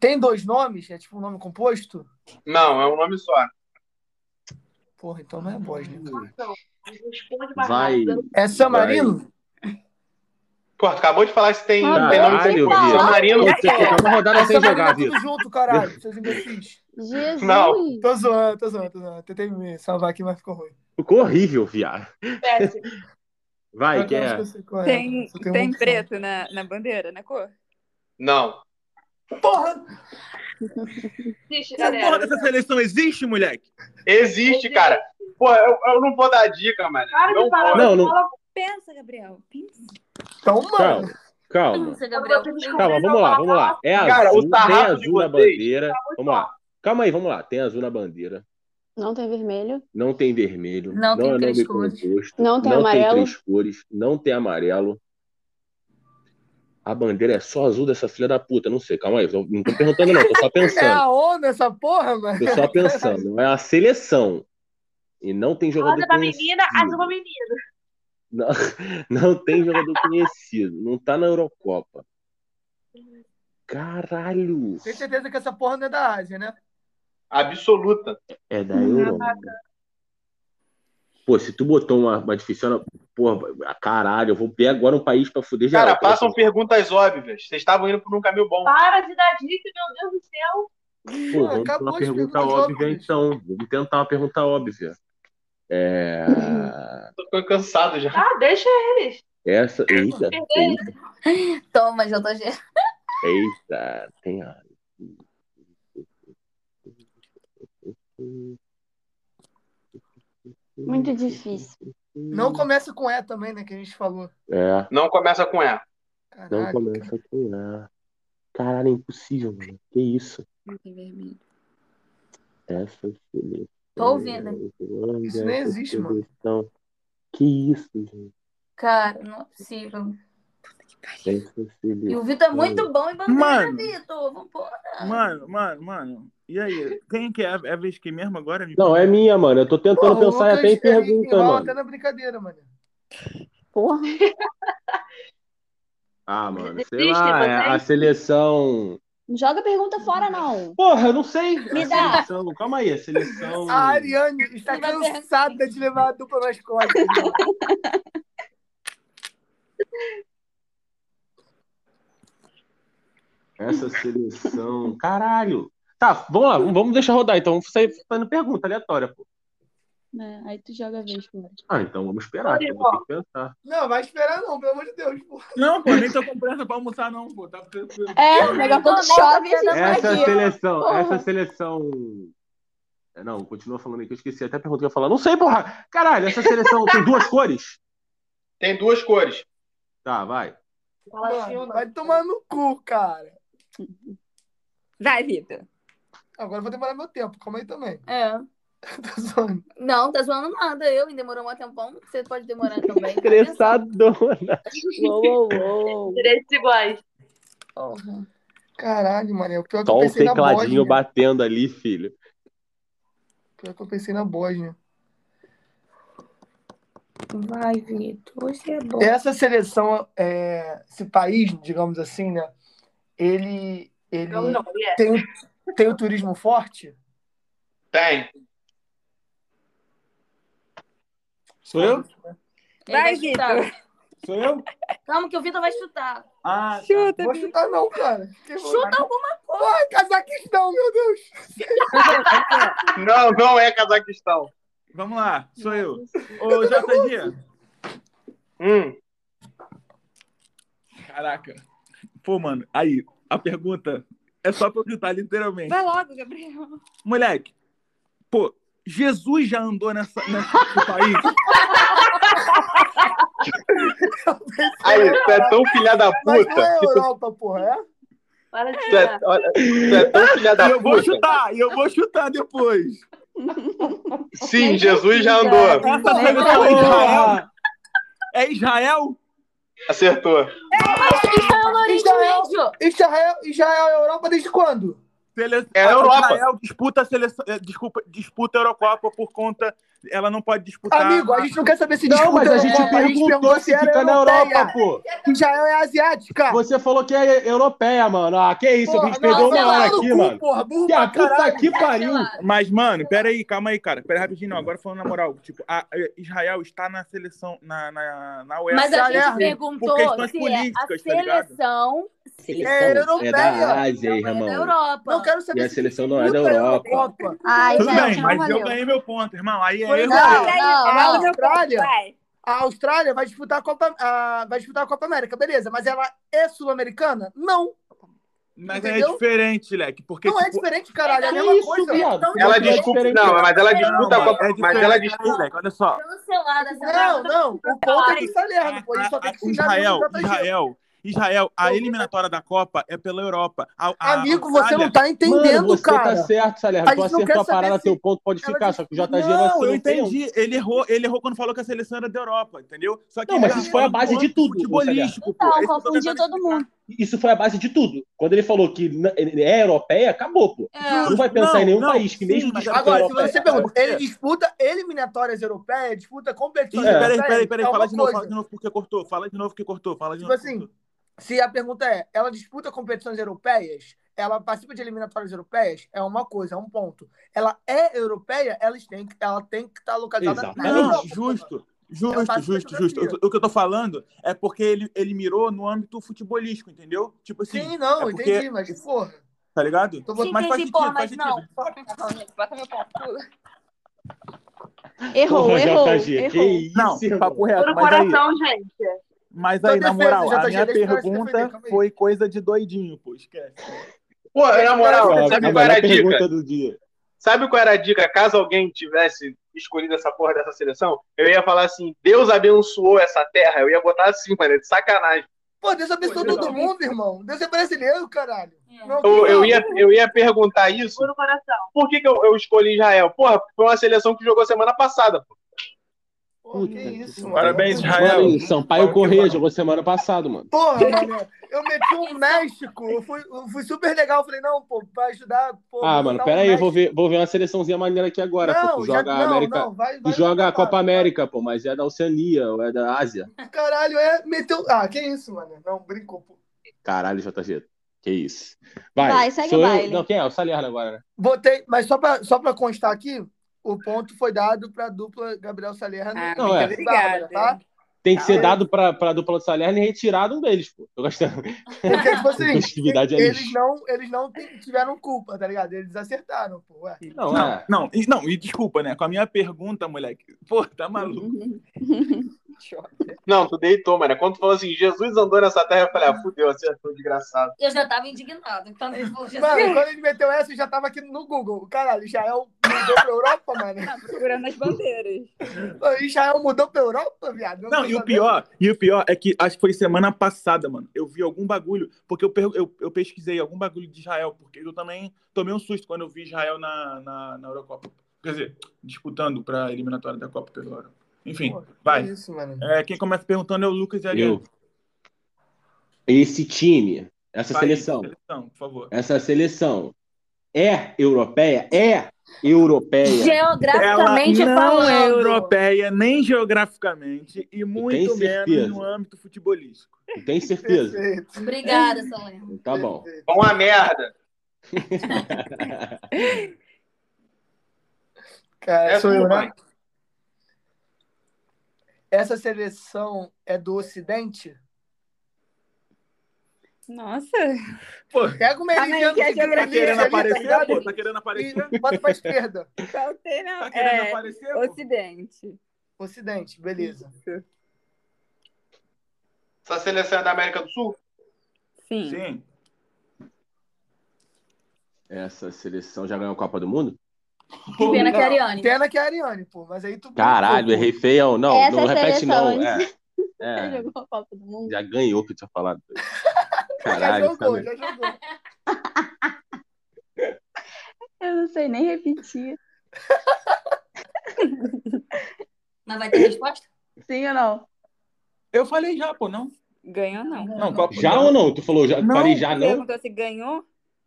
[SPEAKER 2] Tem dois nomes? É tipo um nome composto?
[SPEAKER 4] Não, é um nome só.
[SPEAKER 2] Porra, então não é Bósnia.
[SPEAKER 6] Responde mais
[SPEAKER 5] Vai.
[SPEAKER 6] rápido.
[SPEAKER 2] É San Marino?
[SPEAKER 4] Pô, tu acabou de falar se tem,
[SPEAKER 7] Ah,
[SPEAKER 4] tem nome
[SPEAKER 5] Caralho,
[SPEAKER 4] completo.
[SPEAKER 5] Vitor.
[SPEAKER 4] San Marino.
[SPEAKER 5] Pô, Você ficou uma rodada
[SPEAKER 2] É
[SPEAKER 5] sem
[SPEAKER 2] San Marino
[SPEAKER 5] jogar,
[SPEAKER 2] é tudo
[SPEAKER 5] Vitor.
[SPEAKER 2] junto, caralho, seus imbecis.
[SPEAKER 7] Jesus!
[SPEAKER 4] Não.
[SPEAKER 2] Tô zoando, tô zoando, tô zoando. Tentei me salvar aqui, mas ficou ruim.
[SPEAKER 5] Ficou horrível, viado.
[SPEAKER 6] Péssimo.
[SPEAKER 5] Vai,
[SPEAKER 2] Mas
[SPEAKER 5] que
[SPEAKER 2] eu acho que
[SPEAKER 5] é.
[SPEAKER 2] eu sei qual é.
[SPEAKER 8] Tem,
[SPEAKER 2] Só tenho
[SPEAKER 8] tem
[SPEAKER 2] uma opção.
[SPEAKER 8] preto na, na bandeira, na cor?
[SPEAKER 4] Não.
[SPEAKER 2] Porra!
[SPEAKER 6] Assiste,
[SPEAKER 1] Essa é porra
[SPEAKER 6] galera.
[SPEAKER 1] dessa seleção existe, moleque?
[SPEAKER 4] Existe, cara. Pô, eu, eu não vou dar dica, mano.
[SPEAKER 6] Para
[SPEAKER 4] Não
[SPEAKER 6] de falar.
[SPEAKER 5] Não, não.
[SPEAKER 6] fala
[SPEAKER 8] Pensa, Gabriel. Pensa.
[SPEAKER 2] Então, mano.
[SPEAKER 5] Calma, calma.
[SPEAKER 3] Nossa,
[SPEAKER 6] quando
[SPEAKER 3] Gabriel.
[SPEAKER 6] vocês
[SPEAKER 5] Calma,
[SPEAKER 6] descobrirem
[SPEAKER 5] vamos lá,
[SPEAKER 6] uma
[SPEAKER 5] vamos lá. É
[SPEAKER 4] Cara, o
[SPEAKER 5] azul, tem
[SPEAKER 4] sarrafo de
[SPEAKER 5] azul na
[SPEAKER 4] vocês
[SPEAKER 5] bandeira. Vamos lá. Calma aí, vamos lá. Tem azul na bandeira.
[SPEAKER 7] Não tem vermelho.
[SPEAKER 5] Não tem vermelho.
[SPEAKER 3] Não tem
[SPEAKER 5] é nome
[SPEAKER 3] três cores.
[SPEAKER 5] composto,
[SPEAKER 7] Não tem amarelo.
[SPEAKER 5] três cores. Não tem amarelo. A bandeira é só azul dessa filha da puta. Não sei, calma aí. eu Não tô perguntando, não. Tô só
[SPEAKER 2] É
[SPEAKER 5] pensando.
[SPEAKER 2] a onda essa porra, mano.
[SPEAKER 5] Tô só pensando. É a seleção. E não tem jogador
[SPEAKER 6] rosa da
[SPEAKER 5] conhecido.
[SPEAKER 6] menina, azul da menina.
[SPEAKER 5] Não, não tem jogador conhecido. Não tá na Eurocopa. Caralho.
[SPEAKER 2] Tem certeza que essa porra não é da Ásia, né?
[SPEAKER 4] Absoluta.
[SPEAKER 5] É da Europa. Pô, se tu botou uma, uma difícil, ela- porra, caralho, eu vou pegar agora um país pra fuder geral.
[SPEAKER 4] Cara, façam perguntas óbvias. Vocês estavam indo por um caminho bom.
[SPEAKER 6] Para de dar dica, meu Deus do céu.
[SPEAKER 5] Pô, vamos pra
[SPEAKER 2] Acabou
[SPEAKER 5] uma
[SPEAKER 2] de
[SPEAKER 5] pergunta
[SPEAKER 2] perguntar
[SPEAKER 5] óbvia,
[SPEAKER 2] óbvias.
[SPEAKER 5] então. Vamos tentar uma pergunta óbvia. É...
[SPEAKER 4] Tô ficando cansado já.
[SPEAKER 6] Ah, deixa eles.
[SPEAKER 5] Essa. Eita, eita,
[SPEAKER 3] Toma, JG.
[SPEAKER 5] eita. Tem a.
[SPEAKER 7] Muito difícil.
[SPEAKER 5] Hum.
[SPEAKER 2] Não começa com E também, né? Que a gente falou.
[SPEAKER 5] É,
[SPEAKER 4] Não começa com E.
[SPEAKER 5] não
[SPEAKER 2] Caralho, cara.
[SPEAKER 5] começa com A. Caralho, é impossível, mano. Que isso?
[SPEAKER 3] vermelho.
[SPEAKER 5] Essa é seleção.
[SPEAKER 3] Tô ouvindo.
[SPEAKER 5] é
[SPEAKER 2] Isso nem existe, mano.
[SPEAKER 5] mano. Que isso, gente.
[SPEAKER 3] Cara, não é possível.
[SPEAKER 5] Essa
[SPEAKER 3] E
[SPEAKER 5] seleção.
[SPEAKER 3] o Vitor é muito bom em bandeira,
[SPEAKER 1] Mano.
[SPEAKER 3] Vitor. Vamos pôr.
[SPEAKER 1] Mano, mano, mano. E aí? Quem que é? É a vez que mesmo agora? me
[SPEAKER 5] Não, é minha, mano. Eu tô tentando
[SPEAKER 2] Porra, o
[SPEAKER 5] pensar e até
[SPEAKER 2] Lucas,
[SPEAKER 5] em pergunta,
[SPEAKER 2] enrola
[SPEAKER 5] mano.
[SPEAKER 2] até na brincadeira, mano.
[SPEAKER 7] Porra.
[SPEAKER 5] Ah, mano, sei
[SPEAKER 6] Desiste,
[SPEAKER 5] lá, é
[SPEAKER 6] vocês.
[SPEAKER 5] a seleção.
[SPEAKER 7] Não joga pergunta fora, não.
[SPEAKER 5] Porra, eu não sei.
[SPEAKER 7] Me
[SPEAKER 5] a
[SPEAKER 7] dá.
[SPEAKER 5] Seleção... Calma aí, a seleção.
[SPEAKER 2] A Ariane está
[SPEAKER 3] Ele vai
[SPEAKER 2] cansada de levar a dupla nas costas.
[SPEAKER 5] Essa seleção. Caralho. Tá, vamos lá, vamos deixar rodar então. Vamos sair fazendo pergunta aleatória, pô.
[SPEAKER 7] É, aí tu joga a vez fora.
[SPEAKER 5] Ah, então vamos esperar.
[SPEAKER 6] Olha,
[SPEAKER 5] Eu vou ter que pensar.
[SPEAKER 2] Não, vai esperar não, pelo amor de Deus. Pô.
[SPEAKER 1] Não, pô, nem tô com pressa pra almoçar, não, pô. Tá tranquilo.
[SPEAKER 7] É, melhor quando chove a gente
[SPEAKER 5] Essa
[SPEAKER 7] tá aqui.
[SPEAKER 5] seleção,
[SPEAKER 7] Porra.
[SPEAKER 5] essa seleção. É, Não, continua falando aí que eu esqueci até a pergunta que eu ia falar. Não sei, porra! Caralho, essa seleção tem duas cores?
[SPEAKER 4] Tem duas cores.
[SPEAKER 5] Tá, vai.
[SPEAKER 6] Fala assim ou
[SPEAKER 2] Mano,
[SPEAKER 6] não.
[SPEAKER 2] vai tomar no cu, cara.
[SPEAKER 8] Vai, Vitor.
[SPEAKER 2] Agora eu vou demorar meu tempo, calma aí também.
[SPEAKER 3] É.
[SPEAKER 2] Tô zoando.
[SPEAKER 3] Não, tá zoando nada. Eu e demorou um tempão. Você pode demorar também. tá?
[SPEAKER 5] Estressadona.
[SPEAKER 7] Uou, uou, uou.
[SPEAKER 6] Direitos iguais.
[SPEAKER 3] Porra.
[SPEAKER 2] Caralho, mano. é O pior que eu
[SPEAKER 5] Só um
[SPEAKER 2] pensei na Bósnia.
[SPEAKER 5] tecladinho batendo ali, filho.
[SPEAKER 2] Pior que eu pensei na Bósnia.
[SPEAKER 3] Vai, Vitor. Você é bom.
[SPEAKER 2] Essa seleção, é, esse país, digamos assim, né? Ele, ele
[SPEAKER 6] Não, não, é.
[SPEAKER 2] tem, o- tem o turismo forte?
[SPEAKER 4] Tem.
[SPEAKER 1] Sou eu?
[SPEAKER 3] Ele
[SPEAKER 8] Vai,
[SPEAKER 3] chutar.
[SPEAKER 8] Vitor.
[SPEAKER 1] Sou eu?
[SPEAKER 3] Calma que o Vitor vai chutar.
[SPEAKER 1] Ah, tá.
[SPEAKER 8] Chuta,
[SPEAKER 2] Vou
[SPEAKER 8] Vitor.
[SPEAKER 2] chutar não, cara. Que
[SPEAKER 3] Chuta alguma
[SPEAKER 2] Ai, Cazaquistão, meu Deus.
[SPEAKER 4] Não, não é Cazaquistão.
[SPEAKER 1] Vamos lá, sou eu. Ô, JG.
[SPEAKER 4] Hum.
[SPEAKER 1] Caraca. Pô, mano, aí, a pergunta é só pra eu gritar, literalmente.
[SPEAKER 8] Vai logo, Gabriel.
[SPEAKER 1] Moleque, pô, Jesus já andou nessa, nesse país?
[SPEAKER 4] Aí, tu é tão filha da
[SPEAKER 2] Mas não é
[SPEAKER 4] puta. que tu-
[SPEAKER 2] Europa, porra, é?
[SPEAKER 6] Para de
[SPEAKER 4] Tu é,
[SPEAKER 6] chorar.
[SPEAKER 4] olha, tu é tão filha
[SPEAKER 1] E
[SPEAKER 4] da
[SPEAKER 1] eu vou
[SPEAKER 4] puta.
[SPEAKER 1] chutar, e eu vou chutar depois.
[SPEAKER 4] Sim, Jesus já andou.
[SPEAKER 1] Essa seleção é Israel? É Israel?
[SPEAKER 4] Acertou.
[SPEAKER 3] Israel
[SPEAKER 1] é
[SPEAKER 3] no Oriente
[SPEAKER 2] Israel.
[SPEAKER 3] Médio.
[SPEAKER 2] Israel, Israel é Europa desde quando?
[SPEAKER 1] Sele...
[SPEAKER 4] É a Europa.
[SPEAKER 1] Israel disputa a seleção, eh, desculpa, disputa a Eurocopa por conta, ela não pode disputar.
[SPEAKER 2] Amigo, a gente não quer saber se
[SPEAKER 5] Tá. Não, mas a
[SPEAKER 2] disputa
[SPEAKER 5] gente
[SPEAKER 2] Europa,
[SPEAKER 5] perguntou se
[SPEAKER 2] era
[SPEAKER 5] fica na
[SPEAKER 2] europeia.
[SPEAKER 5] Europa, pô.
[SPEAKER 2] Israel é asiática.
[SPEAKER 5] Você falou que é europeia, mano. Ah, que isso, a gente perdeu
[SPEAKER 3] não,
[SPEAKER 5] uma hora aqui, mano.
[SPEAKER 2] Porra, burro
[SPEAKER 5] Que
[SPEAKER 2] pra
[SPEAKER 5] a puta
[SPEAKER 2] é caralho.
[SPEAKER 5] que pariu.
[SPEAKER 1] Mas, mano, peraí, calma aí, cara. Pera rapidinho, não. Agora falando na moral. Tipo, a- a- Israel está na seleção, na, na, na UEFA.
[SPEAKER 3] Mas a gente
[SPEAKER 2] Galera,
[SPEAKER 1] né? por
[SPEAKER 3] perguntou
[SPEAKER 1] questões
[SPEAKER 3] se é a
[SPEAKER 1] políticas, tá ligado?
[SPEAKER 3] seleção
[SPEAKER 2] É europeia.
[SPEAKER 5] É da Ásia,
[SPEAKER 3] não é da
[SPEAKER 5] irmão.
[SPEAKER 3] Europa.
[SPEAKER 2] Não quero saber
[SPEAKER 5] E a
[SPEAKER 2] se
[SPEAKER 5] seleção não é da
[SPEAKER 2] disputa a
[SPEAKER 5] Europa.
[SPEAKER 7] Ai,
[SPEAKER 1] Tudo
[SPEAKER 7] gente,
[SPEAKER 1] bem,
[SPEAKER 7] não
[SPEAKER 1] mas
[SPEAKER 7] valeu.
[SPEAKER 1] eu ganhei meu ponto, irmão. Aí é
[SPEAKER 2] Foi
[SPEAKER 1] erro.
[SPEAKER 2] nada.
[SPEAKER 8] Vai,
[SPEAKER 7] não,
[SPEAKER 8] vai
[SPEAKER 7] não.
[SPEAKER 8] o meu ponto,
[SPEAKER 2] Austrália.
[SPEAKER 8] vai.
[SPEAKER 2] A Austrália vai disputar a Copa, a- vai disputar a Copa América, beleza, mas ela é sul-americana? Não,
[SPEAKER 1] Mas é
[SPEAKER 2] Entendeu?
[SPEAKER 1] diferente, leque. Porque,
[SPEAKER 2] não é
[SPEAKER 1] tipo,
[SPEAKER 2] diferente, caralho, é a
[SPEAKER 5] Que
[SPEAKER 2] mesma
[SPEAKER 5] isso,
[SPEAKER 2] coisa. Então,
[SPEAKER 5] viado?
[SPEAKER 4] Ela
[SPEAKER 5] É
[SPEAKER 4] disputa.
[SPEAKER 5] diferente.
[SPEAKER 4] Não, mas ela
[SPEAKER 1] não,
[SPEAKER 4] disputa a
[SPEAKER 1] mano,
[SPEAKER 4] Copa.
[SPEAKER 1] é
[SPEAKER 4] Mas ela
[SPEAKER 1] diferente,
[SPEAKER 4] disputa.
[SPEAKER 1] leque. Olha só.
[SPEAKER 3] Cancelada essa
[SPEAKER 2] Não,
[SPEAKER 3] merda.
[SPEAKER 2] não, o ponto é do Salerno, pô, ele só tem que um
[SPEAKER 1] O
[SPEAKER 2] xingar
[SPEAKER 1] Israel,
[SPEAKER 2] muito o JG.
[SPEAKER 1] Israel, Israel, a eliminatória da Copa é pela Europa. A- a
[SPEAKER 2] Amigo, você
[SPEAKER 1] Austrália-
[SPEAKER 2] não tá entendendo,
[SPEAKER 5] Mano, você
[SPEAKER 2] cara.
[SPEAKER 5] tá certo, Salerno.
[SPEAKER 2] A
[SPEAKER 5] Tu
[SPEAKER 2] gente não
[SPEAKER 5] acertou
[SPEAKER 2] quer
[SPEAKER 5] a parada,
[SPEAKER 2] saber se
[SPEAKER 5] teu ponto pode
[SPEAKER 2] ela
[SPEAKER 5] ficar,
[SPEAKER 2] diz-
[SPEAKER 5] só que o JG não um.
[SPEAKER 1] Não, eu
[SPEAKER 5] acertou.
[SPEAKER 1] entendi. Ele errou, ele errou quando falou que a seleção era da Europa, entendeu? Só que
[SPEAKER 5] Não,
[SPEAKER 1] ele
[SPEAKER 5] mas isso foi a base de tudo,
[SPEAKER 1] Futebolístico, pô. É
[SPEAKER 7] Então,
[SPEAKER 1] isso que eu tô
[SPEAKER 7] confundiu
[SPEAKER 1] tentando
[SPEAKER 7] todo mundo.
[SPEAKER 5] Isso foi a base de tudo. Quando ele falou que na- é europeia, acabou, pô.
[SPEAKER 1] Justo,
[SPEAKER 5] Não vai pensar em nenhum
[SPEAKER 1] não,
[SPEAKER 5] país que
[SPEAKER 1] sim,
[SPEAKER 5] mesmo
[SPEAKER 1] mas
[SPEAKER 5] disputando
[SPEAKER 2] Agora, se
[SPEAKER 5] europeia,
[SPEAKER 2] você
[SPEAKER 5] cara.
[SPEAKER 2] pergunta, ele disputa eliminatórias europeias, disputa
[SPEAKER 1] Ih,
[SPEAKER 2] competições
[SPEAKER 1] Peraí,
[SPEAKER 2] europeias,
[SPEAKER 1] peraí, peraí,
[SPEAKER 2] é
[SPEAKER 1] fala
[SPEAKER 2] uma
[SPEAKER 1] de novo,
[SPEAKER 2] coisa.
[SPEAKER 1] fala de novo porque cortou. Fala de novo que cortou, fala de
[SPEAKER 2] Tipo
[SPEAKER 1] novo.
[SPEAKER 2] assim, Se a pergunta é, ela disputa competições europeias? Ela participa de eliminatórias europeias? É uma coisa, é um ponto. Ela é europeia? Ela tem que, ela tem que estar localizada na
[SPEAKER 5] Exatamente.
[SPEAKER 1] Não,
[SPEAKER 2] Europa,
[SPEAKER 1] justo,
[SPEAKER 2] Ela
[SPEAKER 1] justo,
[SPEAKER 2] tá
[SPEAKER 1] justo,
[SPEAKER 2] sendo
[SPEAKER 1] justo.
[SPEAKER 2] campeã.
[SPEAKER 1] O, o que eu tô falando é porque ele, ele mirou no âmbito futebolístico, entendeu? Tipo
[SPEAKER 2] porra.
[SPEAKER 1] assim,
[SPEAKER 2] Sim, Então não,
[SPEAKER 1] é porque-
[SPEAKER 2] entendi, mas porra.
[SPEAKER 1] tá ligado?
[SPEAKER 2] Tô
[SPEAKER 3] Sim,
[SPEAKER 2] botando...
[SPEAKER 1] Mas faz
[SPEAKER 3] entendi,
[SPEAKER 1] sentido,
[SPEAKER 3] pô,
[SPEAKER 1] faz
[SPEAKER 3] mas não.
[SPEAKER 8] Bota meu ponto.
[SPEAKER 7] Errou,
[SPEAKER 5] Porra,
[SPEAKER 7] errou,
[SPEAKER 5] JG, que
[SPEAKER 7] errou.
[SPEAKER 5] isso,
[SPEAKER 1] Não,
[SPEAKER 5] irmão.
[SPEAKER 1] papo reto,
[SPEAKER 6] Tô no
[SPEAKER 1] mas aí,
[SPEAKER 6] coração, gente.
[SPEAKER 1] mas
[SPEAKER 2] Então
[SPEAKER 1] aí na
[SPEAKER 2] defesa,
[SPEAKER 1] moral, a
[SPEAKER 2] JG,
[SPEAKER 1] minha
[SPEAKER 2] deixa o cara se defender,
[SPEAKER 1] pergunta
[SPEAKER 2] calma aí.
[SPEAKER 1] foi coisa de doidinho, pô, esquece.
[SPEAKER 4] Pô, na moral,
[SPEAKER 5] Ó,
[SPEAKER 4] sabe
[SPEAKER 5] a
[SPEAKER 4] qual era
[SPEAKER 5] melhor
[SPEAKER 4] a dica?
[SPEAKER 5] pergunta do dia.
[SPEAKER 4] Sabe qual era a dica? Caso alguém tivesse escolhido essa porra dessa seleção, eu ia falar assim: Deus abençoou essa terra. Eu ia botar assim, mano, de sacanagem.
[SPEAKER 2] Pô, Deus abençoa
[SPEAKER 4] Pois
[SPEAKER 2] todo mundo, irmão. Deus é brasileiro, caralho.
[SPEAKER 3] É.
[SPEAKER 2] Não,
[SPEAKER 4] Eu, eu ia, eu ia perguntar isso.
[SPEAKER 6] Puro coração.
[SPEAKER 4] Por que, que eu, eu escolhi Israel? Porra, foi uma seleção que jogou semana passada. pô.
[SPEAKER 2] Pô, que
[SPEAKER 5] Puta
[SPEAKER 2] isso,
[SPEAKER 5] que
[SPEAKER 2] mano.
[SPEAKER 1] Parabéns, Israel.
[SPEAKER 5] Mano, Sampaio
[SPEAKER 1] Fala que
[SPEAKER 5] Correia
[SPEAKER 1] mano.
[SPEAKER 5] jogou semana passada, mano.
[SPEAKER 2] Porra, mano, eu meti um México, eu fui, eu fui super legal, eu falei, não, pô, pra ajudar, pô.
[SPEAKER 5] Ah,
[SPEAKER 2] vou
[SPEAKER 5] mano,
[SPEAKER 2] botar um
[SPEAKER 5] pera aí, eu vou
[SPEAKER 2] México.
[SPEAKER 5] ver, vou ver uma seleçãozinha maneira aqui agora, pô, que
[SPEAKER 2] já-
[SPEAKER 5] joga a América,
[SPEAKER 2] não, vai,
[SPEAKER 5] que
[SPEAKER 2] vai
[SPEAKER 5] joga a
[SPEAKER 2] pra-
[SPEAKER 5] Copa América, pô, mas é da Oceania, ou é da Ásia.
[SPEAKER 2] Caralho, é, meteu, ah, que isso, mano, não, brincou, pô.
[SPEAKER 5] Caralho, JG, que isso. Vai,
[SPEAKER 7] Vai, segue
[SPEAKER 5] sou
[SPEAKER 7] o
[SPEAKER 5] eu-
[SPEAKER 7] baile.
[SPEAKER 5] Não, quem é? O Salerno agora, né?
[SPEAKER 2] Botei, mas só pra, só pra constar aqui, o ponto foi dado pra dupla Gabriel Salerno
[SPEAKER 8] Ah,
[SPEAKER 2] e
[SPEAKER 5] Não, é.
[SPEAKER 8] muito obrigada.
[SPEAKER 2] Bárbara, tá?
[SPEAKER 5] Tem que ser
[SPEAKER 2] Ah.
[SPEAKER 5] dado pra, pra dupla do Salerno e retirado um deles, pô. Tô gostando.
[SPEAKER 2] Porque, tipo assim,
[SPEAKER 5] Competitividade é
[SPEAKER 2] eles
[SPEAKER 5] lixo.
[SPEAKER 2] não, eles não t- tiveram culpa, tá ligado? Eles acertaram, pô, ué.
[SPEAKER 5] Não,
[SPEAKER 1] Não,
[SPEAKER 5] é.
[SPEAKER 1] não, e, não, e desculpa, né? Com a minha pergunta, moleque. Pô, tá
[SPEAKER 2] Uhum.
[SPEAKER 1] maluco.
[SPEAKER 4] Não, tu deitou, mano. Quando tu falou assim, Jesus andou nessa terra, eu falei, ah, fudeu, acertou, desgraçado.
[SPEAKER 3] Eu já tava indignado então quando ele falou Jesus.
[SPEAKER 1] é.
[SPEAKER 2] Mano, quando ele meteu essa, eu já tava aqui no Google. Caralho, Israel mudou pra Europa, mano.
[SPEAKER 8] Tá procurando as bandeiras.
[SPEAKER 2] Pô, Israel mudou pra Europa, viado? Eu
[SPEAKER 1] Não,
[SPEAKER 2] tô
[SPEAKER 1] e o
[SPEAKER 2] sabendo.
[SPEAKER 1] pior, e o pior é que acho que foi semana passada, mano. Eu vi algum bagulho, porque eu, per- eu, eu pesquisei algum bagulho de Israel, porque eu também tomei um susto quando eu vi Israel na, na, na Eurocopa. Quer dizer, disputando pra eliminatória da Copa pelo Euro. Enfim,
[SPEAKER 2] Pô, que
[SPEAKER 1] vai.
[SPEAKER 2] isso, mano.
[SPEAKER 1] É, quem começa perguntando é o Lucas e a
[SPEAKER 5] Eu.
[SPEAKER 1] Ariane.
[SPEAKER 5] Esse time, essa
[SPEAKER 1] País,
[SPEAKER 5] seleção,
[SPEAKER 1] Seleção, por favor.
[SPEAKER 5] essa seleção é europeia? É europeia.
[SPEAKER 3] Geograficamente
[SPEAKER 1] Ela não
[SPEAKER 3] falando.
[SPEAKER 1] é europeia, nem geograficamente, e muito menos
[SPEAKER 5] certeza.
[SPEAKER 1] no âmbito futebolístico.
[SPEAKER 5] Não Tem certeza?
[SPEAKER 2] Perfeito.
[SPEAKER 3] Obrigada, Soleno.
[SPEAKER 5] Tá bom.
[SPEAKER 4] Vão a É merda.
[SPEAKER 2] Cara,
[SPEAKER 4] É
[SPEAKER 2] sou
[SPEAKER 4] tu,
[SPEAKER 2] eu, né?
[SPEAKER 4] pai.
[SPEAKER 2] Essa seleção é do Ocidente?
[SPEAKER 8] Nossa.
[SPEAKER 1] Pô,
[SPEAKER 2] Pega o
[SPEAKER 8] Calma aí,
[SPEAKER 2] meridiano
[SPEAKER 8] que a
[SPEAKER 2] que fica
[SPEAKER 1] tá
[SPEAKER 8] geografia
[SPEAKER 2] ali,
[SPEAKER 1] querendo
[SPEAKER 2] tá
[SPEAKER 1] aparecer,
[SPEAKER 2] ligado?
[SPEAKER 1] pô? Tá querendo aparecer?
[SPEAKER 2] E bota pra esquerda.
[SPEAKER 8] Faltei, não.
[SPEAKER 1] Tá querendo
[SPEAKER 8] é,
[SPEAKER 1] aparecer, pô?
[SPEAKER 8] Ocidente.
[SPEAKER 2] Ocidente, beleza.
[SPEAKER 4] Essa seleção é da América do Sul?
[SPEAKER 8] Sim.
[SPEAKER 1] Sim.
[SPEAKER 5] Essa seleção já ganhou a Copa do Mundo?
[SPEAKER 3] Que pena que a Ariane.
[SPEAKER 2] Pena que é a Ariane, pô, mas aí tu.
[SPEAKER 5] Caralho, errei feião. Não,
[SPEAKER 7] Essa
[SPEAKER 5] não
[SPEAKER 7] é a
[SPEAKER 5] repete
[SPEAKER 7] seleção,
[SPEAKER 5] não. É. É,
[SPEAKER 7] Jogou a Copa do Mundo.
[SPEAKER 5] já ganhou o que eu tinha falado.
[SPEAKER 2] Já
[SPEAKER 5] Caralho,
[SPEAKER 2] jogou, já
[SPEAKER 5] sabe?
[SPEAKER 2] jogou.
[SPEAKER 7] Eu não sei nem repetir.
[SPEAKER 3] Mas vai ter resposta?
[SPEAKER 7] Sim ou não?
[SPEAKER 1] Eu falei já, pô, não?
[SPEAKER 8] Ganhou, não.
[SPEAKER 1] Não, Copa.
[SPEAKER 5] já ou não? Tu falou já,
[SPEAKER 1] Não,
[SPEAKER 5] parei já não?
[SPEAKER 8] Perguntou se ganhou.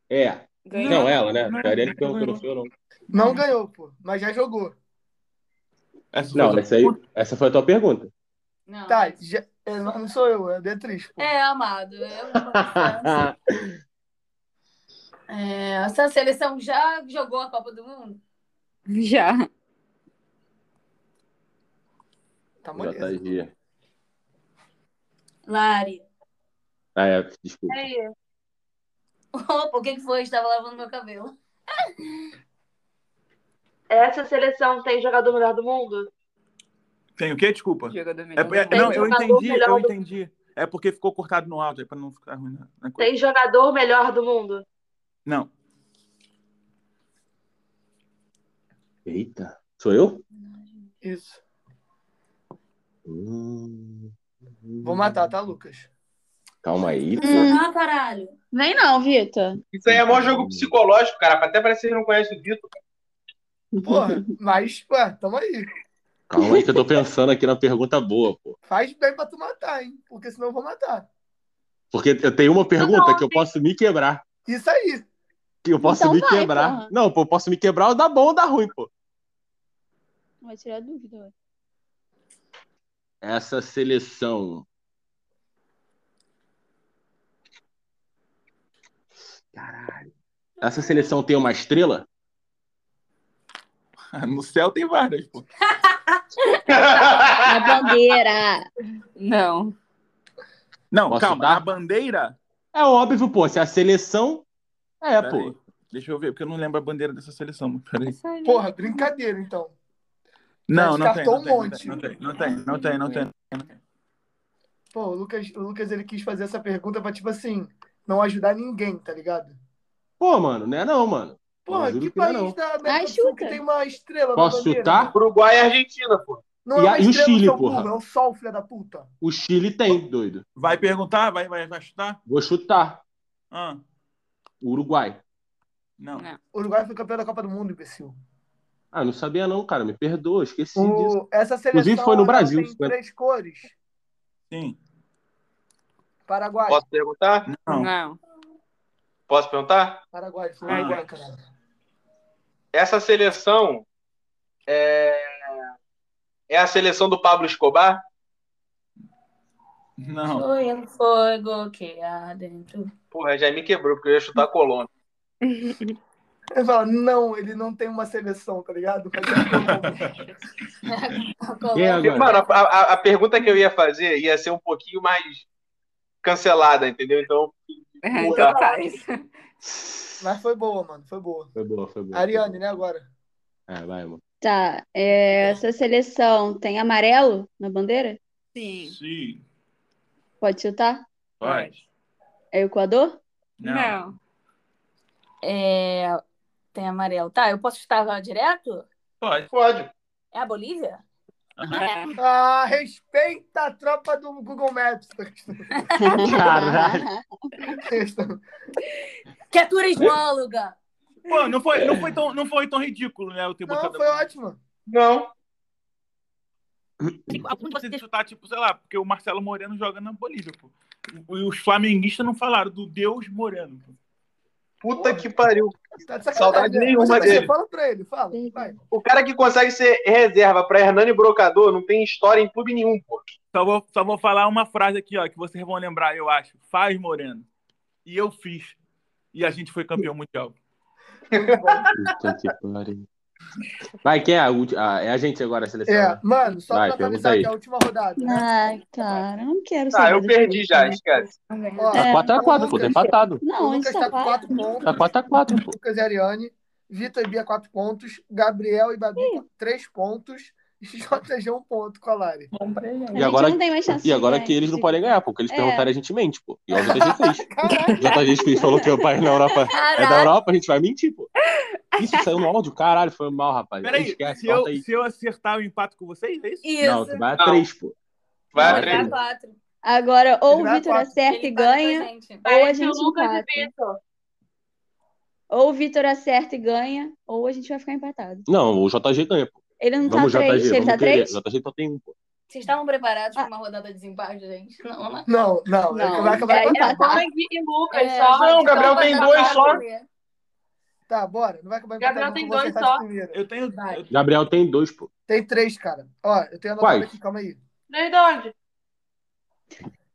[SPEAKER 5] É.
[SPEAKER 8] Ganhou.
[SPEAKER 5] Não, ela, né?
[SPEAKER 1] Não,
[SPEAKER 5] A Ariane que perguntou,
[SPEAKER 1] não.
[SPEAKER 5] não foi eu, não.
[SPEAKER 2] Não ganhou, pô, mas já jogou.
[SPEAKER 1] Essa foi
[SPEAKER 5] Não,
[SPEAKER 1] outra.
[SPEAKER 5] essa, aí, essa foi a tua pergunta.
[SPEAKER 3] Não.
[SPEAKER 2] Tá, já... é, mas não sou eu, é a Beatriz, pô.
[SPEAKER 3] É, amado. Eu... é, essa seleção já jogou a Copa do Mundo?
[SPEAKER 8] Já.
[SPEAKER 2] Tá moleza.
[SPEAKER 5] JG.
[SPEAKER 3] Lari.
[SPEAKER 5] Ah, é, desculpa.
[SPEAKER 6] Aí,
[SPEAKER 3] Opa, o que que foi? Estava lavando meu cabelo.
[SPEAKER 6] essa seleção tem jogador melhor do mundo?
[SPEAKER 1] Tem o quê? Desculpa.
[SPEAKER 8] Jogador melhor.
[SPEAKER 1] É,
[SPEAKER 8] do
[SPEAKER 1] é-
[SPEAKER 8] mundo.
[SPEAKER 1] não, eu
[SPEAKER 6] jogador
[SPEAKER 1] entendi,
[SPEAKER 6] melhor
[SPEAKER 1] eu
[SPEAKER 6] do-
[SPEAKER 1] entendi. É porque ficou cortado no áudio, é pra não ficar ruim na- na coisa.
[SPEAKER 6] Tem jogador melhor do mundo?
[SPEAKER 1] Não.
[SPEAKER 5] Eita, sou eu?
[SPEAKER 2] Isso.
[SPEAKER 5] Hum.
[SPEAKER 2] Vou matar, tá, Lucas?
[SPEAKER 5] Calma aí, pô.
[SPEAKER 7] Hum.
[SPEAKER 3] Ah, caralho.
[SPEAKER 7] Vem não, Vitor.
[SPEAKER 4] Isso aí é maior jogo psicológico, cara. Até parece que vocês não conhecem o Vitor.
[SPEAKER 2] Porra, mas, ué, tamo aí.
[SPEAKER 5] Calma aí que eu tô pensando aqui na pergunta boa, pô.
[SPEAKER 2] Faz bem pra tu matar, hein? Porque senão eu vou matar.
[SPEAKER 5] Porque eu tenho uma pergunta que eu posso me quebrar.
[SPEAKER 2] Isso aí.
[SPEAKER 5] Que eu posso
[SPEAKER 7] Então
[SPEAKER 5] me
[SPEAKER 7] vai,
[SPEAKER 5] quebrar.
[SPEAKER 7] porra.
[SPEAKER 5] Não, pô, eu posso me quebrar ou dá bom ou dá ruim, pô.
[SPEAKER 7] Vai tirar dúvida.
[SPEAKER 5] Essa seleção. Caralho. Essa seleção tem uma estrela?
[SPEAKER 1] No céu tem várias, pô.
[SPEAKER 7] A bandeira.
[SPEAKER 8] Não.
[SPEAKER 1] Não,
[SPEAKER 5] Posso
[SPEAKER 1] calma.
[SPEAKER 5] dar?
[SPEAKER 1] A bandeira.
[SPEAKER 5] É óbvio, pô. Se a seleção. É,
[SPEAKER 1] Pera
[SPEAKER 5] pô.
[SPEAKER 1] aí, Deixa eu ver, porque eu não lembro a bandeira dessa seleção. mas Peraí.
[SPEAKER 2] Porra, brincadeira, então.
[SPEAKER 1] Não, não tem.
[SPEAKER 2] descartou
[SPEAKER 1] Não tem,
[SPEAKER 2] um
[SPEAKER 1] não tem, não tem, não tem, não tem, não tem.
[SPEAKER 2] Pô, o Lucas, o Lucas ele quis fazer essa pergunta pra, tipo assim, não ajudar ninguém, tá ligado?
[SPEAKER 5] Pô, mano, não é não, mano.
[SPEAKER 2] Porra,
[SPEAKER 5] Brasil
[SPEAKER 2] que
[SPEAKER 5] não queria,
[SPEAKER 2] país
[SPEAKER 5] não.
[SPEAKER 2] da América
[SPEAKER 7] Ai,
[SPEAKER 2] do Sul que
[SPEAKER 7] chuta.
[SPEAKER 2] tem uma estrela
[SPEAKER 5] Posso
[SPEAKER 2] na bandeira?
[SPEAKER 5] chutar?
[SPEAKER 4] Uruguai e Argentina, pô.
[SPEAKER 2] Não
[SPEAKER 5] E
[SPEAKER 2] é
[SPEAKER 5] a-
[SPEAKER 2] uma
[SPEAKER 5] e o
[SPEAKER 2] estrela,
[SPEAKER 5] Chile,
[SPEAKER 2] seu burro,
[SPEAKER 5] porra?
[SPEAKER 2] É um sol, filha da puta.
[SPEAKER 5] O Chile tem, doido.
[SPEAKER 1] Vai perguntar? Vai, vai, vai chutar?
[SPEAKER 5] Vou chutar.
[SPEAKER 1] Ah,
[SPEAKER 5] O Uruguai.
[SPEAKER 1] não.
[SPEAKER 8] Não.
[SPEAKER 2] O Uruguai foi campeão da Copa do Mundo, imbecil.
[SPEAKER 5] Ah, não sabia não, cara. Me perdoa, esqueci disso.
[SPEAKER 2] O- Essa seleção
[SPEAKER 5] Inclusive, foi no
[SPEAKER 2] ela
[SPEAKER 5] Brasil,
[SPEAKER 2] tem
[SPEAKER 5] 50.
[SPEAKER 2] três cores.
[SPEAKER 1] Sim.
[SPEAKER 2] Paraguai,
[SPEAKER 4] Posso perguntar?
[SPEAKER 1] Não.
[SPEAKER 8] Não.
[SPEAKER 4] Posso perguntar?
[SPEAKER 2] Paraguai, foi
[SPEAKER 1] Ah.
[SPEAKER 2] Uruguai, caralho.
[SPEAKER 4] Essa seleção é... é a seleção do Pablo Escobar?
[SPEAKER 1] Não.
[SPEAKER 3] Fluindo um fogo que há dentro.
[SPEAKER 4] Porra, já me quebrou, porque eu ia chutar a Colômbia.
[SPEAKER 2] Ele fala, não, ele não tem uma seleção, tá ligado? Mas é como.
[SPEAKER 5] Quem é agora?
[SPEAKER 4] Mano, a, a- a pergunta que eu ia fazer ia ser um pouquinho mais cancelada, entendeu? Então,
[SPEAKER 8] Ah, então tá.
[SPEAKER 2] Mas foi boa, mano, foi boa.
[SPEAKER 5] Foi boa, foi boa.
[SPEAKER 2] Ariane, né, agora?
[SPEAKER 5] É, vai, mano.
[SPEAKER 7] Tá. é, essa seleção tem amarelo na bandeira?
[SPEAKER 8] Sim.
[SPEAKER 1] Sim.
[SPEAKER 7] Pode chutar?
[SPEAKER 1] Pode.
[SPEAKER 7] É Equador?
[SPEAKER 1] Não.
[SPEAKER 8] Não.
[SPEAKER 3] É, tem amarelo. Tá, eu posso chutar agora direto?
[SPEAKER 1] Pode.
[SPEAKER 4] pode.
[SPEAKER 3] É a Bolívia?
[SPEAKER 8] Ah,
[SPEAKER 2] Ah, respeita a tropa do Google Maps.
[SPEAKER 5] Caralho.
[SPEAKER 3] Que é turismóloga.
[SPEAKER 1] Pô, não foi, não foi, tão, não foi tão ridículo, né? Eu ter
[SPEAKER 2] Não,
[SPEAKER 1] botado
[SPEAKER 2] foi ótimo.
[SPEAKER 4] Não.
[SPEAKER 1] Tipo, a ponto de você chutar, tipo, sei lá, porque o Marcelo Moreno joga na Bolívia, pô. E os flamenguistas não falaram do Deus Moreno. Pô.
[SPEAKER 4] Puta que pariu.
[SPEAKER 2] Tá de
[SPEAKER 4] Saudade
[SPEAKER 2] né?
[SPEAKER 4] nenhuma
[SPEAKER 2] Mas
[SPEAKER 4] dele.
[SPEAKER 2] Fala pra ele, fala. Vai.
[SPEAKER 4] O cara que consegue ser reserva pra Hernani Brocador não tem história em clube nenhum, pô.
[SPEAKER 1] Só vou, só vou falar uma frase aqui, ó, que vocês vão lembrar, eu acho. Faz Moreno. E eu fiz. E a gente foi campeão mundial.
[SPEAKER 5] Puta que pariu. Vai, quem é a última? Ah, é a gente agora, a seleção.
[SPEAKER 2] É,
[SPEAKER 5] né?
[SPEAKER 2] mano, só
[SPEAKER 5] Vai,
[SPEAKER 2] pra
[SPEAKER 5] pergunta
[SPEAKER 2] finalizar
[SPEAKER 5] aí.
[SPEAKER 2] aqui a última rodada. né?
[SPEAKER 7] Ai, Ah, cara, eu não quero
[SPEAKER 4] Ah,
[SPEAKER 7] saber
[SPEAKER 4] eu
[SPEAKER 7] das
[SPEAKER 4] perdi
[SPEAKER 7] coisas,
[SPEAKER 4] já,
[SPEAKER 7] né?
[SPEAKER 4] esquece.
[SPEAKER 2] Ó,
[SPEAKER 5] Tá
[SPEAKER 7] É.
[SPEAKER 5] 4x4, pô. Tá empatado.
[SPEAKER 7] Não,
[SPEAKER 2] o
[SPEAKER 7] a gente
[SPEAKER 2] Lucas
[SPEAKER 7] tá
[SPEAKER 2] tá com
[SPEAKER 7] parado.
[SPEAKER 2] 4 pontos.
[SPEAKER 5] Tá 4x4, pô.
[SPEAKER 2] Lucas e Ariane. Vitor e Bia, 4 pontos. Gabriel e Babi, 3 pontos. E JG, 1 ponto com a Lari.
[SPEAKER 8] bom presente.
[SPEAKER 5] E
[SPEAKER 7] É, A
[SPEAKER 5] agora,
[SPEAKER 7] gente não tem mais chance
[SPEAKER 5] e
[SPEAKER 7] de
[SPEAKER 5] agora
[SPEAKER 7] ganhar,
[SPEAKER 5] que eles não
[SPEAKER 7] de-
[SPEAKER 5] podem ganhar, porque eles
[SPEAKER 7] É.
[SPEAKER 5] perguntaram a gente mente, pô. E o JG fez.
[SPEAKER 2] Caralho,
[SPEAKER 5] O JG fez, falou que o pai na Europa é da
[SPEAKER 3] Caraca.
[SPEAKER 5] Europa, a gente vai mentir, pô. Isso saiu no áudio? Caralho, foi mal, rapaz.
[SPEAKER 1] Peraí,
[SPEAKER 5] Esquece,
[SPEAKER 1] se eu,
[SPEAKER 5] corta aí.
[SPEAKER 1] se eu acertar o empate com vocês, é isso?
[SPEAKER 3] Isso.
[SPEAKER 5] Não, tu vai a
[SPEAKER 4] Não.
[SPEAKER 5] 3, pô.
[SPEAKER 4] Vai,
[SPEAKER 5] Vai,
[SPEAKER 4] André.
[SPEAKER 5] vai.
[SPEAKER 3] Dá quatro.
[SPEAKER 7] Agora, ou
[SPEAKER 2] Ele
[SPEAKER 7] o
[SPEAKER 2] vai
[SPEAKER 7] Vitor
[SPEAKER 2] quatro.
[SPEAKER 7] acerta e
[SPEAKER 3] Ele fala pra
[SPEAKER 7] ganha,
[SPEAKER 3] gente.
[SPEAKER 7] ou a
[SPEAKER 6] Parece o
[SPEAKER 7] gente
[SPEAKER 6] Lucas e
[SPEAKER 7] empata.
[SPEAKER 6] Vitor.
[SPEAKER 7] Ou o Vitor acerta e ganha, ou a gente vai ficar empatado.
[SPEAKER 5] Não, o JG ganha, pô.
[SPEAKER 7] Ele não
[SPEAKER 5] Vamos,
[SPEAKER 7] tá três,
[SPEAKER 5] JG,
[SPEAKER 7] ele
[SPEAKER 5] vamos
[SPEAKER 7] tá
[SPEAKER 5] querer.
[SPEAKER 7] três?
[SPEAKER 5] JG só tem um, pô.
[SPEAKER 3] Vocês estavam preparados para uma rodada de desempate, gente? Não, né?
[SPEAKER 2] Não, não.
[SPEAKER 7] Não,
[SPEAKER 2] Vai acabar
[SPEAKER 7] é,
[SPEAKER 2] com
[SPEAKER 7] é,
[SPEAKER 2] empate.
[SPEAKER 7] tá.
[SPEAKER 6] Bang e Lucas
[SPEAKER 3] É,
[SPEAKER 6] só.
[SPEAKER 4] Não,
[SPEAKER 3] gente,
[SPEAKER 4] Gabriel
[SPEAKER 3] então
[SPEAKER 4] tem
[SPEAKER 3] vai dar
[SPEAKER 4] dois
[SPEAKER 3] pra
[SPEAKER 4] só.
[SPEAKER 3] valer.
[SPEAKER 2] Tá, bora. Não vai acabar empatado.
[SPEAKER 6] Gabriel
[SPEAKER 2] não, que
[SPEAKER 6] tem
[SPEAKER 2] eu vou
[SPEAKER 6] dois
[SPEAKER 2] acertar
[SPEAKER 6] só.
[SPEAKER 2] de primeira.
[SPEAKER 1] Eu tenho.
[SPEAKER 3] Vai.
[SPEAKER 1] eu-
[SPEAKER 5] Gabriel tem dois, pô.
[SPEAKER 2] Tem 3, cara. Ó, eu tenho anotado
[SPEAKER 5] Quais?
[SPEAKER 2] aqui, calma aí.
[SPEAKER 6] Desde onde?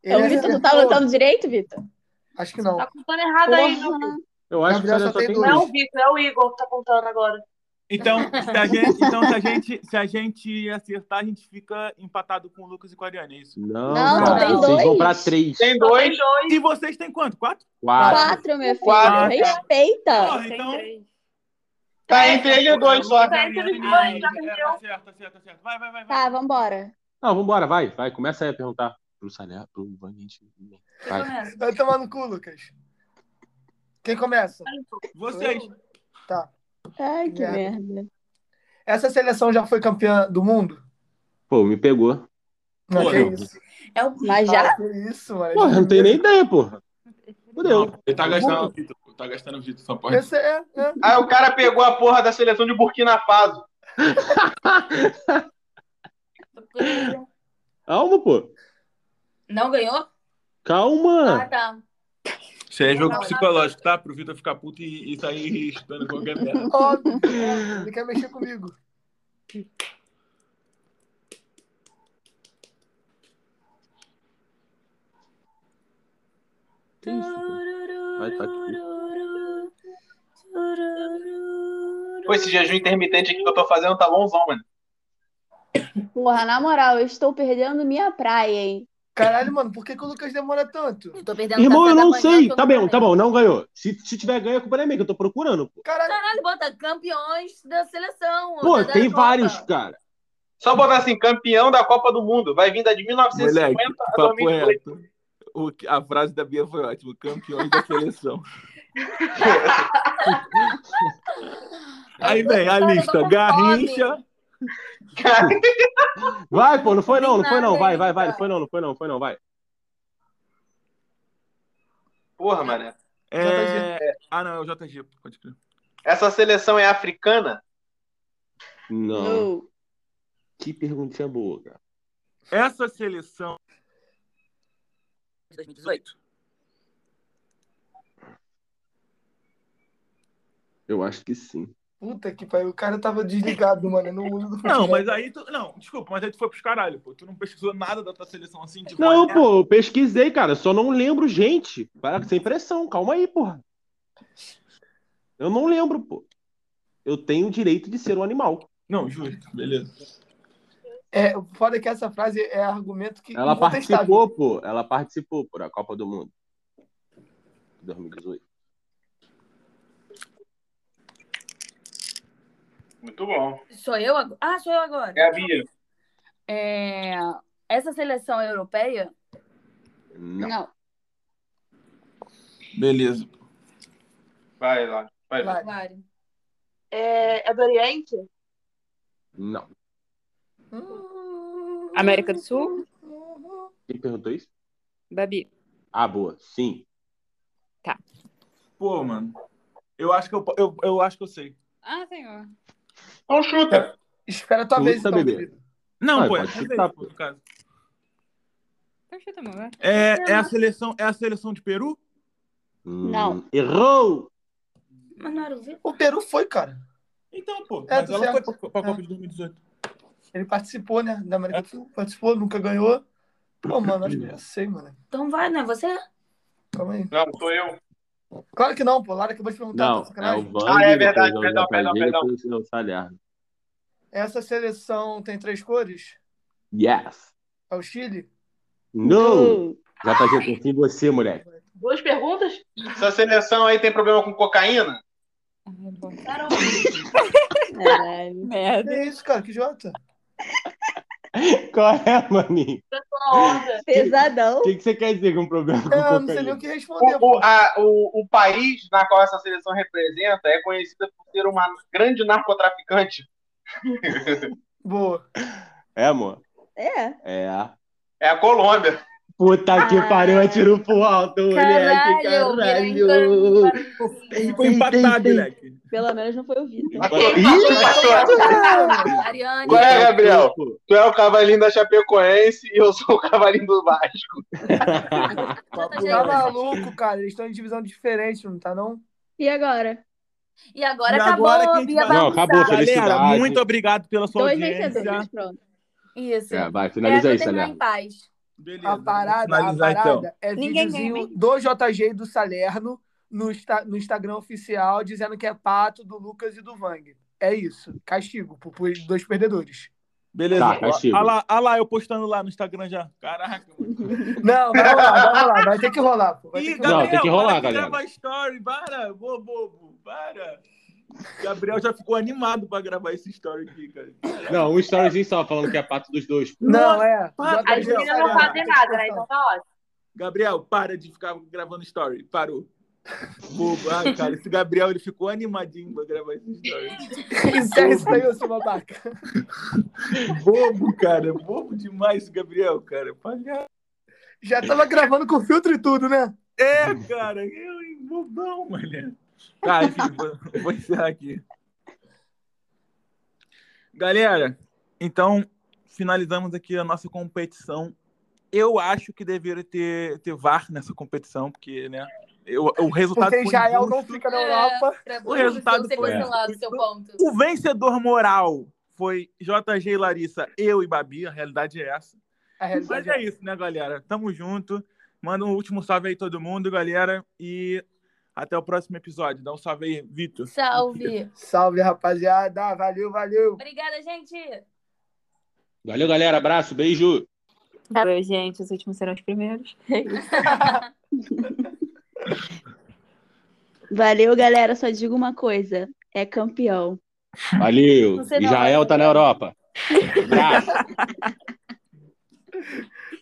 [SPEAKER 2] Ele
[SPEAKER 7] o Vitor não tá
[SPEAKER 2] acertou.
[SPEAKER 7] lutando direito, Vitor?
[SPEAKER 2] é Acho que não.
[SPEAKER 6] Tá contando errado aí,
[SPEAKER 7] Porra.
[SPEAKER 6] Lucas.
[SPEAKER 5] Eu acho
[SPEAKER 2] Gabriel
[SPEAKER 5] que
[SPEAKER 2] só
[SPEAKER 5] só
[SPEAKER 2] tem
[SPEAKER 5] tem
[SPEAKER 2] dois.
[SPEAKER 6] Não é o
[SPEAKER 5] dois.
[SPEAKER 6] Vitor, é o Igor que tá contando agora.
[SPEAKER 1] Então, se a gente, então se, a gente, se a gente acertar, a gente fica empatado com o Lucas e com a Ariane, é isso?
[SPEAKER 5] Não,
[SPEAKER 7] Não,
[SPEAKER 3] só
[SPEAKER 5] cara.
[SPEAKER 3] tem
[SPEAKER 5] Vocês vão
[SPEAKER 7] dois.
[SPEAKER 5] pra três.
[SPEAKER 4] Tem
[SPEAKER 6] Só tem
[SPEAKER 4] dois.
[SPEAKER 6] dois.
[SPEAKER 1] E vocês têm quanto? Quatro?
[SPEAKER 5] Quatro.
[SPEAKER 7] Quatro, meu filho.
[SPEAKER 4] Quatro.
[SPEAKER 7] Respeita.
[SPEAKER 1] Porra, então.
[SPEAKER 4] Tá entre ele e dois só.
[SPEAKER 6] Tá entre os
[SPEAKER 1] É,
[SPEAKER 6] dois, já perdeu.
[SPEAKER 1] Acerta, acerta, acerta. Vai, vai, vai. vai.
[SPEAKER 7] Tá, vambora.
[SPEAKER 5] Não, vambora, vai, vai. Começa aí a perguntar pro Salé, pro Van, gente.
[SPEAKER 3] Você
[SPEAKER 5] Vai.
[SPEAKER 3] começa.
[SPEAKER 2] Vai tomar no cu, Lucas. Quem começa?
[SPEAKER 1] Vocês.
[SPEAKER 7] Ai, que
[SPEAKER 2] Merda.
[SPEAKER 7] merda.
[SPEAKER 2] Essa seleção já foi campeã do mundo?
[SPEAKER 5] Pô, me pegou.
[SPEAKER 2] Não,
[SPEAKER 1] Foi.
[SPEAKER 2] que isso.
[SPEAKER 3] É o
[SPEAKER 7] Mas já
[SPEAKER 2] Ah, que isso, mano.
[SPEAKER 5] Porra, não tem nem ideia, porra. Fudeu.
[SPEAKER 1] Ele tá
[SPEAKER 2] gastando
[SPEAKER 1] o Vitor. Tá gastando o Vitor, só
[SPEAKER 2] Esse é, é.
[SPEAKER 4] Aí o cara pegou a porra da seleção de Burkina Faso.
[SPEAKER 5] Calma, pô.
[SPEAKER 3] Não ganhou? Ah,
[SPEAKER 5] Calma.
[SPEAKER 3] tá.
[SPEAKER 1] Isso aí é jogo psicológico, tá? Pro Vitor ficar puto e, e sair estando qualquer merda.
[SPEAKER 2] Óbvio, é óbvio. Ele quer mexer comigo.
[SPEAKER 5] Vai, tá aqui.
[SPEAKER 4] Pô, esse jejum intermitente aqui que eu tô fazendo tá bonzão, mano.
[SPEAKER 7] Porra, na moral, eu estou perdendo minha praia, hein?
[SPEAKER 2] Caralho, mano, por que, que o Lucas demora tanto?
[SPEAKER 3] Eu tô perdendo
[SPEAKER 5] Irmão,
[SPEAKER 3] café
[SPEAKER 5] eu
[SPEAKER 3] da
[SPEAKER 5] não
[SPEAKER 3] manhã,
[SPEAKER 5] sei.
[SPEAKER 3] tô
[SPEAKER 5] Tá
[SPEAKER 3] no
[SPEAKER 5] bom, tá
[SPEAKER 3] café.
[SPEAKER 5] bom, não ganhou. Se, se tiver ganho, a culpa não é minha, que eu tô procurando, pô.
[SPEAKER 2] Caralho,
[SPEAKER 3] Caralho, bota campeões da seleção. né?
[SPEAKER 5] Pô,
[SPEAKER 3] da- da
[SPEAKER 5] tem
[SPEAKER 3] tá Copa.
[SPEAKER 5] vários, cara.
[SPEAKER 4] Só botar assim, campeão da Copa do Mundo. Vai vir da de 1950
[SPEAKER 1] Moleque,
[SPEAKER 4] a
[SPEAKER 1] papo
[SPEAKER 4] 2018.
[SPEAKER 1] reto. O que- a frase da Bia foi ótima. Campeões da seleção. Aí vem a
[SPEAKER 6] Cara, eu tô
[SPEAKER 1] lista:
[SPEAKER 6] com
[SPEAKER 1] Garrincha.
[SPEAKER 5] Vai, pô, não foi não, não foi não.
[SPEAKER 3] Nada
[SPEAKER 5] Vai, vai, vai,
[SPEAKER 3] ainda.
[SPEAKER 5] não foi não, não foi não, foi não, vai.
[SPEAKER 4] Porra, mané.
[SPEAKER 1] é, Ah, não, é o JG. Pode crer.
[SPEAKER 4] Essa seleção é africana?
[SPEAKER 5] Não.
[SPEAKER 7] No.
[SPEAKER 5] Que perguntinha boa, cara.
[SPEAKER 1] Essa seleção.
[SPEAKER 3] 2018.
[SPEAKER 5] Eu acho que sim.
[SPEAKER 2] Puta que pariu, o cara tava desligado, mano, no mundo do futebol.
[SPEAKER 1] Não, mas aí tu. Não, desculpa, mas aí tu foi pros caralho, pô. Tu não pesquisou nada da tua seleção assim? Tipo,
[SPEAKER 5] Não,
[SPEAKER 1] né?
[SPEAKER 5] pô, eu pesquisei, cara. Só não lembro, gente. Para sem pressão, calma aí, porra. Eu não lembro, pô. Eu tenho o direito de ser um animal.
[SPEAKER 1] Não, justo, beleza.
[SPEAKER 2] É, o foda é que essa frase é argumento que
[SPEAKER 5] Ela
[SPEAKER 2] incontestável.
[SPEAKER 5] participou, pô. Ela participou por a Copa do Mundo. 2018.
[SPEAKER 4] Muito bom.
[SPEAKER 3] Sou eu agora? Ah, sou eu agora.
[SPEAKER 4] É a Bia.
[SPEAKER 3] É, Essa seleção é europeia?
[SPEAKER 5] Não.
[SPEAKER 7] Não.
[SPEAKER 1] Beleza.
[SPEAKER 4] Vai lá. Vai lá.
[SPEAKER 2] Vai.
[SPEAKER 3] Claro.
[SPEAKER 6] É, é do Oriente?
[SPEAKER 5] Não.
[SPEAKER 8] América do Sul?
[SPEAKER 5] Quem perguntou isso?
[SPEAKER 8] Babi.
[SPEAKER 5] Ah, boa. Sim.
[SPEAKER 1] Pô, mano. Eu acho que eu, eu, eu acho que eu sei.
[SPEAKER 8] Ah, senhor.
[SPEAKER 4] Então chuta.
[SPEAKER 2] Espera a tua
[SPEAKER 5] Puta,
[SPEAKER 2] vez, então,
[SPEAKER 5] bebê.
[SPEAKER 2] querido.
[SPEAKER 1] Não,
[SPEAKER 5] Ah,
[SPEAKER 1] pô, é
[SPEAKER 5] pode
[SPEAKER 1] essa
[SPEAKER 5] chutar,
[SPEAKER 1] aí, pô, no caso.
[SPEAKER 8] Então chuta, amor. vai.
[SPEAKER 1] É, é a seleção, é a seleção de Peru?
[SPEAKER 7] Não.
[SPEAKER 5] Hum, Errou!
[SPEAKER 3] Mas não era o Vitor?
[SPEAKER 2] O Peru foi, cara.
[SPEAKER 1] Então, pô.
[SPEAKER 2] É,
[SPEAKER 1] mas
[SPEAKER 2] tu
[SPEAKER 1] ela
[SPEAKER 2] certo.
[SPEAKER 1] foi pra, pra
[SPEAKER 2] É.
[SPEAKER 1] Copa de 2018.
[SPEAKER 2] Ele participou, né, da América do Sul. Participou, nunca ganhou. Pô, mano, acho que eu já sei, mano.
[SPEAKER 3] Então vai, não é você?
[SPEAKER 2] Calma aí.
[SPEAKER 4] Não, sou eu.
[SPEAKER 2] Claro que não, pô. Lara acabou de perguntar.
[SPEAKER 5] Não,
[SPEAKER 2] tá
[SPEAKER 5] é o
[SPEAKER 2] sacanagem.
[SPEAKER 5] Vando.
[SPEAKER 4] Ah, é verdade, perdão, perdão, perdão.
[SPEAKER 5] o Salhardo.
[SPEAKER 2] Essa seleção tem três cores?
[SPEAKER 5] Yes.
[SPEAKER 2] É o Chile?
[SPEAKER 5] No. Já tá confia em você, moleque.
[SPEAKER 6] Duas perguntas?
[SPEAKER 4] Essa seleção aí tem problema com cocaína?
[SPEAKER 8] Ai, bom.
[SPEAKER 6] Caramba.
[SPEAKER 7] Caralho.
[SPEAKER 8] Merda.
[SPEAKER 2] Que É isso, cara? Que jota?
[SPEAKER 5] Qual é, maninho?
[SPEAKER 6] Tô na onda.
[SPEAKER 7] Pesadão.
[SPEAKER 5] O que, que você quer dizer com um problema com
[SPEAKER 2] É, eu não sei nem
[SPEAKER 5] cocaína?
[SPEAKER 2] o que responder,
[SPEAKER 4] O,
[SPEAKER 2] pô.
[SPEAKER 4] o, a- o- o país na qual essa seleção representa é conhecida por ser uma grande narcotraficante.
[SPEAKER 2] Boa.
[SPEAKER 5] É, amor?
[SPEAKER 7] É.
[SPEAKER 5] É.
[SPEAKER 4] É a Colômbia.
[SPEAKER 5] Puta
[SPEAKER 2] Ah!
[SPEAKER 5] que pariu, atiro pro alto, moleque.
[SPEAKER 3] Caralho,
[SPEAKER 5] Caralho.
[SPEAKER 1] Ele
[SPEAKER 3] Bianca.
[SPEAKER 1] foi
[SPEAKER 5] Tem,
[SPEAKER 1] empatado,
[SPEAKER 5] tem, tem.
[SPEAKER 1] moleque.
[SPEAKER 7] Pelo menos não foi o Vitor.
[SPEAKER 4] A
[SPEAKER 1] tá
[SPEAKER 2] Tá
[SPEAKER 3] Ariane.
[SPEAKER 4] Qual é, Gabriel? Tu é o cavalinho da Chapecoense e eu sou o cavalinho do Vasco.
[SPEAKER 2] Tá
[SPEAKER 1] né?
[SPEAKER 2] maluco, cara. Eles estão em divisão diferente, não tá, não?
[SPEAKER 7] E agora?
[SPEAKER 3] E agora
[SPEAKER 1] E
[SPEAKER 3] acabou,
[SPEAKER 1] agora quem
[SPEAKER 3] Bia
[SPEAKER 1] vai- Não,
[SPEAKER 3] bagunçada.
[SPEAKER 5] acabou, Felipe.
[SPEAKER 1] Galera,
[SPEAKER 5] Felicidade.
[SPEAKER 1] muito obrigado pela sua
[SPEAKER 7] Dois
[SPEAKER 1] audiência.
[SPEAKER 7] vencedores, pronto.
[SPEAKER 3] Isso.
[SPEAKER 5] É, vai,
[SPEAKER 3] Essa um então.
[SPEAKER 5] finaliza
[SPEAKER 3] eu
[SPEAKER 5] aí,
[SPEAKER 3] terminar
[SPEAKER 5] Salhardo.
[SPEAKER 3] em paz.
[SPEAKER 1] Beleza.
[SPEAKER 2] A
[SPEAKER 1] vamos
[SPEAKER 2] parada, a
[SPEAKER 1] finalizar,
[SPEAKER 2] parada
[SPEAKER 1] então.
[SPEAKER 2] é
[SPEAKER 8] Ninguém
[SPEAKER 2] videozinho do JG e do Salerno no, Insta- no Instagram oficial dizendo que é pato do Lucas e do Vang. É isso. Castigo por, por dois perdedores.
[SPEAKER 1] Beleza.
[SPEAKER 5] Tá, castigo.
[SPEAKER 1] Olha lá, olha lá, eu postando lá no Instagram já. Caraca.
[SPEAKER 2] Não, vai rolar, vai rolar. Vai ter que rolar, pô. Vai ter
[SPEAKER 1] Ih,
[SPEAKER 2] que
[SPEAKER 5] Gabriel,
[SPEAKER 2] rolar.
[SPEAKER 5] tem que rolar,
[SPEAKER 1] para de
[SPEAKER 5] galera.
[SPEAKER 1] gravar story, para, ô bobo, para. Gabriel já ficou animado pra gravar esse story aqui, cara.
[SPEAKER 5] Não, um storyzinho só falando que é pato dos dois.
[SPEAKER 2] Não, é.
[SPEAKER 1] Nossa,
[SPEAKER 2] JG
[SPEAKER 6] As
[SPEAKER 2] e
[SPEAKER 1] Gabriel,
[SPEAKER 6] meninas não
[SPEAKER 2] Salerno,
[SPEAKER 6] fazem
[SPEAKER 2] tem que
[SPEAKER 6] nada, né?
[SPEAKER 2] postar.
[SPEAKER 6] Então tá ótimo.
[SPEAKER 1] Gabriel, para de ficar gravando story. Parou. Bobo. Ah, cara, esse Gabriel ele ficou animadinho pra gravar esse story.
[SPEAKER 2] Encerra isso daí, ô seu babaca.
[SPEAKER 1] Bobo, cara. Bobo demais esse Gabriel, cara. Palhaço.
[SPEAKER 2] Já tava gravando com filtro e tudo, né?
[SPEAKER 1] É, cara. Eu, hein, bobão, mano. Tá, enfim, vou, vou encerrar aqui. Galera, então finalizamos aqui a nossa competição. Eu acho que deveria ter, ter VAR nessa competição, porque, né? Eu, o resultado
[SPEAKER 2] Porque
[SPEAKER 1] foi
[SPEAKER 2] Israel não
[SPEAKER 1] injusto.
[SPEAKER 2] fica na
[SPEAKER 3] É.
[SPEAKER 2] Europa.
[SPEAKER 3] Pra
[SPEAKER 1] O resultado
[SPEAKER 3] ser
[SPEAKER 1] foi-
[SPEAKER 3] cancelado, seu ponto.
[SPEAKER 1] O vencedor moral foi JG e Larissa, eu e Babi, a realidade é essa.
[SPEAKER 2] A
[SPEAKER 1] Mas
[SPEAKER 2] realidade
[SPEAKER 1] é isso, né, galera? Tamo junto. Manda um último salve aí todo mundo, galera. E até o próximo episódio. Dá um salve aí, Vitor.
[SPEAKER 3] Salve.
[SPEAKER 2] Salve, rapaziada. Valeu, valeu.
[SPEAKER 3] Obrigada, gente.
[SPEAKER 5] Valeu, galera. Abraço, beijo.
[SPEAKER 8] Valeu, gente. Os últimos serão os primeiros.
[SPEAKER 7] Valeu, galera. Só digo uma coisa. É campeão.
[SPEAKER 5] Valeu. tá
[SPEAKER 3] Você não
[SPEAKER 5] Israel
[SPEAKER 3] vai-
[SPEAKER 5] tá na Europa. Abraço.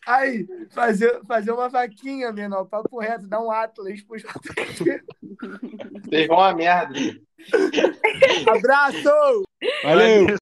[SPEAKER 2] Aí, fazer, fazer uma vaquinha, menor, papo reto, dar um Atlas pro JP.
[SPEAKER 4] Vocês vão a merda.
[SPEAKER 2] Abraço!
[SPEAKER 5] Valeu!